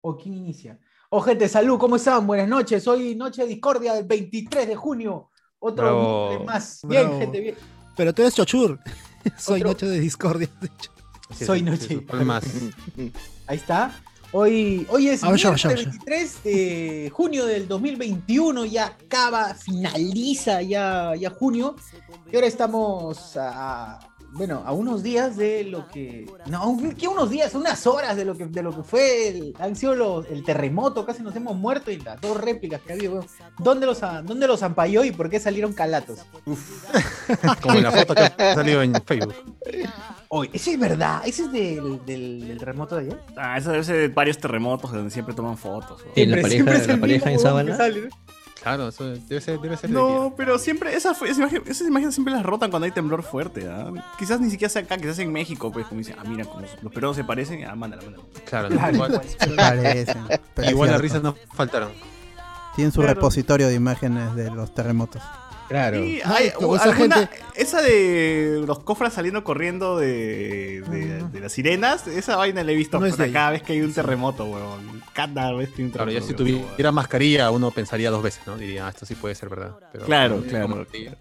¿O quién inicia? Oh, gente, salud, ¿cómo están? Buenas noches. Hoy noche de discordia del 23 de junio. Otro Bravo. miércoles más. Bravo. Bien, gente, bien. Pero tú eres Chochur. Soy Otro- Noche de Discordia. de hecho. Sí, Soy sí, noche. sí, Palmas. Ahí está. Hoy, hoy es A ver, ya, miércoles ya, ya. 23 de junio del 2021. Ya acaba, finaliza ya, ya junio. Y ahora estamos a, a- bueno, a unos días de lo que. No, que unos días, unas horas de lo que, de lo que fue. El, han sido los- el terremoto, casi nos hemos muerto y las dos réplicas que ha habido. weón. ¿Dónde los, a- ¿Dónde los ampayó y por qué salieron calatos? Como la foto que ha salido en Facebook. Hoy, eso es verdad, ese es del, del- del terremoto de ayer. Ah, eso debe ser de varios terremotos donde siempre toman fotos. weón. Sí, la pareja- es la el pareja mismo en huevón que sábana. sale, ¿no? Claro, eso debe ser, debe ser de aquí. ¿eh? No, pero siempre esas, fue- esas imágenes, esas imágenes siempre las rotan cuando hay temblor fuerte. ¿ah? Quizás ni siquiera sea acá, quizás en México, pues como dicen, ah, mira, como los peruanos se parecen, ah, mándala, mándala. pues, Claro, Claro, igual, Parecen, pero igual es las cierto. risas no faltaron. Tienen su Claro. repositorio de imágenes de los terremotos. Claro. Y Ay, hay como esa esa, gente- esa de los cofras saliendo corriendo de, de- de las sirenas, esa vaina la he visto No es puta, de ahí. cada vez que hay un terremoto, weón. Cada vez que hay un Claro, terremoto. ya si weón. tuviera mascarilla, uno pensaría dos veces, ¿no? Diría, ah, esto sí puede ser verdad. Pero, Claro, no, claro. como que-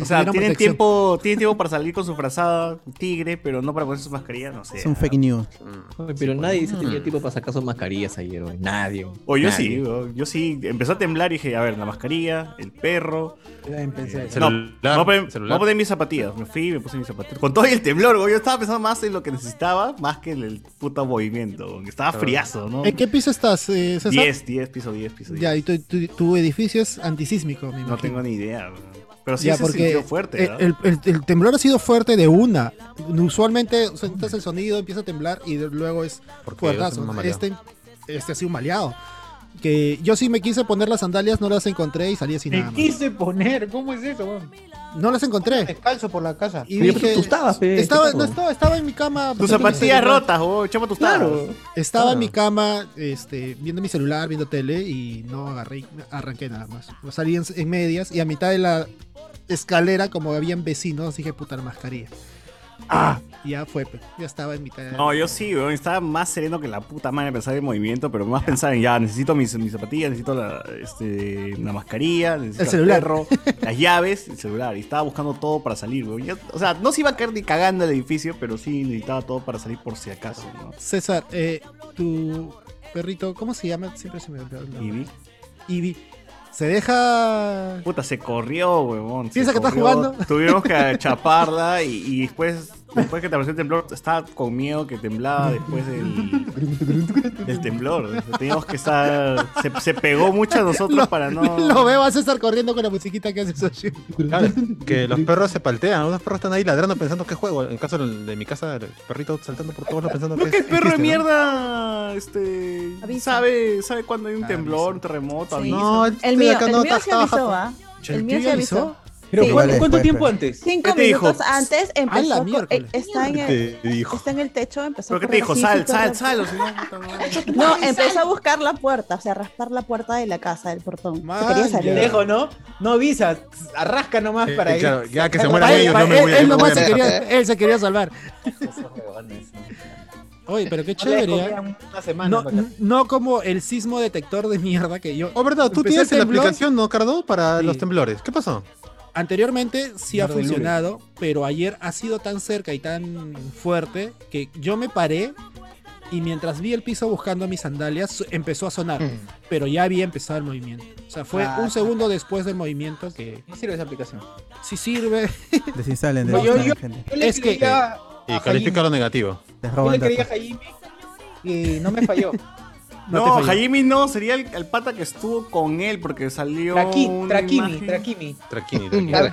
O sea, Tuvieron tienen protección. tiempo, tienen tiempo para salir con su frazada tigre, pero no para poner sus mascarillas, no sé. Es un fake news. Mm. Oye, pero nadie dice que Mm. tenía tipo para sacar sus mascarillas ayer, güey. Nadie. O yo Nadie. sí, weón, yo sí. Empezó a temblar y dije, a ver, la mascarilla, el perro. Empecé. Sí. no, Celular, me voy a poner- celular. me voy a poner mis zapatillas. Me fui y me puse mis zapatillas. Con todo y el temblor, weón, yo estaba pensando más en lo que necesitaba, más que en el puto movimiento. weón, que Estaba Claro. friazo, ¿no? ¿En qué piso estás, eh, César? 10, 10, piso 10, piso 10. Ya, y tu, tu- tu edificio es antisísmico, me no imagino. tengo ni idea. weón. Pero sí ya, se sintió porque fuerte, el, ¿verdad? el- el- el temblor ha sido fuerte de una. Usualmente sientes el sonido, empieza a temblar y de- luego es Porque yo soy fuertazo. un mamaleado. Este, este ha sido un maleado. Que yo sí me quise poner las sandalias, no las encontré y salí sin nada. Me más. quise poner, ¿cómo es eso? weón? No las encontré. Descalzo por la casa. Y Oye, pero dije, tú estabas, eh, pe, estaba, ¿qué pasó? no estaba, estaba en mi cama. Tus viendo mi zapatillas celular. rotas, weón, chapa tus Claro. tablas. Estaba en Ah. mi cama, este, viendo mi celular, viendo tele y no agarré, arranqué nada más. Salí en, en medias y a mitad de la escalera, como habían vecinos, dije, puta, la mascarilla. Ah, ya fue, pe. ya estaba en mitad de la... No, yo sí, weón, estaba más sereno que la puta madre pensar en movimiento, pero más pensar en ya, necesito mis, mis zapatillas, necesito la, este, la mascarilla, necesito El celular. perro, las llaves, el celular. Y estaba buscando todo para salir, weón. Ya- o sea, no se iba a caer ni cagando el edificio, pero sí necesitaba todo para salir por si acaso, ¿no? César, eh, tu perrito, ¿cómo se llama? Siempre se me olvida el Y nombre. vi, Ivy. Se deja... puta, se corrió, weón. se Piensa que está corrió. jugando. Tuvimos que chaparla y, y después, después que te apareció el temblor, estaba con miedo que temblaba después del... del temblor. Teníamos que estar. Se, se pegó mucho a nosotros para no. Lo veo a César corriendo con la musiquita que hace Soshi. Claro, que los perros se paltean, los perros están ahí ladrando pensando que juego. En el caso de mi casa, el perrito saltando por todos lados pensando No, que que el es- perro de existe, ¿no? mierda. Este. Avisa. Sabe, sabe cuando hay un Ah, temblor, avisa. un terremoto, Sí. avisa. No, este El mío, acá el no mío está- se está avisó, bajo. ¿ah? ¿Che, El ¿tú mío ya se avisó. Pero Sí. ¿cuánto, cuánto Después, tiempo pues. antes? Cinco ¿Qué te dijo? Ah, minutos antes empezó. la con- miércoles. eh, está, en el, Te dijo. está en el techo, empezó ¿Pero a qué te correr dijo? así, Sal, sal, súper rápido. sal. o si no, puta madre. No, empezó a buscar la puerta, o sea, a raspar la puerta de la casa, del portón. Se quería Man, ya. salir. Lejos, ¿no? No avisas, arrasca nomás Eh, para ir. claro, ya que Para- se mueran para- ellos, para- yo me voy a- él, yo me voy nomás a se quería, dejar. él se quería salvar. Esos huevones. Oye, pero qué No les chévere. ¿eh? comían una semana, No, ¿no? no como el sismo detector de mierda que yo. Oh, verdad, tú Empecé tienes el la temblor. aplicación, ¿no, Cardo? Para Sí. los temblores. ¿Qué pasó? Anteriormente sí ha Mierda de lunes. funcionado, pero ayer ha sido tan cerca y tan fuerte que yo me paré y mientras vi el piso buscando mis sandalias su- empezó a sonar, pero ya había empezado el movimiento. O sea, fue Ah. un segundo después del movimiento que No sirve esa aplicación. sí sirve. Desinstalen, No, yo- desinstalen, yo- gente. Yo le Es que- eh, creía Y a califica Jaime. lo negativo. Les Yo le roban creía a datos. Jaime y no me falló. No, No, te fallé. Jaime no, sería el, el pata que estuvo con él porque salió. Traqui, una traquini, imagen. traquini. Tranquini, tranquini. Claro.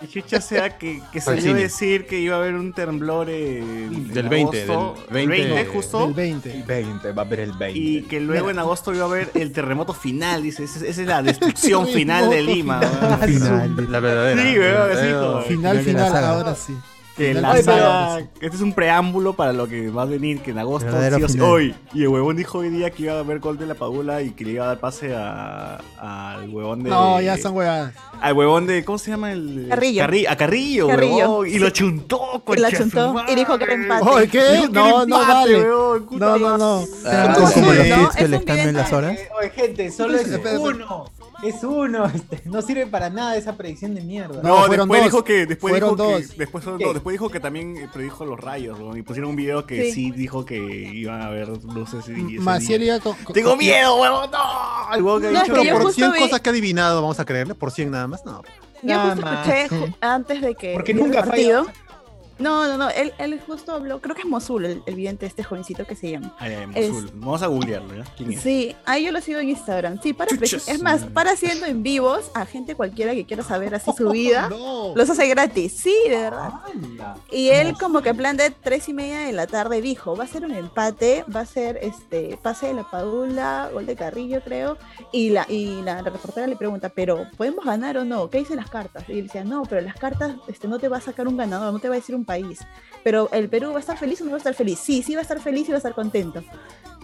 Y Chucha sea que, que salió a Falsini. decir que iba a haber un temblor en, Del en 20, agosto, del 20, justo. El 20. 20, va a haber el 20. Y que luego en agosto iba a haber el terremoto final, dice. Esa esa es la destrucción final de Lima. weón. Final. La verdadera. Sí, weón, así, La verdadera. joder. Final, Final de la final, saga. ahora sí. Que Final la de saga, este es un preámbulo para lo que va a venir, que en agosto Verdadero sí o sí- final. hoy. Y el huevón dijo hoy día que iba a ver gol de la Padula y que le iba a dar pase a- al huevón de. No, ya son huevadas. Al huevón de. ¿Cómo se llama el. Carrillo. Carri- a Carrillo, Carrillo, huevón. Y sí. lo chuntó, Y la Oh, concha su chuntó y dijo que era madre. empate. Oh, ¿qué? Dijo que No, era no empate, vale. huevón, puta No, no, no. madre. Ah, Como, como los sí. tweets que Es les un cambian las video. horas. Eh, Oye, gente, solo es Espérate, Pues, espérate. uno. Es uno. este, no sirve para nada esa predicción de mierda. No, No, fueron después dos. dijo que después Fueron dijo dos. que después fueron ¿Qué? dos. después dijo que también eh, predijo los rayos ¿no? y pusieron un video que sí, Sí. dijo que iban a haber luces y ese Maciel día. iba con- con- Tengo con- miedo, huevón. No, el huevón que ha No, es dicho que yo por justo 100 vi- cosas que ha adivinado, vamos a creerle, por 100 nada más, no. Yo Nada justo más. escuché ju- antes de que. Porque del nunca partido. No, no, no. Él, él justo habló. Creo que es Mosul, el, el vidente, este jovencito que se llama. Ay, ay, Es- Mosul. Vamos a googlearlo, ¿ya? ¿Quién es? Sí, ahí yo lo sigo en Instagram. Sí, para Chuchas. preci- es más, para haciendo en vivos a gente cualquiera que quiera saber así su vida, No. los hace gratis. Sí, de verdad. ¡Hala! Y él como que en plan de tres y media de la tarde dijo, va a ser un empate, va a ser este pase de la Padula, gol de Carrillo creo, y la, y la reportera le pregunta, pero ¿podemos ganar o no? ¿Qué dicen las cartas? Y él decía, no, pero las cartas este, no te va a sacar un ganador, no te va a decir un país, pero el Perú va a estar feliz o no va a estar feliz, sí, sí va a estar feliz y va a estar contento.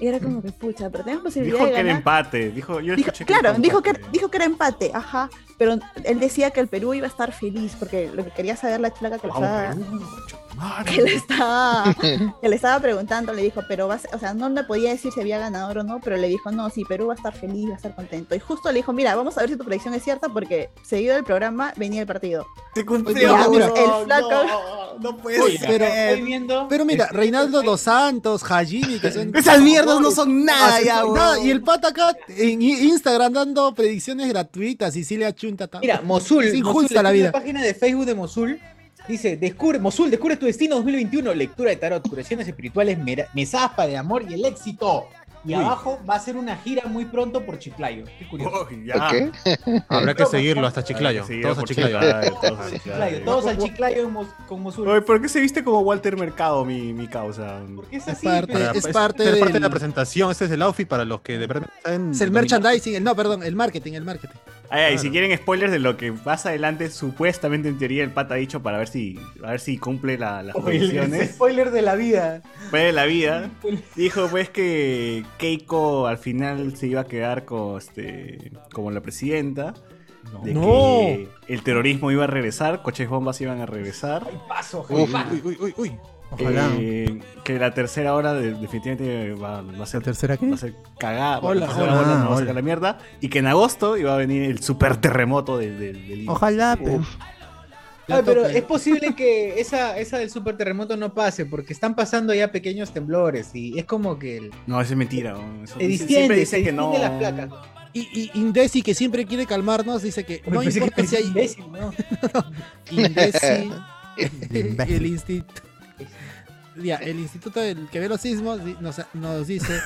Y era como que, pucha, pero tenemos posibilidad Dijo de que era ganar. empate, dijo, yo Dijo- escuché que claro, era dijo que, empate. dijo que era empate, ajá, pero él decía que el Perú iba a estar feliz, porque lo que quería saber la flaca que lo Vamos, estaba Perú, concha tu madre. que le estaba, que le estaba preguntando, le dijo, pero vas, o sea, no le podía decir si había ganador o no, pero le dijo, no, sí, Perú va a estar feliz, va a estar contento. Y justo le dijo, mira, vamos a ver si tu predicción es cierta, porque seguido del programa venía el partido. Se Oye, cumplió, pero mira, huevón, el flaco- No, no puede Oye, ser. Pues, pero- Estoy viendo. este, Pero mira, Estoy Reinaldo viendo- dos Santos, Hajimi, que son. Esas mierdas no son nada, Así- ya, nada, huevón. Y el pata acá en I- Instagram dando predicciones gratuitas y sí le achunta tanto. Mira, Mosul. Es injusta Mosul, la estoy en vida. página de Facebook de Mosul dice: descubre, Mosul, descubre tu destino 2021. Lectura de tarot, curaciones espirituales, mera- mesadas para el amor y el éxito. Y Uy. abajo va a ser una gira muy pronto por Chiclayo. Qué curioso. Uy, ya. ¿Qué? Habrá que Broma, seguirlo broma. hasta Chiclayo. Sí, Todos a por Chiclayo. Chiclayo, todos a Chiclayo, Chiclayo. Todos al Chiclayo en Mos- con Mosul. Oye, ¿por qué se viste como Walter Mercado, mi, mi causa? Porque es Es así. parte- pero- Para- pues, es parte es parte de del- la presentación, ese es el outfit para los que de verdad saben Es el dominar. merchandising, el- no, perdón, el marketing, el marketing. Ay, ay, Claro. si quieren spoilers de lo que pasa adelante, supuestamente en teoría el pata ha dicho para ver si, a ver si cumple la- las Spoiler, condiciones. spoiler de la vida. Fue de la vida. Dijo pues que Keiko al final se iba a quedar con, este, como la presidenta. De No. que el terrorismo iba a regresar, coches bombas iban a regresar. Ay, paso, Uy, Jaipa. uy, uy, uy, uy. Ojalá. eh, que la tercera hora de- definitivamente va, va a ¿La ser tercera qué? va a ser cagada, Hola, va a ser hola, una bola, nos va a hola. sacar la mierda. Y que en agosto iba a venir el super terremoto del, del, del Indo. Ojalá, pe. Ya Ay, pero tope. es posible que esa, esa del super terremoto no pase, porque están pasando ya pequeños temblores y es como que el- No, eso es mentira. weón. Eso se dicen- distiende, siempre se dicen que distiende no. las placas. Y, y Indesi, que siempre quiere calmarnos, dice que no Uy, pensé que importa si parecía hay imbécil, ¿no? Indesi, Imbécil. el instituto. Ya, el instituto del que ve los sismos di- nos, nos dice: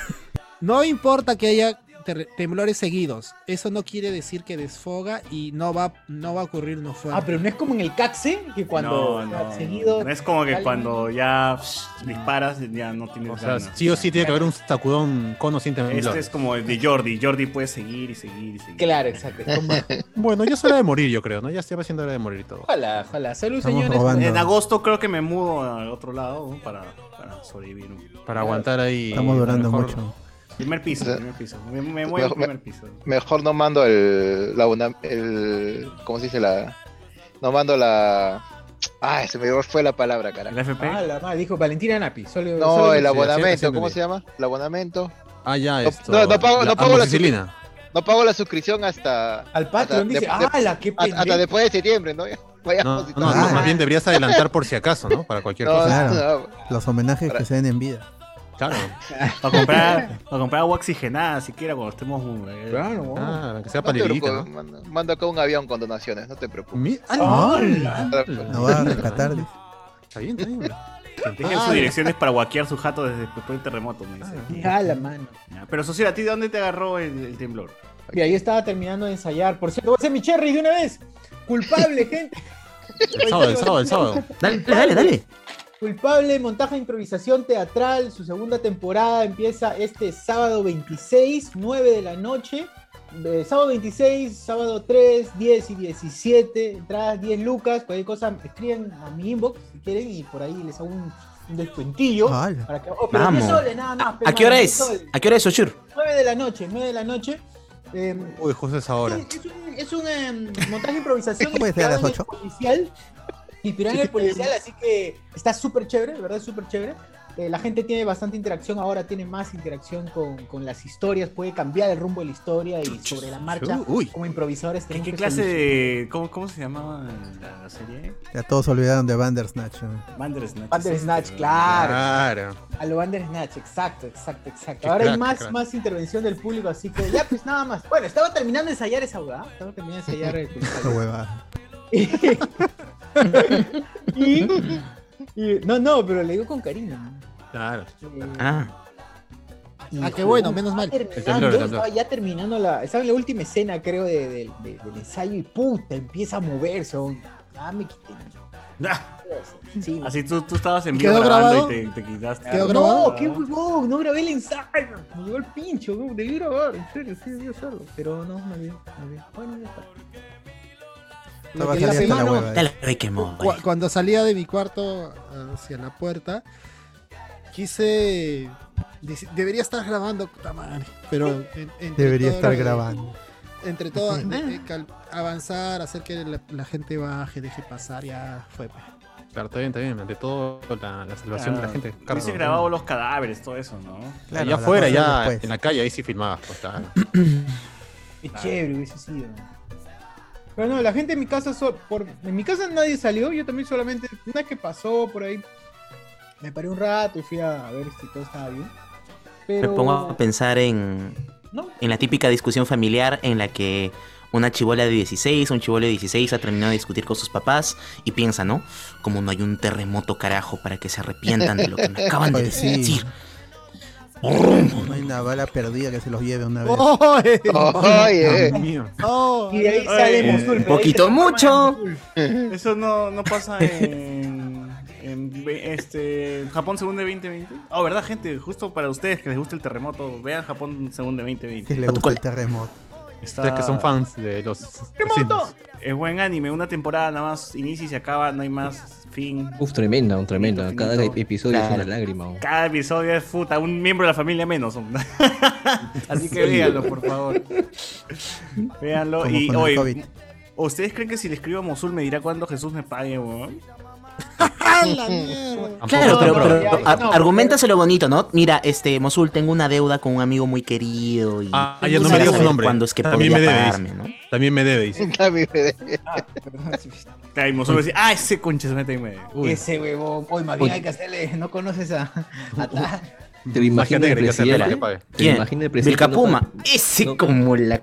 No importa que haya ter- temblores seguidos, eso no quiere decir que desfoga y no va, no va a ocurrir uno fuerte. Ah, pero no es como en el CACSE, que cuando No, no, seguido. no es como que alguien- cuando ya psh, disparas ya no tienes O sea, ganas. sí o sí tiene que haber un sacudón cono sin temblor. Este es como el de Jordi. Jordi puede seguir y seguir y seguir. Claro, exacto. es como- Bueno, ya es hora de morir, yo creo, ¿no? Ya estaba siendo hora de morir y todo. Ojalá, ojalá. Salud, Estamos señores. robando. En agosto creo que me mudo al otro lado ¿no? para, para sobrevivir. ¿no? Para aguantar ahí. Estamos durando mejor- mucho. Primer piso, O sea, primer piso. Me, me muevo al mejor- primer piso. Mejor no mando el. La una, el ¿Cómo se dice la.? No mando la. Ay, se me fue la palabra, ¿El carajo. FP? Ah, la madre, dijo Valentina Napi. Solo, No, solo- el sí, abonamento, haciendo- ¿cómo se llama? El abonamento. Ah, ya, No- esto. no, no pago- no pago la amoxicilina. No pago la suscripción hasta. Al patrón dice, hasta- de- de- ¡ala, qué hasta, hasta pendejo! después de septiembre, ¿no? Vaya No, no, cosita. no, Ah. más bien deberías adelantar por si acaso, ¿no? Para cualquier No, cosa. Claro. no, Los homenajes Para- que se den en vida. Claro. Para comprar, para comprar agua oxigenada siquiera cuando estemos. eh, Claro, Ah, que sea no te panelita, preocupes, ¿no? mando, mando acá un avión con donaciones, no te preocupes. Mi- ¡Ah, ¡Hala! no! Nos va a rescatar. dice. Está bien, está bien. Dejen sus direcciones para guaquear su jato desde después del terremoto, me dice. ¡Hala, Ah, mano! Ya, Pero Socio, ¿a ti de dónde te agarró el, el temblor? Mira, yo estaba terminando de ensayar. Por cierto, voy a hacer mi cherry de una vez. Culpable, gente. El sábado, el sábado, el sábado. Dale, dale, dale. Culpable, montaje de improvisación teatral. Su segunda temporada empieza este sábado 26, 9 de la noche. eh, sábado 26, sábado 3, 10 y 17, entradas 10 lucas, cualquier cosa, escriben a mi inbox si quieren y por ahí les hago un, un descuentillo. Ala. Para que, oh, pero Vamos. 10 soles nada más. ¿A qué hora es? ¿A qué hora es, Oshir? 9 de la noche, 9 de la noche. Eh, Uy, justo esa hora. Sí, Es un, es un, em, montaje de improvisación ¿Puede ser a las inspirado en el ocho? policial. Inspirado en el policial, así que está súper chévere, de ¿verdad? Súper chévere. Eh, la gente tiene bastante interacción, ahora tiene más interacción con, con las historias, puede cambiar el rumbo de la historia y sobre la marcha. Uy. Como improvisadores ¿Qué, tenemos qué que clase solucionar. de. ¿Cómo, cómo se llamaba la serie? Ya todos olvidaron de Bandersnatch. ¿no? Bandersnatch. Bandersnatch, Este, claro. Claro. A lo Bandersnatch, exacto, exacto, exacto. Qué Ahora hay crack, más, crack. más intervención del público, así que ya pues nada más. Bueno, estaba terminando de ensayar esa hueá, estaba terminando de ensayar el policial. Esa huevada. y, y- no, no, pero le digo con cariño. Claro. Eh, Ah, y- Ah, qué bueno, y- menos mal. estaba terminando, El temblor, el temblor. Estaba ya terminando la. Estaba en la última escena, creo, de- de- de- del ensayo y puta, empieza a moverse. weón. Ah, me quité. Ah, Sí, Así tú, tú estabas en ¿Y vivo quedó grabando grabado? y te, te quitaste. ¿Quedó grabado? No, qué huevón, no grabé el ensayo. Me llegó el pincho, weón, debí grabar, en serio, sí, debí hacerlo. Pero no, no vi, no vi. Bueno, ya está. Estaba Lo salida que la hasta la semana- hueva. eh. dale, ay, qué mon, Cu- Cuando salía de mi cuarto hacia la puerta, quise. dec- Debería estar grabando, puta madre. Pero. en- entre Debería todo estar lo- grabando. Entre todo, eh, cal- avanzar, hacer que la, la gente baje, deje pasar, ya fue. pues, pe. Claro, está bien, está bien. Ante todo, la, la salvación de la gente. Claro, Carlos. Ah, Hubiese grabado los cadáveres, todo eso, ¿no? Claro, allá la afuera, cosa ya después. en la calle, ahí sí filmabas. pues, claro. Qué chévere hubiese sido. Pero no, la gente en mi casa, so- por, en mi casa nadie salió, yo también solamente, una vez que pasó por ahí, me paré un rato y fui a ver si todo estaba bien. Me Pero pongo a pensar en, no, en la típica discusión familiar en la que una chibola de 16, un chibolo de 16 ha terminado de discutir con sus papás y piensa, ¿no? Como no hay un terremoto carajo para que se arrepientan de lo que me acaban de Pues sí. decir. No hay una bala perdida que se los lleve una vez. ¡Oye! Oye, Dios mío. ¡Oh! y de ahí Oye, sale eh, Mosul. pero ahí poquito se transforma mucho. en Mosul. Eso no, no pasa en, en ve- este Japón Según de 2020. Oh, ¿verdad, gente? Justo para ustedes que les gusta el terremoto, vean Japón Según de Que 2020. le A tu gusta el cola. terremoto. Está- Ustedes que son fans de los. los ¡Terremoto! Sims. Es buen anime, una temporada nada más inicia y se acaba, no hay más fin. Uf, tremenda, un tremenda. Finito, Cada finito. episodio Claro. es una lágrima. oh. Cada episodio es puta, un miembro de la familia menos. Así que véanlo, por favor. Véanlo. Como y con el oye, Hobbit. ¿ustedes creen que si le escribo a Mosul me dirá cuándo Jesús me pague, weón? Tampoco Claro, es tan pero, probable. pero no, a- pero- argumentaselo bonito, ¿no? Mira, este, Mosul, tengo una deuda con un amigo muy querido y Ah, ya quisiera no me digas su saber nombre. Ah, cuándo es que También podría me debes. pagarme, ¿no? También me debéis. a mí me de- Claro, y Mosul va a decir, ah, ese concha se mete y me. Ese huevón, hoy más bien hay que hacerle, no conoces a, a ta- ¿Te imaginas Imagínate el que hay que hacer para presidente? que pague. ¿Te ¿Quién? imaginas el presidente? Vilcapuma. no paga- Ese no- como la...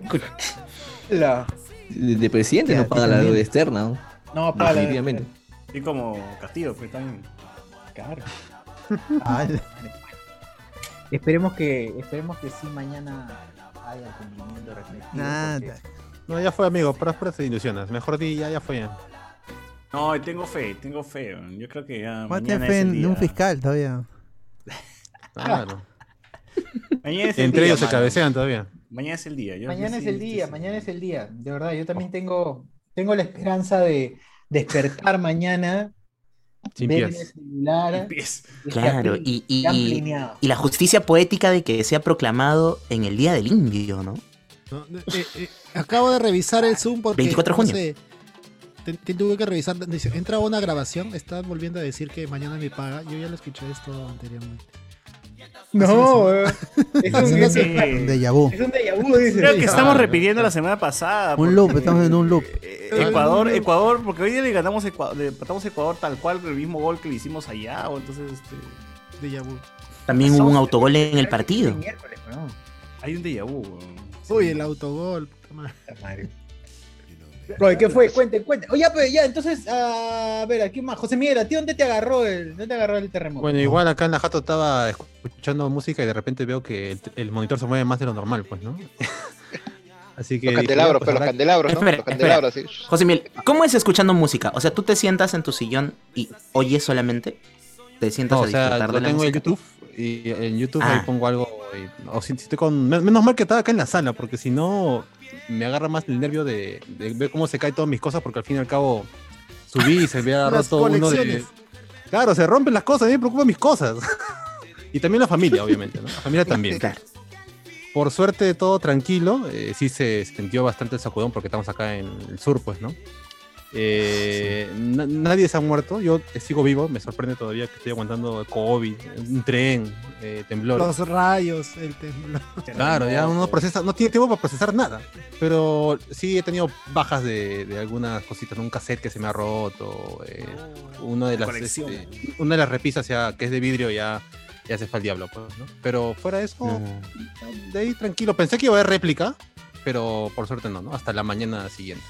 la- de, de presidente Ya, no paga la también. deuda externa, ¿no? No, para. eh. definitivamente. Y como Castillo, pues también. Claro. Ala. Esperemos que, esperemos que sí mañana haya cumplimiento respectivo. Nada. No, ya fue, amigo. Pero pero te ilusionas. Mejor di, ya, ya fue. ya. Ah, No, tengo fe, tengo fe. weón. Yo creo que ya. Mate mañana fe es el en día. un fiscal todavía. Claro. Mañana es el Entre día, ellos se mano. cabecean todavía. Mañana es el día. yo- Mañana yo es sí- el día, sí- mañana es el día. De verdad, yo también tengo, tengo la esperanza de despertar mañana, Sin ver pies. el celular, Empieza. y que Claro, aplin- y, que han y, plineado. y la justicia poética de que sea proclamado en el Día del Indio, ¿no? No, no, eh, eh, acabo de revisar el Zoom porque. 24 de junio. No sé, te- te tuve que revisar. Dice, entra una grabación. Están volviendo a decir que mañana me paga. Yo ya lo escuché esto anteriormente. No, eh, es Así un, no es, se- Un Eh, déjà vu. un déjà vu, dice. Creo que estamos Ah, repitiendo la semana pasada. pues. Un loop, estamos en un loop. Eh, Ecuador, Ecuador, porque hoy día le ganamos Ecuador, le empatamos a Ecuador tal cual con el mismo gol que le hicimos allá, o entonces este, Déjà vu. También hubo un autogol en el partido. Miércoles, ¿no? hay un déjà vu. weón. Uy, el autogol. puta madre. Oye, ¿qué fue? Cuente, cuente. Oye, ya, pero ya, entonces, a ver, aquí más. José Miguel, ¿a ti dónde te agarró el, dónde te agarró el terremoto? Bueno, igual acá en la jato estaba escuchando música y de repente veo que el, el monitor se mueve más de lo normal, pues, ¿no? Así que. Los dije, candelabros, ya, pero pues, los candelabros, ¿no? Espera, Los candelabros, sí. José Miguel, ¿cómo es escuchando música? O sea, tú te sientas en tu sillón y oyes solamente. ¿Te sientas No, a o sea, disfrutar de lo la tengo en música? YouTube Y en YouTube Ah. ahí pongo algo. y- o si, si estoy con. men- Menos mal que estaba acá en la sala, porque si no me agarra más el nervio de, de ver cómo se caen todas mis cosas, porque al fin y al cabo subí y se había Las roto uno de. conexiones. Claro, se rompen las cosas, a mí me preocupan mis cosas. y también la familia, obviamente, ¿no? La familia también. Claro. Por suerte, todo tranquilo. eh, sí se sintió bastante el sacudón porque estamos acá en el sur, pues, ¿no? Eh, na- nadie se ha muerto. Yo eh, sigo vivo. Me sorprende todavía que estoy aguantando COVID, un tren, eh, temblores. Los rayos, el temblor. Claro, ya uno procesa, no tiene tiempo para procesar nada. Pero sí he tenido bajas de, de algunas cositas, ¿no? un cassette que se me ha roto, eh, una de La las colección. este, una de las repisas ya, que es de vidrio ya, ya se fue al diablo, pues, ¿no? Pero fuera de eso, Mm. de ahí tranquilo. Pensé que iba a haber réplica, pero por suerte no, ¿no? Hasta la mañana siguiente.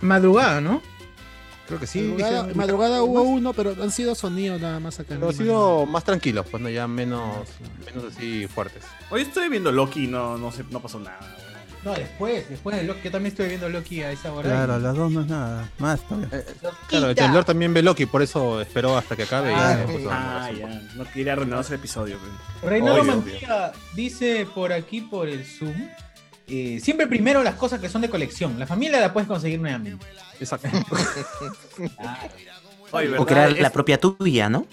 Madrugada, ¿no? Creo que sí. Madrugada, dije, madrugada hubo uno, pero han sido sonidos nada más acá. en Pero ha Lima, sido más tranquilo, pues no ya menos, menos así fuertes. Hoy estoy viendo Loki y no, no, sé, no pasó nada. weón. No, después, después de Loki. Yo también estoy viendo Loki a esa hora. Claro, a las dos no es nada. Más todavía. Claro, el temblor también ve Loki, por eso esperó hasta que acabe. y Ah, ya, pues, Ah, ya. No quería renovarse el episodio. weón. Reinaldo Obvio. Mantilla dice por aquí, por el Zoom. eh, siempre primero las cosas que son de colección. La familia la puedes conseguir nuevamente. Exacto. Oye, O ¿verdad? crear la Es- propia tuya, ¿no?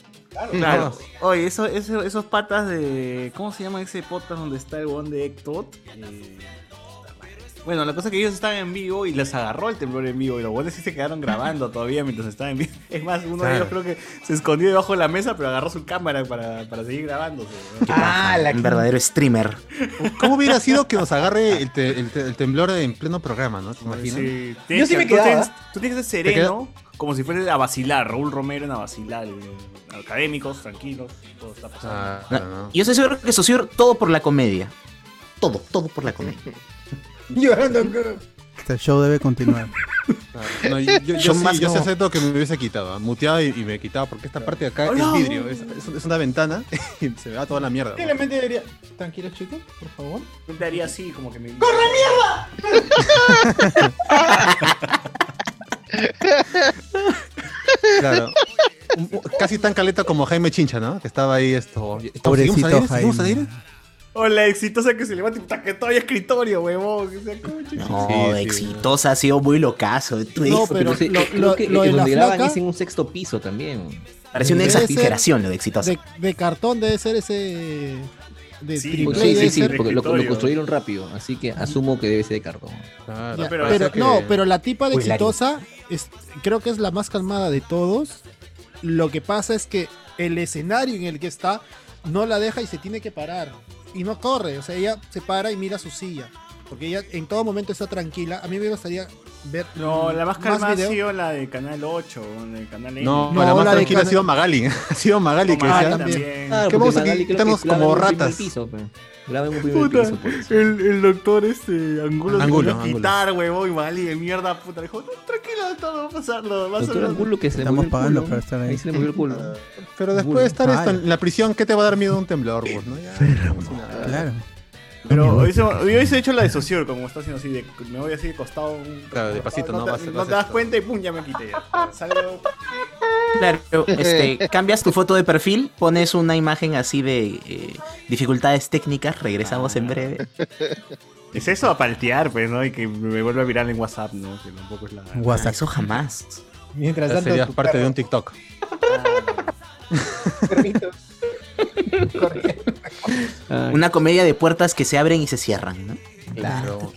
Claro. Oye, eso, eso- esos patas de. ¿Cómo se llama ese podcast donde está el one de Ectot? Eh, bueno, la cosa es que ellos estaban en vivo y les agarró el temblor en vivo y los buenos sí se quedaron grabando todavía mientras estaban en vivo. Es más, uno de ellos creo que se escondió debajo de la mesa pero agarró su cámara para, para seguir grabándose. ¿no? Ah, la Un verdadero streamer. ¿Cómo hubiera sido que nos agarre el, te- el te- el temblor en pleno programa, no? ¿Te imaginas? Sí, Yo tienes sí que- me tú quedaba. tienes- Tú tienes que ser sereno, como si fueras a vacilar. Raúl Romero en a vacilar. eh, Académicos, tranquilos, todo está pasando. Ah, No, no. Yo estoy seguro que eso sirve todo por la comedia. Todo, todo por la comedia. Llorando. eh. Este show debe continuar. No, yo, yo- yo Yo sí, más yo sí no. acepto que me hubiese quitado, ¿ah? muteado y, y me quitaba, porque esta parte de acá Oh, es vidrio, es, es- es una ventana y se me va toda la mierda. ¿Qué le mente debería? Tranquilos, chicos, por favor. Yo te haría así, como que me. Claro. Un- un- Casi tan caleta como Jaime Chincha, ¿no? Que estaba ahí esto. ¿estamos- seguimos al aire? Pobrecito ¿Seguimos al Jaime. aire? O la exitosa que se levanta y puta que todavía escritorio, huevón. que sea, concha. No, sí. exitosa ha sido muy locazo. Tú No, dices, pero Pero sí, lo- creo lo- que lo de la donde graban flaca- es en un sexto piso también. Pareció una Debe ser- exageración lo de exitosa. De, de cartón debe ser ese. eh, De Sí, triple Pues sí, debe sí, sí, ser. porque lo, lo escritorio. construyeron rápido, así que asumo que debe ser de cartón. Claro, pero Ya, pero parece que- no, pero la tipa de Uy, Larry. exitosa es, creo que es la más calmada de todos. Lo que pasa es que el escenario en el que está no la deja y se tiene que parar. Y no corre, o sea, ella se para y mira su silla. Porque ella en todo momento está tranquila. A mí me gustaría ver. No, la más calma ha video. sido la de Canal 8, o la de Canal N. No, No, la más la de tranquila ha Canal- sido Magali. Ha sido Magali que Tomás Ah, decía, también. Claro, porque ¿Qué vamos aquí? Magali creo que Estamos graba como en un primer ratas. piso, pe. Graba en un primer piso, por eso. El, el doctor este Angulo, se Angulo, volvió a quitar, huevón, y Mali de mierda puta. le Dijo, no, tranquilo, doctor, va a pasar, no, va a Doctor ser. Angulo que se le Estamos movió el pagando culo. para estar ahí. Ahí se le movió el culo. Pero después Bueno, de estar esto claro. en la prisión, ¿qué te va a dar miedo un temblor? pues, ¿no? Ya, Claro. Pero hoy se, hoy hoy se ha hecho la de Saussure, como está haciendo así, de, me voy así de costado. Un, Claro, despacito, no te, vas- vas te das esto. cuenta y pum, ya me quité. Ya. Salgo. Claro, este, cambias tu foto de perfil, pones una imagen así de eh, dificultades técnicas, regresamos en breve. Es eso a paltear, pues, ¿no? Y que me vuelva a virar en WhatsApp, ¿no? Que tampoco es la. Ah, WhatsApp. eso jamás. Mientras Ya tanto, serías tu parte de perro, un TikTok. perrito, corría. Ah, Una comedia de puertas que se abren y se cierran, ¿no? Claro.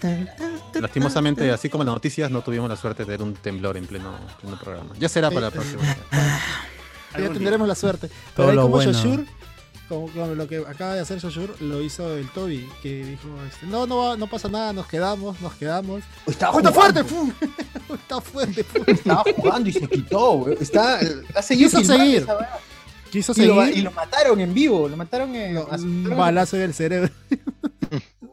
Lastimosamente, así como en las noticias, no tuvimos la suerte de tener un temblor en pleno, pleno programa. Ya será para la próxima. Ya Algún tendremos la suerte. Todo Pero ahí lo como bueno. Yoshur, como, como lo que acaba de hacer Yoshur, lo hizo el Toby, que dijo, este, no, no, va- no pasa nada, nos quedamos, nos quedamos. Estaba ¡Oh, está fuerte! jugando. ¡Fu! ¡Oh, está fuerte! ¡Fu! Estaba jugando y se quitó, güey. Está, ha seguido Quiso filmando seguir. esa weá. Quiso Y lo, y seguir, lo mataron en vivo. Lo mataron en. lo- un asustaron- balazo en el cerebro.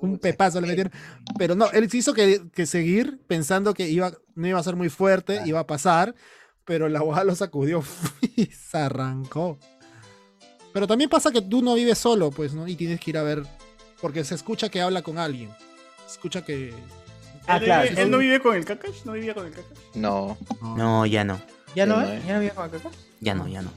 un pepazo le metieron. Pero no, él quiso que, que seguir pensando que iba, no iba a ser muy fuerte, iba a pasar, pero la hoja lo sacudió y se arrancó. Pero también pasa que tú no vives solo, pues, ¿no? Y tienes que ir a ver, porque se escucha que habla con alguien. Se escucha que... Ah, Él claro. vive- ¿Él no vive con el Kakash? ¿No vivía con el Kakash? No. No, ya no. ¿Ya no, Sí, no, eh? eh. ¿Ya no vive con Kakashi? Ya no, ya no.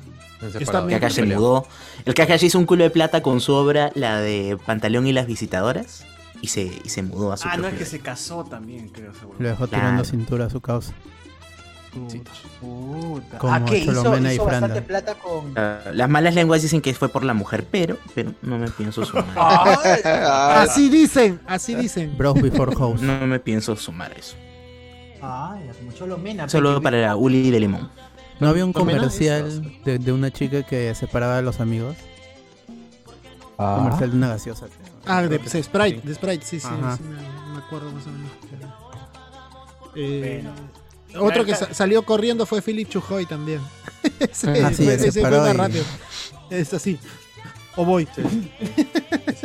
Separado. El Kakashi se mudó. El Kakashi hizo un culo de plata con su obra, la de Pantaleón y las Visitadoras, y se, y se mudó a su Ah, no, es propio- que se casó también, creo. ese huevón. Lo dejó Claro. tirando cintura a su causa. Puta. Como ah, que hizo, Cholomena y hizo bastante Franda. plata con. Ah, Las malas lenguas dicen que fue por la mujer, pero, pero no me pienso sumar. Ah, Ah, Así dicen, así dicen. Bros before hoes. No me pienso sumar eso. ah, ya, como Cholomena. Solo para la Uli de Limón. ¿No había un Por menos comercial de, de una chica que separaba a los amigos? Comercial de una gaseosa. Ah, de, de Sprite, de Sprite, sí, sí, Ajá. sí, me, me acuerdo más o menos. Eh, Bueno. Otro Ah, que sa- salió corriendo fue Philip Chujoy también. ese, Ah, sí, fue, se ese fue paró más y- rápido. Es así. O voy.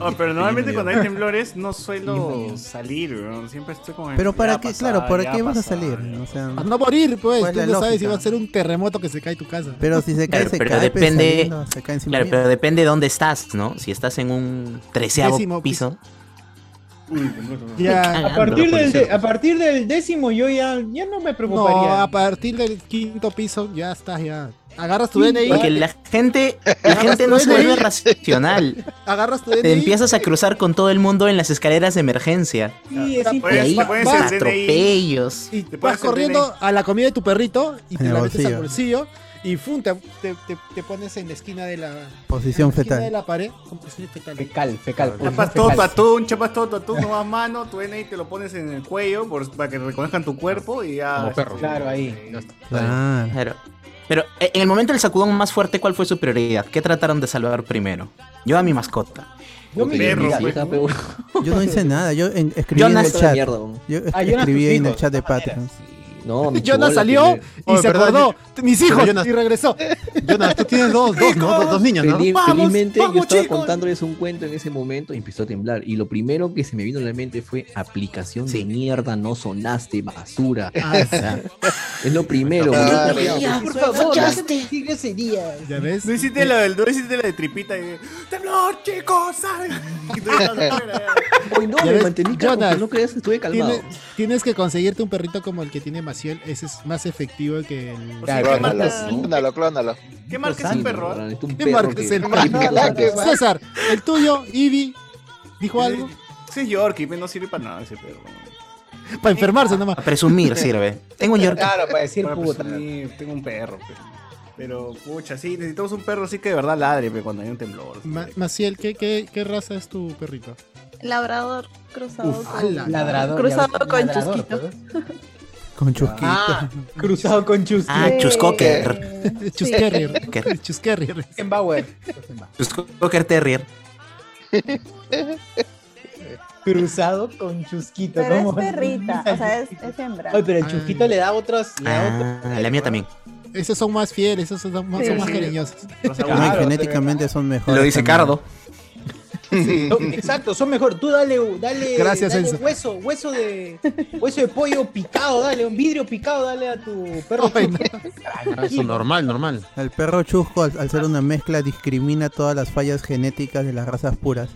Ah, pero normalmente cuando hay temblores no suelo salir, weón. Siempre estoy con el- Pero para ya qué, pasar, claro, ¿para ya qué vas a pasar, salir? ya. O sea, A no morir, pues. ¿Cuál es Tú la no sabes si lógica? va a ser un terremoto que se cae tu casa. pero si se cae, Claro, se pero cae. pues, depende- saliendo, se cae encima Claro, mía. pero depende de dónde estás, ¿no? Si estás en un treceavo Décimo piso. piso. Uy, me muero, weón. Ya. A partir, del, de- a partir del décimo yo ya, ya no me No, preocuparía. a partir del quinto piso ya estás, ya. Agarras tu Sí, DNI. Porque la gente, la gente no se vuelve racional. Agarras tu Te DNI. empiezas a cruzar con todo el mundo en las escaleras de emergencia. Sí, es Pues, Y ahí va- puede ser pa- el DNI. atropellos. Y Te vas pones el corriendo a la comida de tu perrito y te En el la metes al bolsillo y fum, te, te- te- te pones en la esquina de la, Posición en la esquina de fetal. la pared. con posición fetal. Fecal, fecal. Chapas todo tu atún, chapas todo tu atún, no vas mano, tu DNI te lo pones en el cuello por- para que reconozcan tu cuerpo y ya. eh, Como perro. Claro, ahí. Ah. Claro. Claro. Pero eh, en el momento del sacudón más fuerte, ¿cuál fue su prioridad? ¿Qué trataron de salvar primero? Yo a mi mascota. Yo me Perro, mira, pues. hija, pe, weón. Yo no hice nada, yo en- escribí en el Jonas chat. mierda, weón. Yo Ah, Jonas, escribí tus en el hijos, chat de de todas Patreon. No, mi Jonas chibola, salió pe, y Oh, se ¿verdad? acordó. Mis hijos. Jonas- Y regresó. Jonas, tú tienes dos, dos, ¿no? Dos, dos niños, ¿no? Feliz- ¡Vamos, felizmente yo vamos, estaba chicos! contándoles un cuento en ese momento y empezó a temblar. Y lo primero que se me vino a la mente fue aplicación de mierda, no sonaste, basura. Ah, O sea, es lo primero. Ah, weón. ya, por favor, no ese día. ¿Ya ves? No hiciste la del, no hiciste la de tripita y de, temblor, chicos, salgan. Y tú estás afuera, ya. Uy, no, Ya me ves, mantení calmo, Jonas, que no creas, estuve calmado. Tiene- tienes que conseguirte un perrito como el que tiene Maciel. Ese es más efectivo que el. Claro, Claro, ¿qué, Clónalo, marca, ¿no? clónalo, clónalo. ¿Qué marca es un perro? ah? Es un ¿Qué perro marca que- es el que- marca? que- Eh, César, el tuyo, Ivy, dijo algo. Ese es Yorkie, no sirve para nada ese perro. Para enfermarse nomás. A presumir sirve. Tengo un Yorkie. Claro, para decir Para puta. presumir, tengo un perro, pero, pero pucha, sí, necesitamos un perro así que de verdad ladre pe, cuando hay un temblor. Ma- Maciel, ¿qué, qué, qué raza es tu perrito? Labrador cruzado Uf, con... ala. Ladrador. Cruzado ya, con ladrador, chusquito. pues. Con chusquito. Ah, cruzado con chusquito. Ah, Chuscocker. Sí. Chuscarrier. Cocker. Chuscarrier. Bauer. Chuscocker Pues, Terrier. Cruzado con chusquito. Pero es ¿cómo? perrita, o sea, es, es hembra. Ay, pero el chusquito Ah. Ay. le da otras. le da otras- Ah, la mía también. Esos son más fieles, esos son más, Sí. son más Sí. cariñosos. Los No, y Claro, abuelos. genéticamente son mejores. Lo dice también. Cardo. son- exacto, son mejor. Tú dale, dale, Gracias, dale Enzo. hueso, hueso de, hueso de pollo picado, dale, un vidrio picado, dale a tu perro. Ay, no. Eso, normal, normal. El perro chusco, al, al ser una mezcla, discrimina todas las fallas genéticas de las razas puras.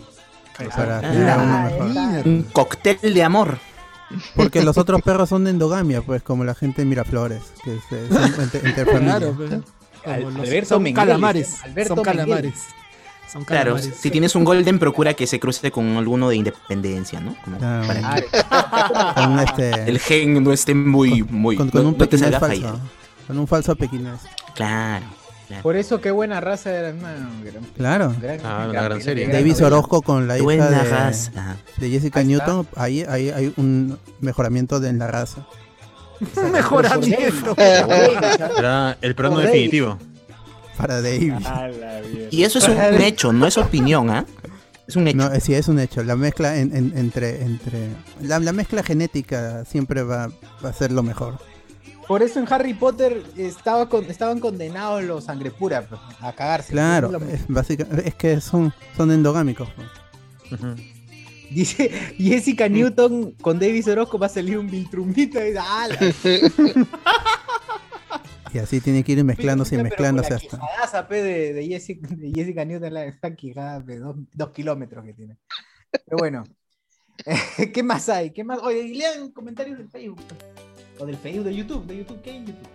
Para generar uno Ah, mejor. está. Un cóctel de amor. Porque los otros perros son de endogamia, pues, como la gente en Miraflores, que se, son entre, entre familias. Claro, pues. Al- Como los- Alberto son Mengueles, calamares. Alberto son calamares. Son Claro, calamares. si tienes un golden, procura que se cruce con alguno de independencia, ¿no? Como Ah. Claro. para que Con, este, el gen no esté muy, muy. con, con no- un no te pequinés salga a falso. Con un falso pequinés. fallar. Claro. Por eso qué buena raza era. no, gran- Claro. gran- Ah, una gran- gran serie. gran Davis novela. Orozco con la hija Buena de, raza. de Jessica Ahí está. Newton, ahí, ahí hay un mejoramiento de- en la raza. Mejoramiento. Era el plano Correcto. definitivo. Para Davis. A la mierda. Y eso es un hecho, no es opinión, ¿ah? Es un hecho. No, eh, sí, es un hecho. La mezcla en- en- entre. entre la, la mezcla genética siempre va, va a ser lo mejor. Por eso en Harry Potter estaba con- estaban condenados los sangre pura pues, a cagarse. Claro, Es lo- es, básica- es que son, son endogámicos. pues. Ujú. Dice Jessica Newton con Davis Orozco va a salir un Viltrumita. y- ¡Ah, la Y así tiene que ir mezclándose y Pero con la mezclándose hasta. quijadaza, pe, de, de Jessica, de Jessica Newton, la está quijada de dos, dos kilómetros que tiene. Pero bueno, ¿qué más hay? ¿Qué más? Oye, y lean comentarios del Facebook. pues. O del Facebook, de YouTube, de YouTube, ¿qué hay en YouTube?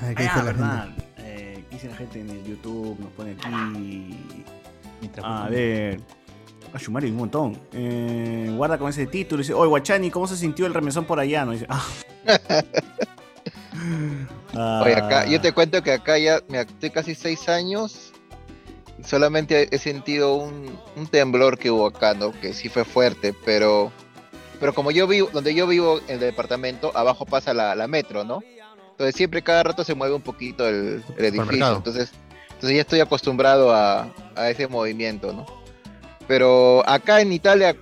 A ver, ¿qué Ah, dice la verdad. Eh, ¿Qué dice la gente en el YouTube? Nos pone aquí. Ah, Mientras- A ver. A Shumari, un montón. Eh, guarda con ese título. Dice, oye, Guachani, ¿cómo se sintió el remesón por allá? No dice, ah. Ah, Oye, acá, yo te cuento que acá ya me estoy casi seis años. Solamente he sentido un, un temblor que hubo acá, ¿no? Que sí fue fuerte, pero pero como yo vivo, donde yo vivo en el departamento, abajo pasa la, la metro, ¿no? Entonces siempre cada rato se mueve un poquito el, el edificio. Supermercado. Entonces, entonces ya estoy acostumbrado a, a ese movimiento, ¿no? Pero acá en Italia,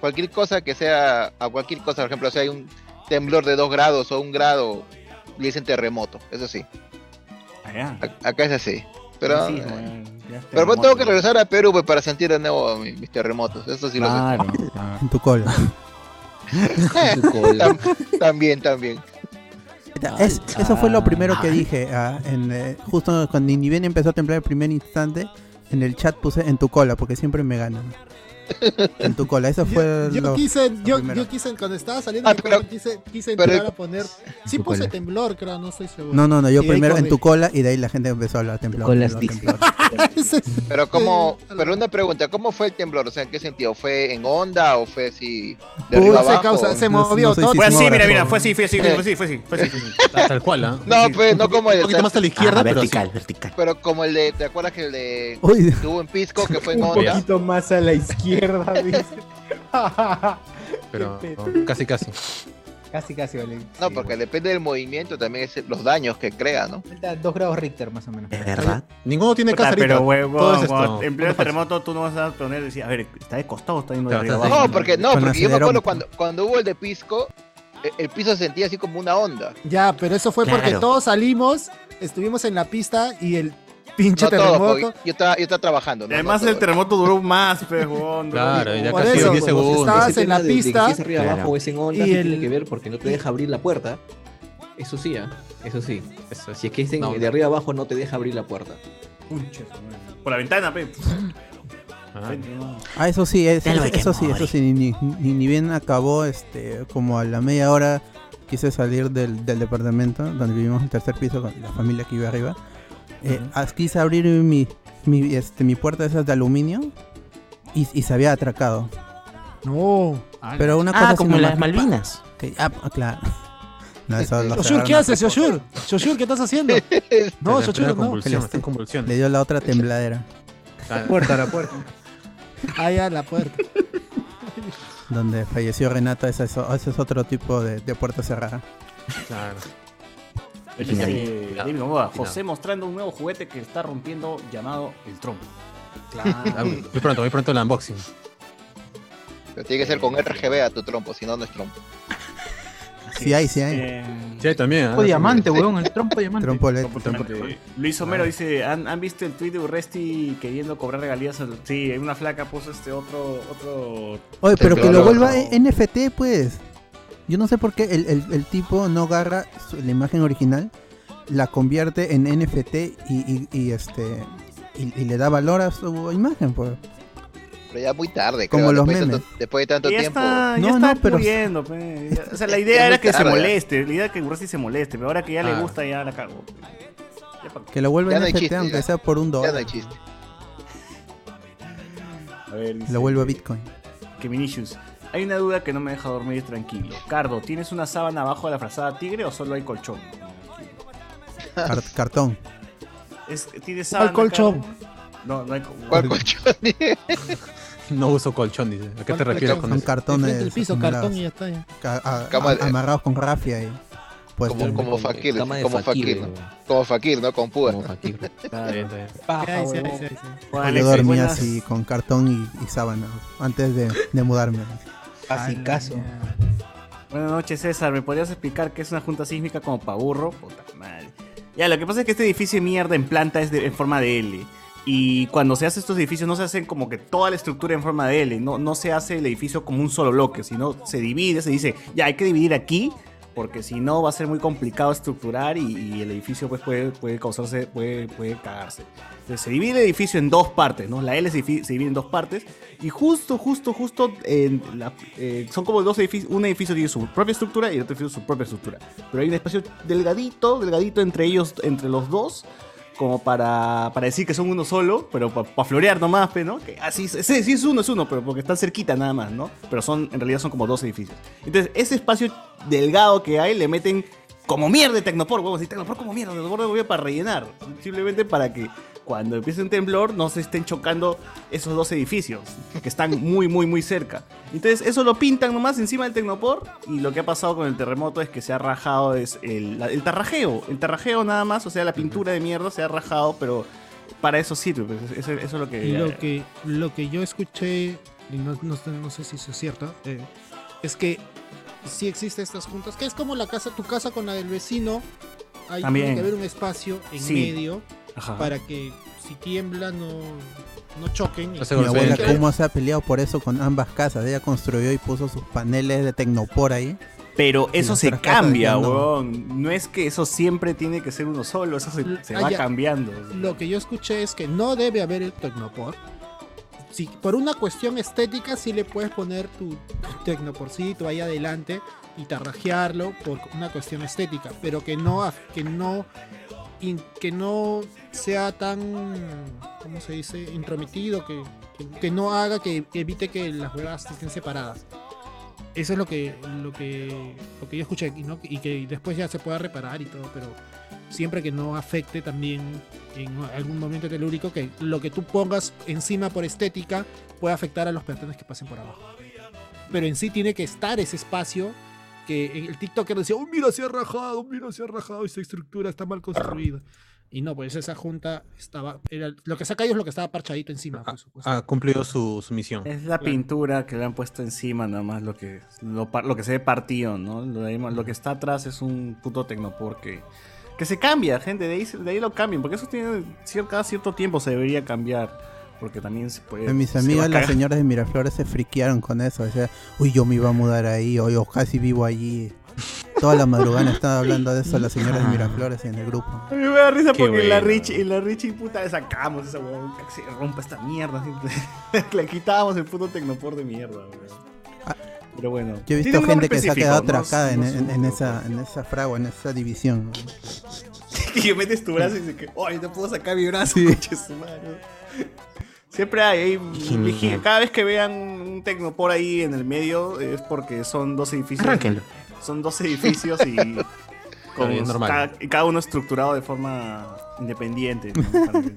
cualquier cosa que sea, a cualquier cosa, por ejemplo, si hay un temblor de dos grados o un grado, le dicen terremoto, eso sí. allá. A- Acá es así. Pero, Sí, eh, bueno, ya está pero hermoso. tengo que regresar a Perú pues, para sentir de nuevo mi- mis terremotos. Eso sí Claro. gente? En tu cola. Tu cola. lo sé. También, también. Es- eso fue lo primero que dije. ah, en, eh, justo cuando ni bien empezó a temblar el primer instante, en el chat puse en tu cola, porque siempre me ganan. En tu cola, eso fue Yo, yo lo. quise, yo, primero. yo quise, cuando estaba saliendo Ah, de mi pero- cuarto, quise, quise pero- entrar a poner. Sí Tu puse cola. temblor, creo, no estoy seguro. No, no, no, yo Y de ahí primero en corrí. tu cola y de ahí la gente empezó a hablar temblor. cola temblor, es temblor. Ese es- Pero como, Eh, a la- pero una pregunta, ¿cómo fue el temblor? O sea, ¿en qué sentido? ¿Fue en onda o fue así de Uy, arriba se abajo? causa- se No, movió no soy todo. Fue así, Pues mira, Sismógrafo. mira, fue así, fue así, fue así, fue así. Fue así, fue así. Tal cual, ¿ah? No, pues, no como Un el, poquito más a la izquierda, Ah, pero vertical, vertical. pero como el de, ¿te acuerdas que el de Uy, que hubo en Pisco que fue en Un onda? poquito más a la izquierda, sí, pero no, casi, casi. casi, casi, vale. No, porque depende del movimiento también es los daños que crea, ¿no? Falta dos grados Richter, más o menos. ¿De verdad? Ninguno tiene Puta, casa ahorita. pero Todo es huevón, esto. cuando en pleno Todo terremoto tú no vas a poner decir, a ver, está de costado, está yendo de Claro, arriba está- abajo. No, porque no, Con porque yo me acuerdo acelerómetro. cuando cuando hubo el de Pisco, e- el piso se sentía así como una onda. Ya, pero eso fue porque Claro. todos salimos, estuvimos en la pista y el pinche No todo, terremoto. porque yo estaba, yo estaba trabajando. ¿no? Además No el todo. terremoto duró más, pues, huevón. duró Claro, como- ya Por casi eso, 10 cuando segundos. Ese estabas en tema de- la de que pista, si es arriba Claro. abajo es en onda y sí el- tiene que ver porque no te deja abrir la puerta. Eso sí, ah, eso sí. Eso es. Si es que es en- No. de arriba abajo no te deja abrir la puerta. Por la ventana, pe. Ah, Ah, eso sí, es- Del eso, Rick and eso sí, Morty. eso sí, ni, ni- ni bien acabó, este, como a la media hora quise salir del, del departamento donde vivimos en el tercer piso con la familia que iba arriba. Eh, as- Quise abrir mi, mi, este, mi puerta de esas de aluminio y, y se había atracado. No. Pero una cosa Ah, así como nomás las Malvinas. que- ah, ah, claro. No, eso lo Yoshur, ¿qué cerraron. haces, Yoshur? Yoshur, ¿qué estás haciendo? No, está en plena Yoshur, no. convulsión, está en convulsión. Le dio la otra tembladera Ah, Puerta, la puerta. Ahí a la puerta. donde falleció Renata. Ese es, ese es otro tipo de, de puerta cerrada. claro. Dice, Final. David Gamboa, Final. José mostrando un nuevo juguete que está rompiendo llamado el trompo. Ah, Muy pronto, muy pronto el unboxing. Pero tiene que ser con RGB a tu trompo, si no no es trompo. Sí hay, sí hay. Eh, Sí, también. Trompo ¿eh? diamante, weón, el trompo diamante. Trompo LED. Completamente. Luis Homero dice, ¿han, han visto el tweet de Urresti queriendo cobrar regalías? al- Sí, hay una flaca puso este otro... otro... Oye, pero que lo Temblor, vuelva no. e- NFT, pues. Yo no sé por qué el, el- el tipo no agarra su- la imagen original, la convierte en NFT y, y- y, este y, y le da valor a su imagen, pues. Pero ya muy tarde, Como creo, los después, de memes. tanto- después de tanto Ya tiempo. está, ya No, está no, pero- muriendo. pe. Ya- O sea, la Ya idea era muy que se tarde. moleste. La idea era que Urresti se moleste. Pero ahora que ya le Ah. gusta, ya la cago. Ya pa' qué. Que lo vuelva Ya no hay NFT, chiste, aunque ya. sea por un Ya no dólar. hay chiste. A ver, dice- Lo vuelva Bitcoin. Que Vinicius, hay una duda que no me deja dormir tranquilo. Cardo, ¿tienes una sábana abajo de la frazada tigre o solo hay colchón? Car- cartón. Es, ¿Tienes sábana? colchón? Cardo? No, no hay colchón. ¿Cuál colchón? No uso colchón, dice. ¿A qué te ¿Cuál refieres colchón? con Son eso? cartones. el piso, acumulados, cartón y ya está. ya. ca- a- Cama a- de- amarrados con rafia y pues Como- como Fakir, Cama de como Fakir, güey. Como Fakir, ¿no? Con púa. Como Fakir. Está bien, está bien. Ya, ahí sí, ahí sí, ahí sí. Juan yo Pues, Alex, dormía buenas- así con cartón y, y sábana antes de, de mudarme. Ah, Casi caso. Buenas noches, César. ¿Me podrías explicar qué es una junta sísmica como paburro? Puta madre. Ya, lo que pasa es que este edificio de mierda en planta es de- en forma de L. Y cuando se hacen estos edificios, no se hacen como que toda la estructura en forma de L. No, no se hace el edificio como un solo bloque, sino se divide, se dice, ya hay que dividir aquí porque si no va a ser muy complicado estructurar y, y el edificio pues puede, puede causarse, puede, puede cagarse. Entonces se divide el edificio en dos partes, ¿no? La L se, difi- se divide en dos partes y justo, justo, justo en la- eh, son como dos edificios, un edificio tiene su propia estructura y el otro edificio su propia estructura. Pero hay un espacio delgadito, delgadito entre ellos, entre los dos. Como para, para decir que son uno solo, pero para florear nomás, pe, ¿no? Que así, es- sí, sí es uno, es uno, pero porque están cerquita nada más, ¿no? Pero son, en realidad son como dos edificios. Entonces, ese espacio delgado que hay le meten como mierda de Tecnopor, huevos, y Tecnopor como mierda, Tecnopor como mierda para rellenar. Simplemente para que cuando empiece un temblor no se estén chocando esos dos edificios, que están muy, muy, muy cerca. Entonces, eso lo pintan nomás encima del Tecnopor, y lo que ha pasado con el terremoto es que se ha rajado es el, la- el tarrajeo, el tarrajeo nada más, o sea, la pintura de mierda se ha rajado, pero para eso sirve, pues, eso, eso es lo que... Y lo que, lo que yo escuché, y no, no sé- no sé si eso es cierto, eh, es que sí existen estas juntas, que es como la casa, tu casa con la del vecino. Hay tiene También. que haber un espacio en Sí. medio Ajá. para que si tiembla no, no choquen. No se Y- Mi abuela, golpeen. ¿cómo se ha peleado por eso con ambas casas? Ella construyó y puso sus paneles de Tecnopor ahí. Pero Y eso se nuestras casas cambia, quedando- weón. No es que eso siempre tiene que ser uno solo, eso se, se Ah, va ya. cambiando. Lo que yo escuché es que no debe haber el tecnopor. Si por una cuestión estética sí le puedes poner tu tecnoporcito ahí adelante y tarrajearlo por una cuestión estética, pero que no af- que no in- que no sea tan ¿cómo se dice? intrometido que, que, que no haga que, que evite que las huevas estén separadas. Eso es lo que lo que lo que yo escuché y, no- y que después ya se pueda reparar y todo, pero siempre que no afecte también en algún momento telúrico que lo que tú pongas encima por estética puede afectar a los peatones que pasen por abajo. Pero en sí tiene que estar ese espacio que el TikToker decía, oh, mira, se ha rajado, mira, se ha rajado, esta estructura está mal construida. Y no, pues esa junta estaba, era- lo que se ha caído es lo que estaba parchadito encima. por supuesto. Ha cumplido su, su misión. Es la pintura que le han puesto encima, nada más lo que, lo, par- lo que se ve partido, ¿no? Lo, de ahí- lo que está atrás es un puto tecnopor que, que se cambia, gente. De ahí, se- de ahí lo cambian, porque eso tiene cier- cada cierto tiempo se debería cambiar. Porque también se puede. Eh, Mis se va a amigas, las cagar. señoras de Miraflores, se friquearon con eso. Decían, uy, yo me iba a mudar ahí, o yo casi vivo allí. Toda la madrugada estaba hablando de eso las señoras de Miraflores en el grupo. A mí me da risa Qué porque en la bueno. Richie, en la Richie puta le sacamos esa huevón, que se rompa esta mierda. así, le quitábamos el puto tecnopor de mierda, weón. Ah. Pero bueno. Yo he tiene visto un gente nombre que se ha específico, quedado no atrasada sé- en, no sé en- un en nombre, esa, en esa fragua, en esa división. Y que metes tu brazo y dices que, ¡ay, no puedo sacar mi brazo! concha su madre". Siempre hay, hay Genial. vigil- cada vez que vean un tecnopor ahí en el medio es porque son dos edificios. Arránquenlo. Son dos edificios y con- bien normal. cada, y cada uno estructurado de forma independiente. ¿no? Para que-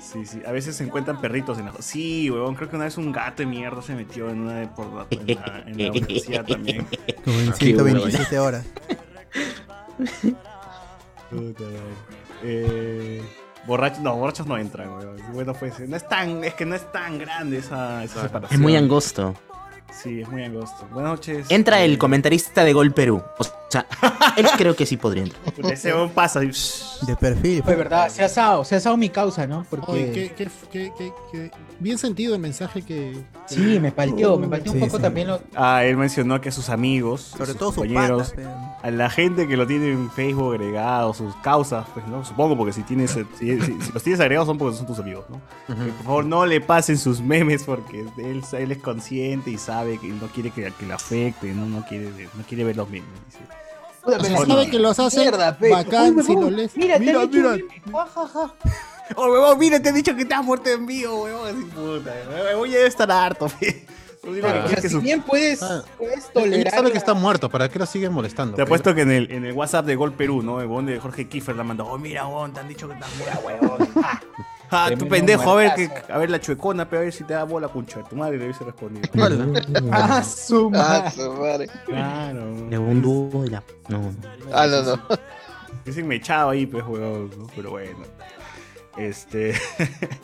Sí, sí. A veces se encuentran perritos en la. Sí, huevón. Creo que una vez un gato de mierda se metió en una de por la, en la- en la universidad también. Como Ah, en 127 horas. Puta madre. Eh, borrachos, no, borrachos no entran, weón. Bueno, pues no es tan, es que no es tan grande esa, esa separación. Es muy angosto. Sí, es muy angosto. Buenas noches. Entra Eh, el comentarista de Gol Perú. O sea, él creo que sí podría entrar. puta, Ese weón pasa y- De perfil. Pues verdad, se ha asado, se ha asado mi causa, ¿no? Porque Oye, qué- qué- qué- qué- qué- bien sentido el mensaje que... que- sí, me palteó, me palteó Sí, un poco sí. también lo- Ah, él mencionó que a sus amigos, a Sobre sus todo sus compañeros, patas. pe. a la gente que lo tiene en Facebook agregado, sus causas, pues no, supongo porque si tienes eh, si, si- si los tienes agregados son porque son tus amigos, ¿no? Que, por favor no le pasen sus memes porque él, él es consciente y sabe que no quiere que, que le afecte, no no quiere no quiere ver los memes. dice. Puta, Si me la- Oye. sabe que los hacen Mierda, pe. Uy, bacán, me si pongo- no les... Mira, Ah, te han hecho mira. un meme. Ajaja. Oh, huevón, mira, te he dicho que estás muerto en vivo, huevón. Así, puta, huevón, ya debe estar harto, fe. Tú dile que Claro. O sea, quieres que si su- bien puedes, Ah. puedes Él ya tolerar. sabe que la- está muerto, ¿para qué lo siguen molestando? Te apuesto que en el, en el WhatsApp de Gol Perú, ¿no? El huevón de Jorge Kiefer la mandó. Oh, mira, huevón, te han dicho que estás muerto, huevón. Ah, ah, tu Tremendo pendejo, a ver, que, muertazo. a ver la chuecona, pero a ver si te da bola, concha. de Tu madre le hubiese respondido. Ah, su Ah, madre. su madre. claro. Le un dúo de la. No. Ah, no, no. Dicen me echaba ahí, pues, huevón, ¿no? Pero bueno. Este.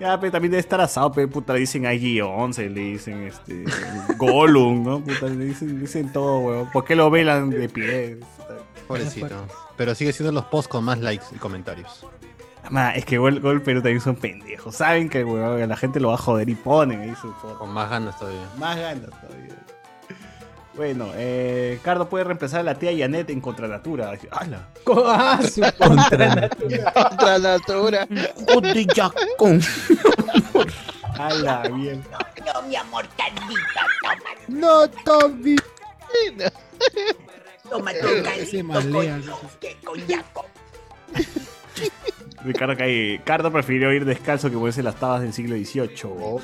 ya, pero también debe estar asado, pe, puta, le dicen IG-11, le dicen, este. Gollum, ¿no? Puta, le dicen, le dicen todo, huevón. ¿Por qué lo velan de pie? Puta. Pobrecito. Pero sigue siendo los posts con más likes y comentarios. Ma, es que Gol, Gol Perú también son pendejos. Saben que, huevón, la gente lo va a joder y ponen ahí su foto. Con más ganas todavía. Más ganas todavía. Bueno, eh, Cardo puede reemplazar a la tía Janet en Contra Natura. ¡Hala! Ah, su contra natura. Contra natura. Joder, ya con. Ah. ¡Hala! Bien. No, mi amor, tantita, toma, No, Tommy. toma tu Ese malea. que coñaco. Ricardo Calle. Cardo prefirió ir descalzo que ponerse las tabas del siglo XVIII.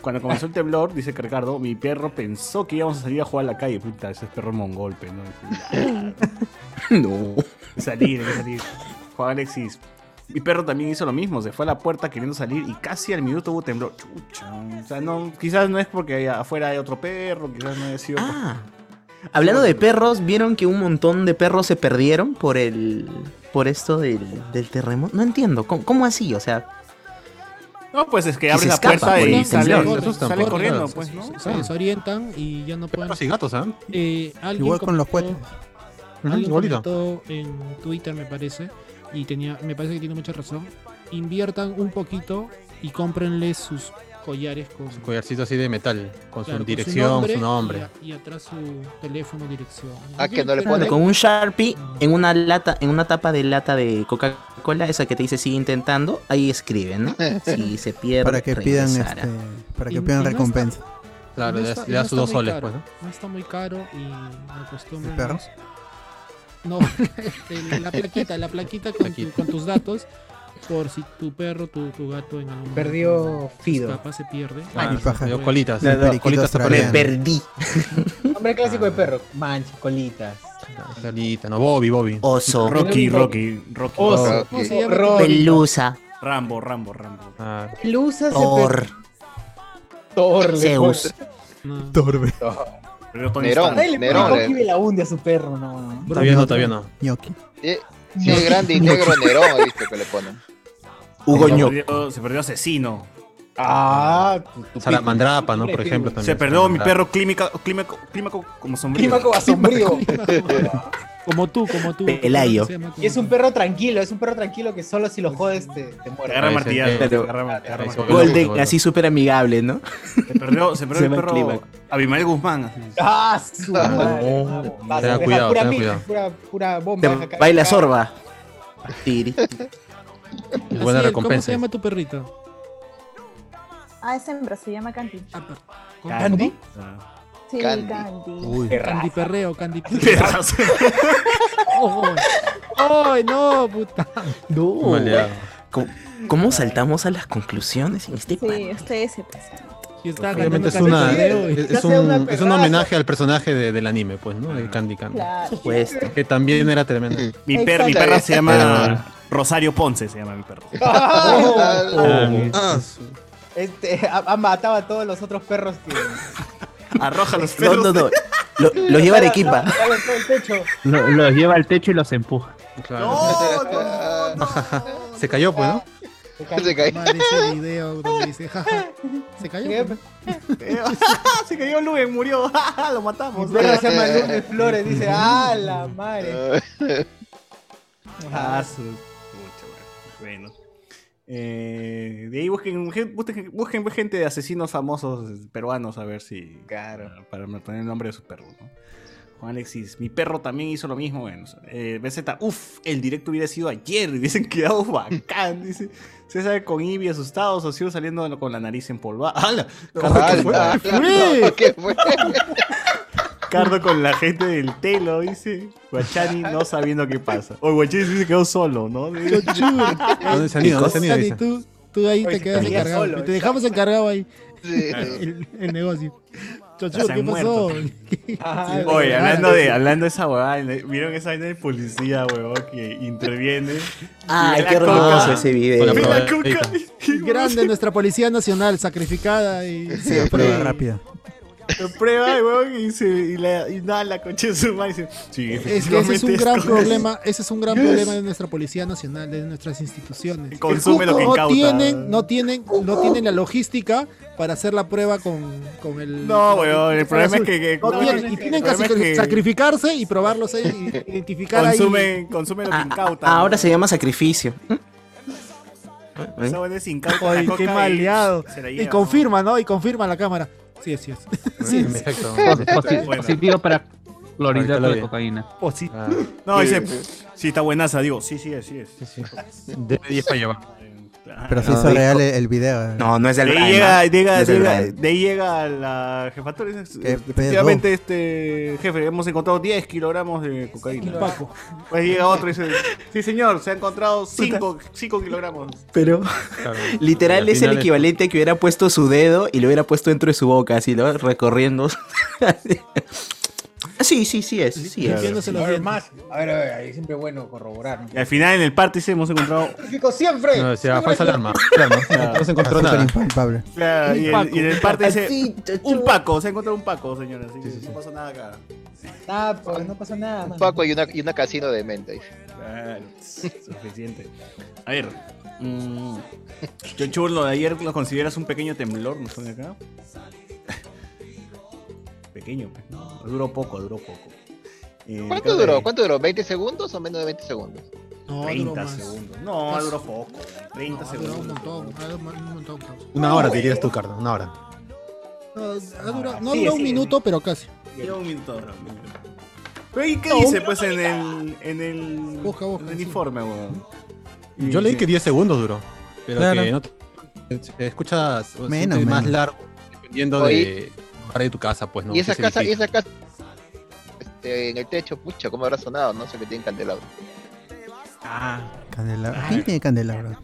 Cuando comenzó el temblor, dice que Ricardo, mi perro pensó que íbamos a salir a jugar a la calle. Puta, ese es perro mongol, pe, ¿no? No. Salir, hay que salir. Juan Alexis. Mi perro también hizo lo mismo, se fue a la puerta queriendo salir y casi al minuto hubo temblor. Chucha. O sea, no, quizás no es porque allá afuera hay otro perro, quizás no haya sido. Ah. Hablando de perros, ¿vieron que un montón de perros se perdieron por el. por esto del, del terremoto? No entiendo. ¿Cómo, cómo así? O sea. No, pues es que Que abres se la escapa, puerta pues, y el salen, temblor. salen Asustan, corriendo, pues, pues, ¿no? Se desorientan y ya no pueden. Perros y gatos, ¿ah? Eh, alguien Igual con los comentó- cohetes. Ujú, alguien igualito. comentó en Twitter, me parece, y tenía, me parece que tiene mucha razón. Inviertan un poquito y cómprenle sus collares con, Collarcito así de metal, con claro, su con dirección, su Y, nombre. a- y atrás su teléfono, dirección. Ah, que no le Pero- pone- Con un Sharpie en una lata, en una tapa de lata de Coca-Cola, esa que te dice sigue intentando, ahí escriben, ¿no? Si se pierde, Para que pidan, regresará. este, para Y- que y pidan no está- recompensa. Claro, Y le está- das- y le das sus dos está muy soles, caro, pues, ¿no? No está muy caro y me acostumbro. ¿El perro? No, este, la plaquita, la plaquita con, tu- Plaquita. con tus datos. Por si tu perro, tu, tu gato en algún Perdió momento Fido. escapa, se pierde. Ah, mi paja. dio colitas. Las dos. Colitas se Australiano. Me perdieron. perdí. Hombre clásico de perro. Mancha, colitas. Colita, no, Bobby, Bobby. Oso, Rocky, Rocky, Rocky. Oso. Ok. ¿Cómo se llama? Horror. pelusa, Rambo, Rambo, Rambo. Ah, Pelusa se Thor, Thor, le Zeus. No. Torbe. Pero Tony pone. Nerón. eh. Stark. Ay, le Nerón, pone le- la hunde a su perro, no. todavía no, todavía no. Ñoqui. Sí, sí, es grande y negro Nerón, he visto que le ponen. Hugo se, Ño. perdió, se perdió Asesino. Ah, tu- tu Salamandrapa, ¿no? Por ejemplo, también. se perdió mi Salamandrapa. perro clímica, clímaco, clímaco como sombrío. Clímaco asombrío. Como tú, como tú. Pelayo. Se llama como Y es un tú. perro tranquilo, es un perro tranquilo que solo si lo jodes te, te Te muere. agarra Ahí se- martillazo. ahí- te agarra mar- te agarra ahí martillazo. se volvió loco, se Golden, volvió así súper amigable, ¿no? Se perdió, se perdió Se el llama perro Clímaco. Abimael Guzmán. así. ¡Ah, su Ah, madre! no. Ah, vas a Tenga dejar cuidado, pura tenga mil, cuidado. Pura, pura bomba. Te acá- baila acá. sorba. Tiri. loco. Así Buena es, ¿Cómo recompensa. se llama tu perrito? Ah, es hembra, se llama Candy. Ah, per- ¿cómo? ¿Candy? Ah. Sí, Candy. Candy. Uy. Candy perreo, Candy perreo. Perrazo. ¡Ay, ay, no, puta! No. Maleado. ¿Cómo, cómo saltamos a las conclusiones en este pan? Sí, ustedes se pasan. Y está Obviamente es, cantando una, Candy perreo y- es, es Ya sea una un, es un perraza. homenaje al personaje de- del anime, pues, ¿no? De Candy Candy. Claro. Supuesto. Que también era tremendo. Mi, per- mi Exacto. perra se llama Era- Rosario Ponce, se llama mi perro. Ah, Ah, mi- Este, ha, ha matado a todos los otros perros que. Arroja los No, perros. no, no. Lo, lo lleva de equipa. Ya le entró el techo. Lo- Los lleva al techo y los empuja. claro. Ah, Se cayó, pues, ¿no? Se cayó. se cayó. Madre, ese video donde dice, jaja, se cayó. Mi se cayó Luen, murió. Lo matamos. perro se llama Luz de Flores, dice, ¡ah, la madre! Ah, Ah, Ah, su- pucha, bueno. Bueno. Eh, de ahí busquen, gen- busquen, busquen gente de asesinos famosos peruanos a ver si. Claro. Para mantener el nombre de su perro, ¿no? Juan Alexis, mi perro también hizo lo mismo. Bueno, eh, BZ, uff, el directo hubiera sido ayer. Dicen quedado bacán. Dice César con Ibi asustado, socio saliendo con la nariz empolvada. ¡Hala! ah, ah, no, ¿Qué fue? Cardo con la gente del telo, dice. Guachani no sabiendo qué pasa. O Guachani se quedó solo, ¿no? ¿Dónde se han ido? ¿Dónde se han ido? Candy, Dice. tú, tú ahí Oye, te quedas se queda encargado. solo, te dejamos encargado ahí Sí. el, el negocio. Ya Chochur, se ¿qué han pasó? muerto. ah, Oye, la hablando madre. de, hablando de esa huevada, ¿vieron esa vaina del policía, huevón, que interviene? Ay, Mira qué la coca. hermoso ese Con Mira video. la prueba la coca. Grande nuestra Policía Nacional, sacrificada y Sí, prueba rápida. Lo prueba, huevón, y, se, y, la, y nada, la concha de su madre. y dice, ¿Eh? Sí, Es que ese es un efectivamente, gran esto problema, ese es un gran problema de nuestra Policía Nacional, de nuestras instituciones. Consume lo que No incauta. tienen, no tienen, no tienen la logística para hacer la prueba con, con el. No, huevón, el problema es que, que- No no, tienen, el y tienen problema que, es que sacrificarse y probarlos ahí, y identificar ahí. consumen, consumen lo que Ah, ah, incauta. ahora se llama sacrificio. ¿Mm? Esa vaina es incauta. la Ay, coca qué y maleado. se la Y lleva. confirma, ¿no? Y confirma la cámara. Sí, sí, sí. Sí, en efecto. Posi- Bueno. Positivo para Ahorita clorhidrato lo de vi. cocaína. Posi- Ah. No, Sí, dice, sí. sí, está buenaza, digo. Sí, sí, así es. De 10 para llevar. Claro. Pero sí No, es dijo- real el, el video. eh. No, no es De del ahí Brian, llega, ¿no? No llega, es del llega- Brian. pues, de ahí llega la jefatura. y dice, Qué Efectivamente, este jefe, hemos encontrado 10 kilogramos de cocaína. Paco. Pues llega otro y dice, sí señor, se ha encontrado 5 kilogramos. Pero Claro. literal Y al es el final equivalente a que hubiera puesto su dedo y lo hubiera puesto dentro de su boca, así, ¿no? Recorriendo. sí, sí, sí es. Sí es. Limpiándose los A ver, dientes. más. A ver, a ver, ahí siempre es bueno corroborar. ¿no? Y al final en el parte dice, hemos encontrado... Ah. Científico siempre. No, decía Siempre falsa alarma. Claro, no, no se Ah, encontró Azúcar nada. impalpable. Claro, y, en, y en el parte dice, Así, chuchu. un Paco, se ha encontrado un Paco, señora. Así que no pasa nada acá. Ah, pues no pasa nada. mano. Un Paco y una, y una casino de mente. Claro, suficiente. A ver. mm, John Chur, lo de ayer lo consideras un pequeño temblor, ¿no están acá? Pequeño, pues, ¿no? Duró poco, duró poco. Eh, ¿Cuánto creo que duró? ¿Cuánto duró? ¿20 segundos o menos de 20 segundos? No, 30 30 segundos. No, duró poco. 30 No, ha durado un segundos. montón, ha durado un montón, causa. Una hora te dirías tú, Carlos, una hora. No, ha durado, no Sigue, duró un sigue. minuto, pero casi. Lleva un minuto. duró un minuto. Pero ¿y qué dice, pues, en el, en el, Busca, busca, en el sí. informe, weón? Yo leí que 10 segundos duró. Pero Claro. que no te, escuchas Menos, menos, más menos. largo, dependiendo de, de tu casa, pues, ¿no? y esas Sí, casas, sí, y esas casas este, en el techo, pucha, cómo habrá sonado, no sé que tienen candelabros. Ah, Candelabro. ¿Quién tiene candelabro?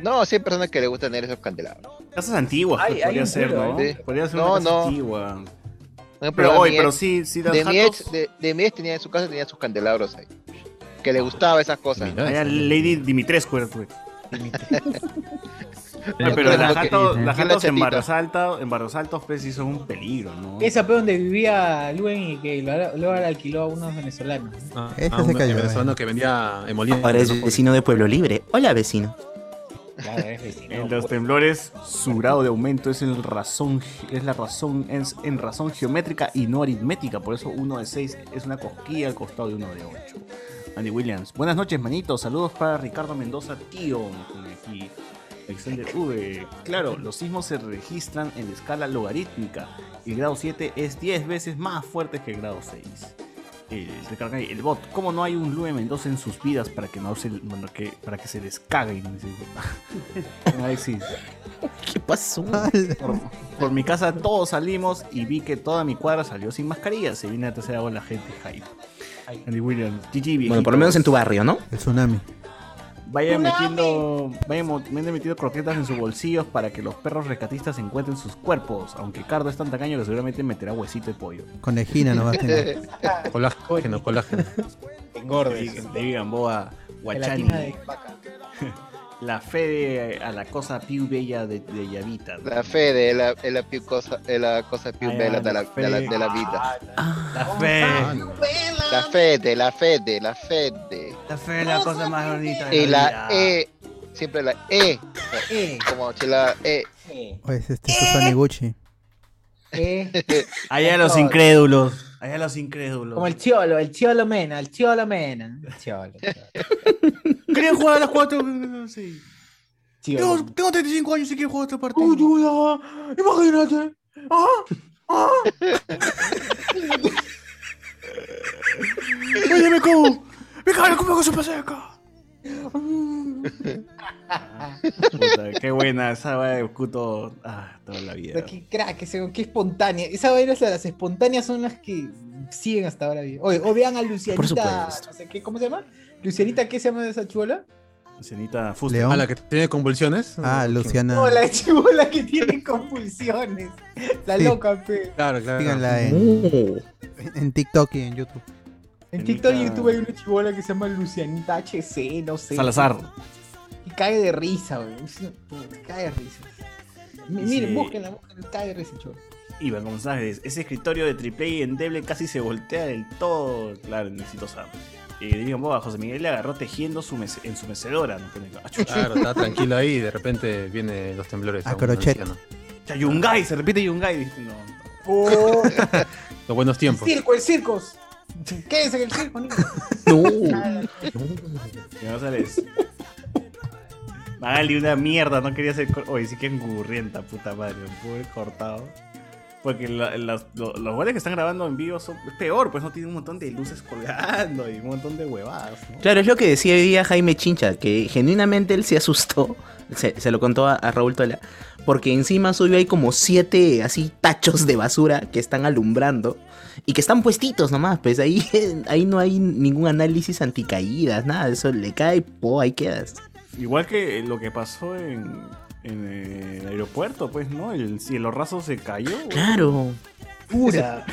No, sí hay personas que les gusta tener esos candelabros. casas antiguas, Ay, pues, hay podría un ser, culo, ¿no? ¿eh? Sí. Podría ser No, una casa no. antigua. Por ejemplo, Pero, a oye, mi pero ex- sí, sí, las de mi jatos- ex, de, de mi ex tenía en su casa tenía sus candelabros ahí. Que le gustaba esas cosas. Mira. Allá Ah, Lady Dimitrescu era tu ex. Pero- Pero pero las como que- jatos, que las la jatos en chatita. barros altos, en barros altos, pues sí son un peligro, ¿no? Esa fue donde vivía Luen y que lo- luego la alquiló a unos venezolanos. Ah, Este ah, se un cayó, venezolano eh. que vendía emolientes. Ahora es ¿no? vecino de Pueblo Libre. Hola, vecino. Claro, es vecino. En pues. los temblores, su grado de aumento es el razón, ge- es la razón, es en razón geométrica y no aritmética. Por eso uno de seis es una cosquilla al costado de uno de ocho. Andy Williams. Buenas noches, manito. Saludos para Ricardo Mendoza, tío. Nos pone Aquí. Alexander V. Claro, los sismos se registran en escala logarítmica. El grado 7 es 10 veces más fuerte que el grado 6. El, Ricardo Calle, el bot, ¿cómo no hay un Lue Mendoza en sus vidas para que no se, bueno, que, para que se les caguen? Dice. Alexis, ¿Qué pasó? por, por mi casa todos salimos y vi que toda mi cuadra salió sin mascarilla. Se viene la tercera ola, gente hype. Andy Williams, GG, Bueno, por lo menos en tu barrio, ¿no? El tsunami. Vayan metiendo, vayan mo- vayan metiendo croquetas en sus bolsillos para que los perros rescatistas encuentren sus cuerpos. Aunque Cardo es tan tacaño que seguramente meterá huesito de pollo. Conejina no va a tener. Colágeno, colágeno. David David Gamboa, Guachani. Gelatina de vaca. La fe de- a la cosa piu bella de, de Yavita. ¿no? La fe de la, de la piu cosa, de la cosa più Ah, bella de la, la fe. Ah, de la, de la vida. La fe. La fe de, la fe de, la fe de. La fe es la cosa más bonita. de Y la vida. E, siempre la E, Eh, como chela E. eh, O es este Susani Gucci. eh. Allá los incrédulos. Allá los incrédulos. Como el chiolo, el chiolo mena, el chiolo mena. El Chiolo. ¿Querían jugar a las 4? Sí. chiolo. tengo 35 años y quiero jugar este partido. Ayuda, imagínate. ¿Ah? Oye, me cago. Me cago, ¿cómo que se pasa acá? Puta, qué buena esa va de Cuto. Ah, toda la vida. Pero Qué crack, ese, qué espontánea. Esa vaina, o sea, las espontáneas son las que siguen hasta ahora. bien. Oye, o vean a Lucianita, supuesto. no sé qué, ¿cómo se llama? Lucianita, ¿qué se llama esa chubola? Cenita Fuster. León. Ah, la que tiene convulsiones. Ah, Luciana. No, la chubola que tiene compulsiones. La Sí. loca, pe. Claro, claro. Síganla en, No. en TikTok y en YouTube. En TikTok y Lucianita. YouTube hay una chibola que se llama Lucianita HC, no sé. Salazar. Y cae de risa, güey. Es una- puta, Cae de risa. M- Y Miren, sí. búsquenla, búsquenla, cae de risa, chubola. Iván González. Ese escritorio de triple y endeble casi se voltea del todo. Claro, exitosa. Eh, digan boba, José Miguel le agarró tejiendo su mece- en su mecedora. ¿no? Pone- Ah, chucha. Claro, está tranquilo ahí y de repente vienen los temblores. A un crochet. anciano. Chucha, Yungay, se repite Yungay. ¿viste? No. Oh, Los buenos el tiempos. circo, el circo. Quédense en el circo, niños. Iván González. Magali, una mierda, no quería ser. cor- Oye, sí que engurrienta, puta madre. Pobre cortado. Porque la- las- lo- los goles que están grabando en vivo son es peor, pues no tienen un montón de luces colgando y un montón de huevadas, ¿no? Claro, es lo que decía hoy día Jaime Chincha, que genuinamente él se asustó, se, se lo contó a, a Raúl Tola, porque encima suyo hay como siete así tachos de basura que están alumbrando y que están puestitos nomás, pues ahí, ahí no hay ningún análisis anticaídas, nada, eso le cae, po, ahí quedas. Igual que lo que pasó en, en, eh, el aeropuerto, pues, ¿no? El cielo raso se cayó. güey. Claro. Pura.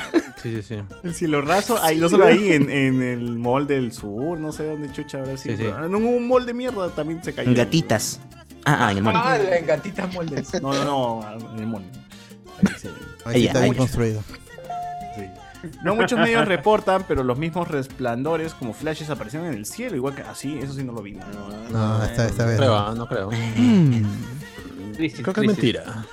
Sí, sí, sí. El cielo raso, ahí, no solo ahí, en, en el mall del sur, no sé dónde chucha habrá sido. Ah, Sí, sí. En un mall de mierda también se cayó. Gatitas. Ah, ah, en el mono. Ah, la gatita moldes. No, no, no, en el mall. Ahí se- Ahí Ya, está bien ahí. construido. Sí. No muchos medios reportan, pero los mismos resplandores como flashes aparecieron en el cielo, igual que así, eso sí no Mm. lo vi. No, esta, esta vez. no. Prueba, no creo. Crisis, Creo que es crisis. mentira.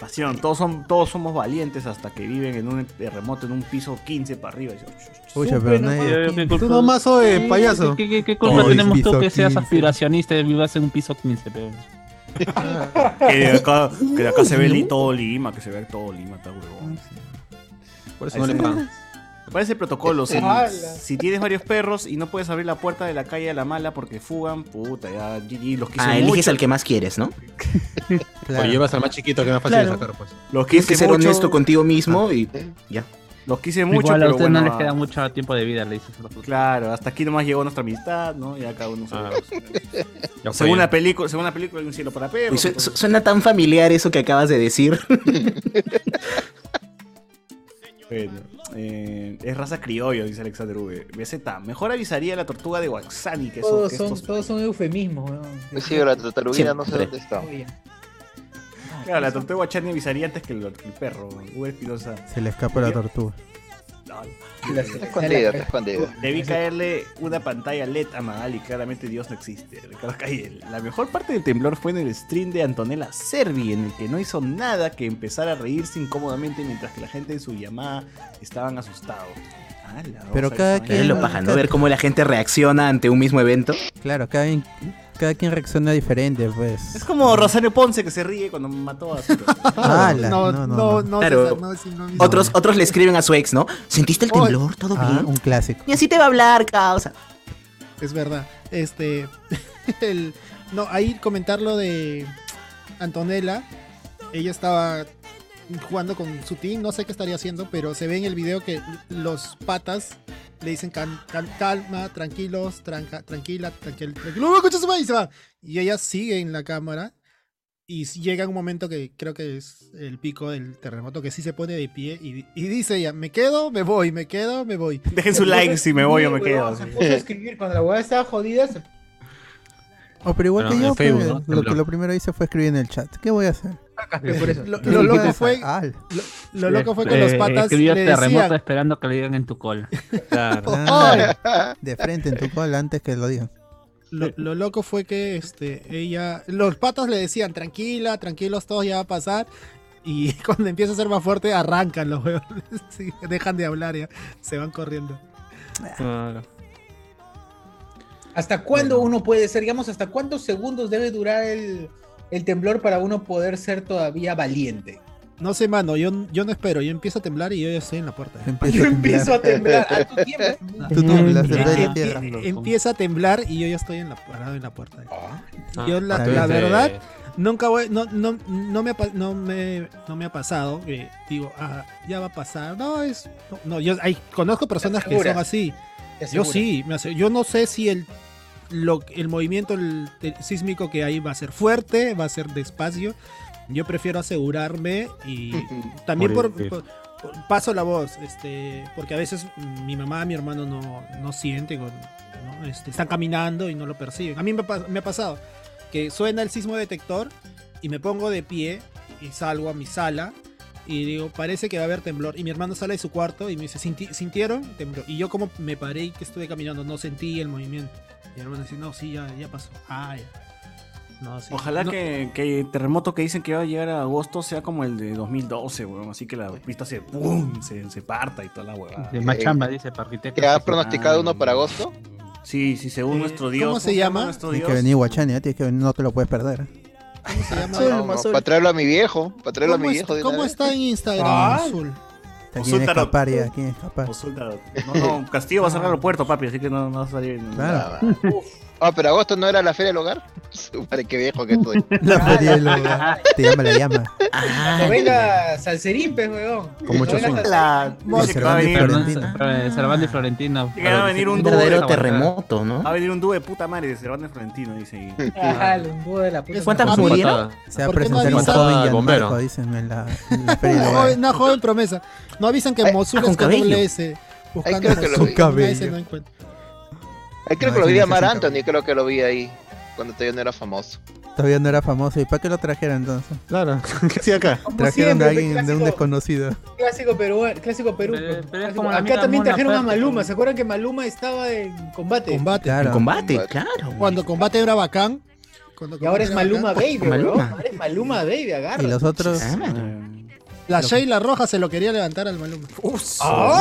Pasión, todos, son, todos somos valientes hasta que viven en un terremoto en un piso 15 para arriba. Yo- Pucha, pero nadie. Yo- yo- ¿qué Tú culpa- nomás, oye, ¿Qué- payaso. ¿Qué, qué- qué culpa Oh, tenemos piso tú que seas 15. aspiracionista y vivas en un piso 15? Pero... Que de acá, que de acá se ve li- todo Lima, que se ve todo Lima, está huevón. Por eso no le pagan. ¿Cuál es el protocolo? Si, Ala. si tienes varios perros y no puedes abrir la puerta de la calle a la mala porque fugan, puta, ya GG, los quise Ah, eliges mucho. al que más quieres, ¿no? O Claro. llevas al más chiquito que es más fácil de Claro. sacar, pues. Los Tienes que quise ser mucho, honesto contigo mismo y ya. los quise mucho, Igual a pero ustedes bueno, no les queda ah, mucho tiempo de vida, le dices. a los otros. Claro, hasta aquí nomás llegó nuestra amistad, ¿no? Ya cada uno se Ah. Ya fue. Según la película, según la película hay un cielo para Uy, perros. su- su- suena tan familiar eso que acabas de decir. Bueno, eh, es raza criolla, dice Alexander V. BZ, mejor avisaría a la tortuga de Waxani que, son, Todos que son, estos- todos son eufemismos, weón. Pues Yo sigo Pues la tartaruguina, no sé Siempre. dónde está. Oye. Ah, Claro, la tortuga de Waxani avisaría antes que el, que el perro. Hugo Espinosa. Se le escapa la tortuga. No, La- Está escondida, está escondida. Debí caerle una pantalla LED a Magali, claramente Dios no existe. Ricardo Cayel. La mejor parte del temblor fue en el stream de Antonella Servi, en el que no hizo nada que empezar a reírse incómodamente mientras que la gente en su llamada estaban asustados. Ah, Ala, Pero o sea, cada esa quien Es vaina. lo paja, ¿no? Ver cómo la gente reacciona ante un mismo evento. Claro, cada quien, cada quien reacciona diferente, Es pues. como Rosario Ponce que se ríe cuando mató a su... Ala, no, Ah, no, no, no, no. no, no, Claro. César, no, sí, no, no. Otros, otros le escriben a su ex, ¿no? ¿Sentiste el temblor? ¿Todo Ah, bien? un clásico. Y así te va a hablar, causa. Es verdad. Este. el- no, ahí comentar lo de Antonella. Ella estaba jugando con su team. No sé qué estaría haciendo, pero se ve en el video que los patas le dicen "Cal- cal- calma, tranquilos, tranca, tranquila, tranquila, tranquila. ¡Oh, concha su madre! Y se va. Y ella sigue en la cámara. Y s- llega un momento que creo que es el pico del terremoto, que sí se pone de pie y, di- y dice ella, me quedo, me voy, me quedo, me voy. Dejen su like si me voy o me Sí, quedo. weón, Se puso a escribir cuando la hueá estaba jodida. se- Oh, pero igual Pero que en yo, pues, Facebook, ¿no? lo Temblor. que lo primero hice fue escribir en el chat. ¿Qué voy a hacer? Por eso. Lo, lo loco fue, Al. lo loco fue que los Eh, patas escribió le terremoto decían, esperando que le digan en tu cola. Claro. Ah, de frente en tu cola antes que lo digan. lo, lo loco fue que este, ella, los patas le decían, tranquila, tranquilos, todo ya va a pasar. Y cuando empieza a ser más fuerte, arrancan los huevos. Sí, dejan de hablar ya, se van corriendo. Claro. ¿Hasta cuándo uno puede ser, digamos, hasta cuántos segundos debe durar el, el temblor para uno poder ser todavía valiente? No sé, mano, yo, yo no espero, yo empiezo a temblar y yo ya estoy en la puerta. Empieza Yo a temblar. empiezo a temblar. A tu tiempo. Ah, Tú tiemblas, Ya. te cae la Empie- tierra. loco. Empieza a temblar y yo ya estoy en la, parado en la puerta. Ah. Yo la- la verdad, Nunca voy, no, no, no, me ha, pa- no, me, no me ha pasado que digo, ah, ya va a pasar. No, es. No, no, yo hay, conozco personas que aseguras? son así. Te Yo aseguro. sí, me ase- yo no sé si el, lo, el movimiento el- el sísmico que hay va a ser fuerte, va a ser despacio. Yo prefiero asegurarme y también por, Morir. por- por- paso la voz, este, porque a veces mi mamá, mi hermano no, no sienten, o no, este, están caminando y no lo perciben. A mí me, pa- me ha pasado que suena el sismo detector y me pongo de pie y salgo a mi sala y digo, parece que va a haber temblor. Y mi hermano sale de su cuarto y me dice, "Sinti- ¿sintieron? Temblor. Y yo como me paré y que estuve caminando, no sentí el movimiento. Y mi hermano dice, no, sí, ya, ya pasó. Ah, ya. No, sí. Ojalá No, que, que el terremoto que dicen que va a llegar a agosto sea como el de 2012, weón. Así que la pista se, ¡pum! se, se parta y toda la huevada. De más chamba, dice, para arquitectos. ¿Te ha Sí, pronosticado uno para agosto? Sí, sí, según Eh, nuestro ¿cómo dios. se llama? nuestro Tienes dios? que venir Guachani, ¿eh? tienes que venir, no te lo puedes perder. ¿Cómo se llama? Ah, No, no, para traerlo a mi viejo, para traerlo a mi ¿Cómo, viejo. de está, una cómo vez. está en Instagram, Ah. Azul? Está quién Consulta- escapar ya, quién escapar. Consulta- No, no, Castillo va a cerrar el aeropuerto, papi, así que no, no va a salir. Claro. Ah, pero agosto no era la feria del hogar. Su madre, qué viejo que estoy. La feria del hogar. Te llama la llama. Ah, No venga Salserín, pues, weón. Con mucho No venga swing. La... Dice que va Cervantes a y venir, Florentino. Fernan- Fer- Cervantes y Florentino. que va a venir un un verdadero dúo. terremoto, ¿no? va a venir un dúo de puta madre de Cervantes Florentino, dice. ahí. Ajá, el embudo de la puta. ¿Cuántas Ah, Su mira. murieron? patada. Se va a ¿Por qué no presentar un avisa? Ah, joven y bombero. dicen en la, en la feria Una del joven, hogar. una joven promesa. No avisan que Mosul eh. ah, con es Ah, con cabello. doble S. Buscando creo que lo Mosul con una vi. Cabello. S no encuentro. Ahí creo No, que lo ese vi no a es Mar ese Anthony, creo que lo vi ahí. Cuando todavía no era famoso. Todavía no era famoso. ¿Y para qué lo trajeron entonces? Claro, ¿qué hacía acá? Como Trajeron siempre, a pues, alguien de un clásico- desconocido. Clásico peruano, clásico Perú. Pero- pero pues. es Clásico- como la Acá amiga también Mona trajeron a Ferte, Maluma. pues. ¿Se acuerdan que Maluma estaba en combate? Combate. En Claro. combate, Combate. claro. Cuando combate era bacán. cuando Y combate ahora es era Maluma bacán. Baby, Maluma. weón. Ahora es Maluma Baby, agarra. Y los otros. Ah, La Lo- Sheila Roja se lo quería levantar al Maluma. Ajá,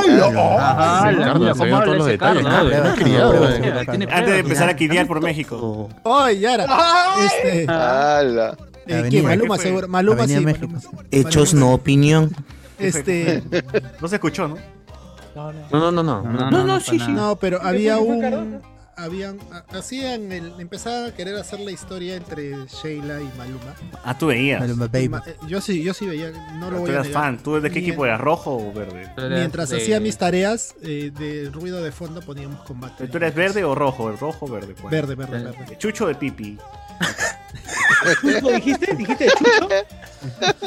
Sí, la- Carlos, la- se ¿cómo vieron habla todos los ese Carlos? detalles, ¿no? Ah, Era ah, criado, ah, eh. ah, tiene Antes de pelos, empezar ya. a quinear por México. o- ¡Ay, Yara! Este, Ah, ¡Hala! eh, Avenida. que Maluma Jefe. seguro. Maluma Avenida sí. México. Maluma, sí. Hechos no Maluma, opinión. Este, No se escuchó, ¿no? No, no. No, no, no, no. No, No, no, no, no, sí, para sí. nada. no, pero había fue un. Cardona? Habían. ha- Hacían. El, empezaba a querer hacer la historia entre Sheila y Maluma. Ah, tú veías. Maluma Y Baby. Ma- eh, Yo sí, yo sí veía. No lo Tú voy a eras negar. fan. ¿Tú de qué Ni- equipo eras? ¿Rojo o verde? Tú eres Mientras de- hacía mis tareas eh, de ruido de fondo poníamos combate. ¿Tú eres verde o rojo? ¿El rojo o verde? ¿Cuál? Verde, verde, Sí. verde. Chucho de pipi. ¿Chucho dijiste? ¿Dijiste Chucho?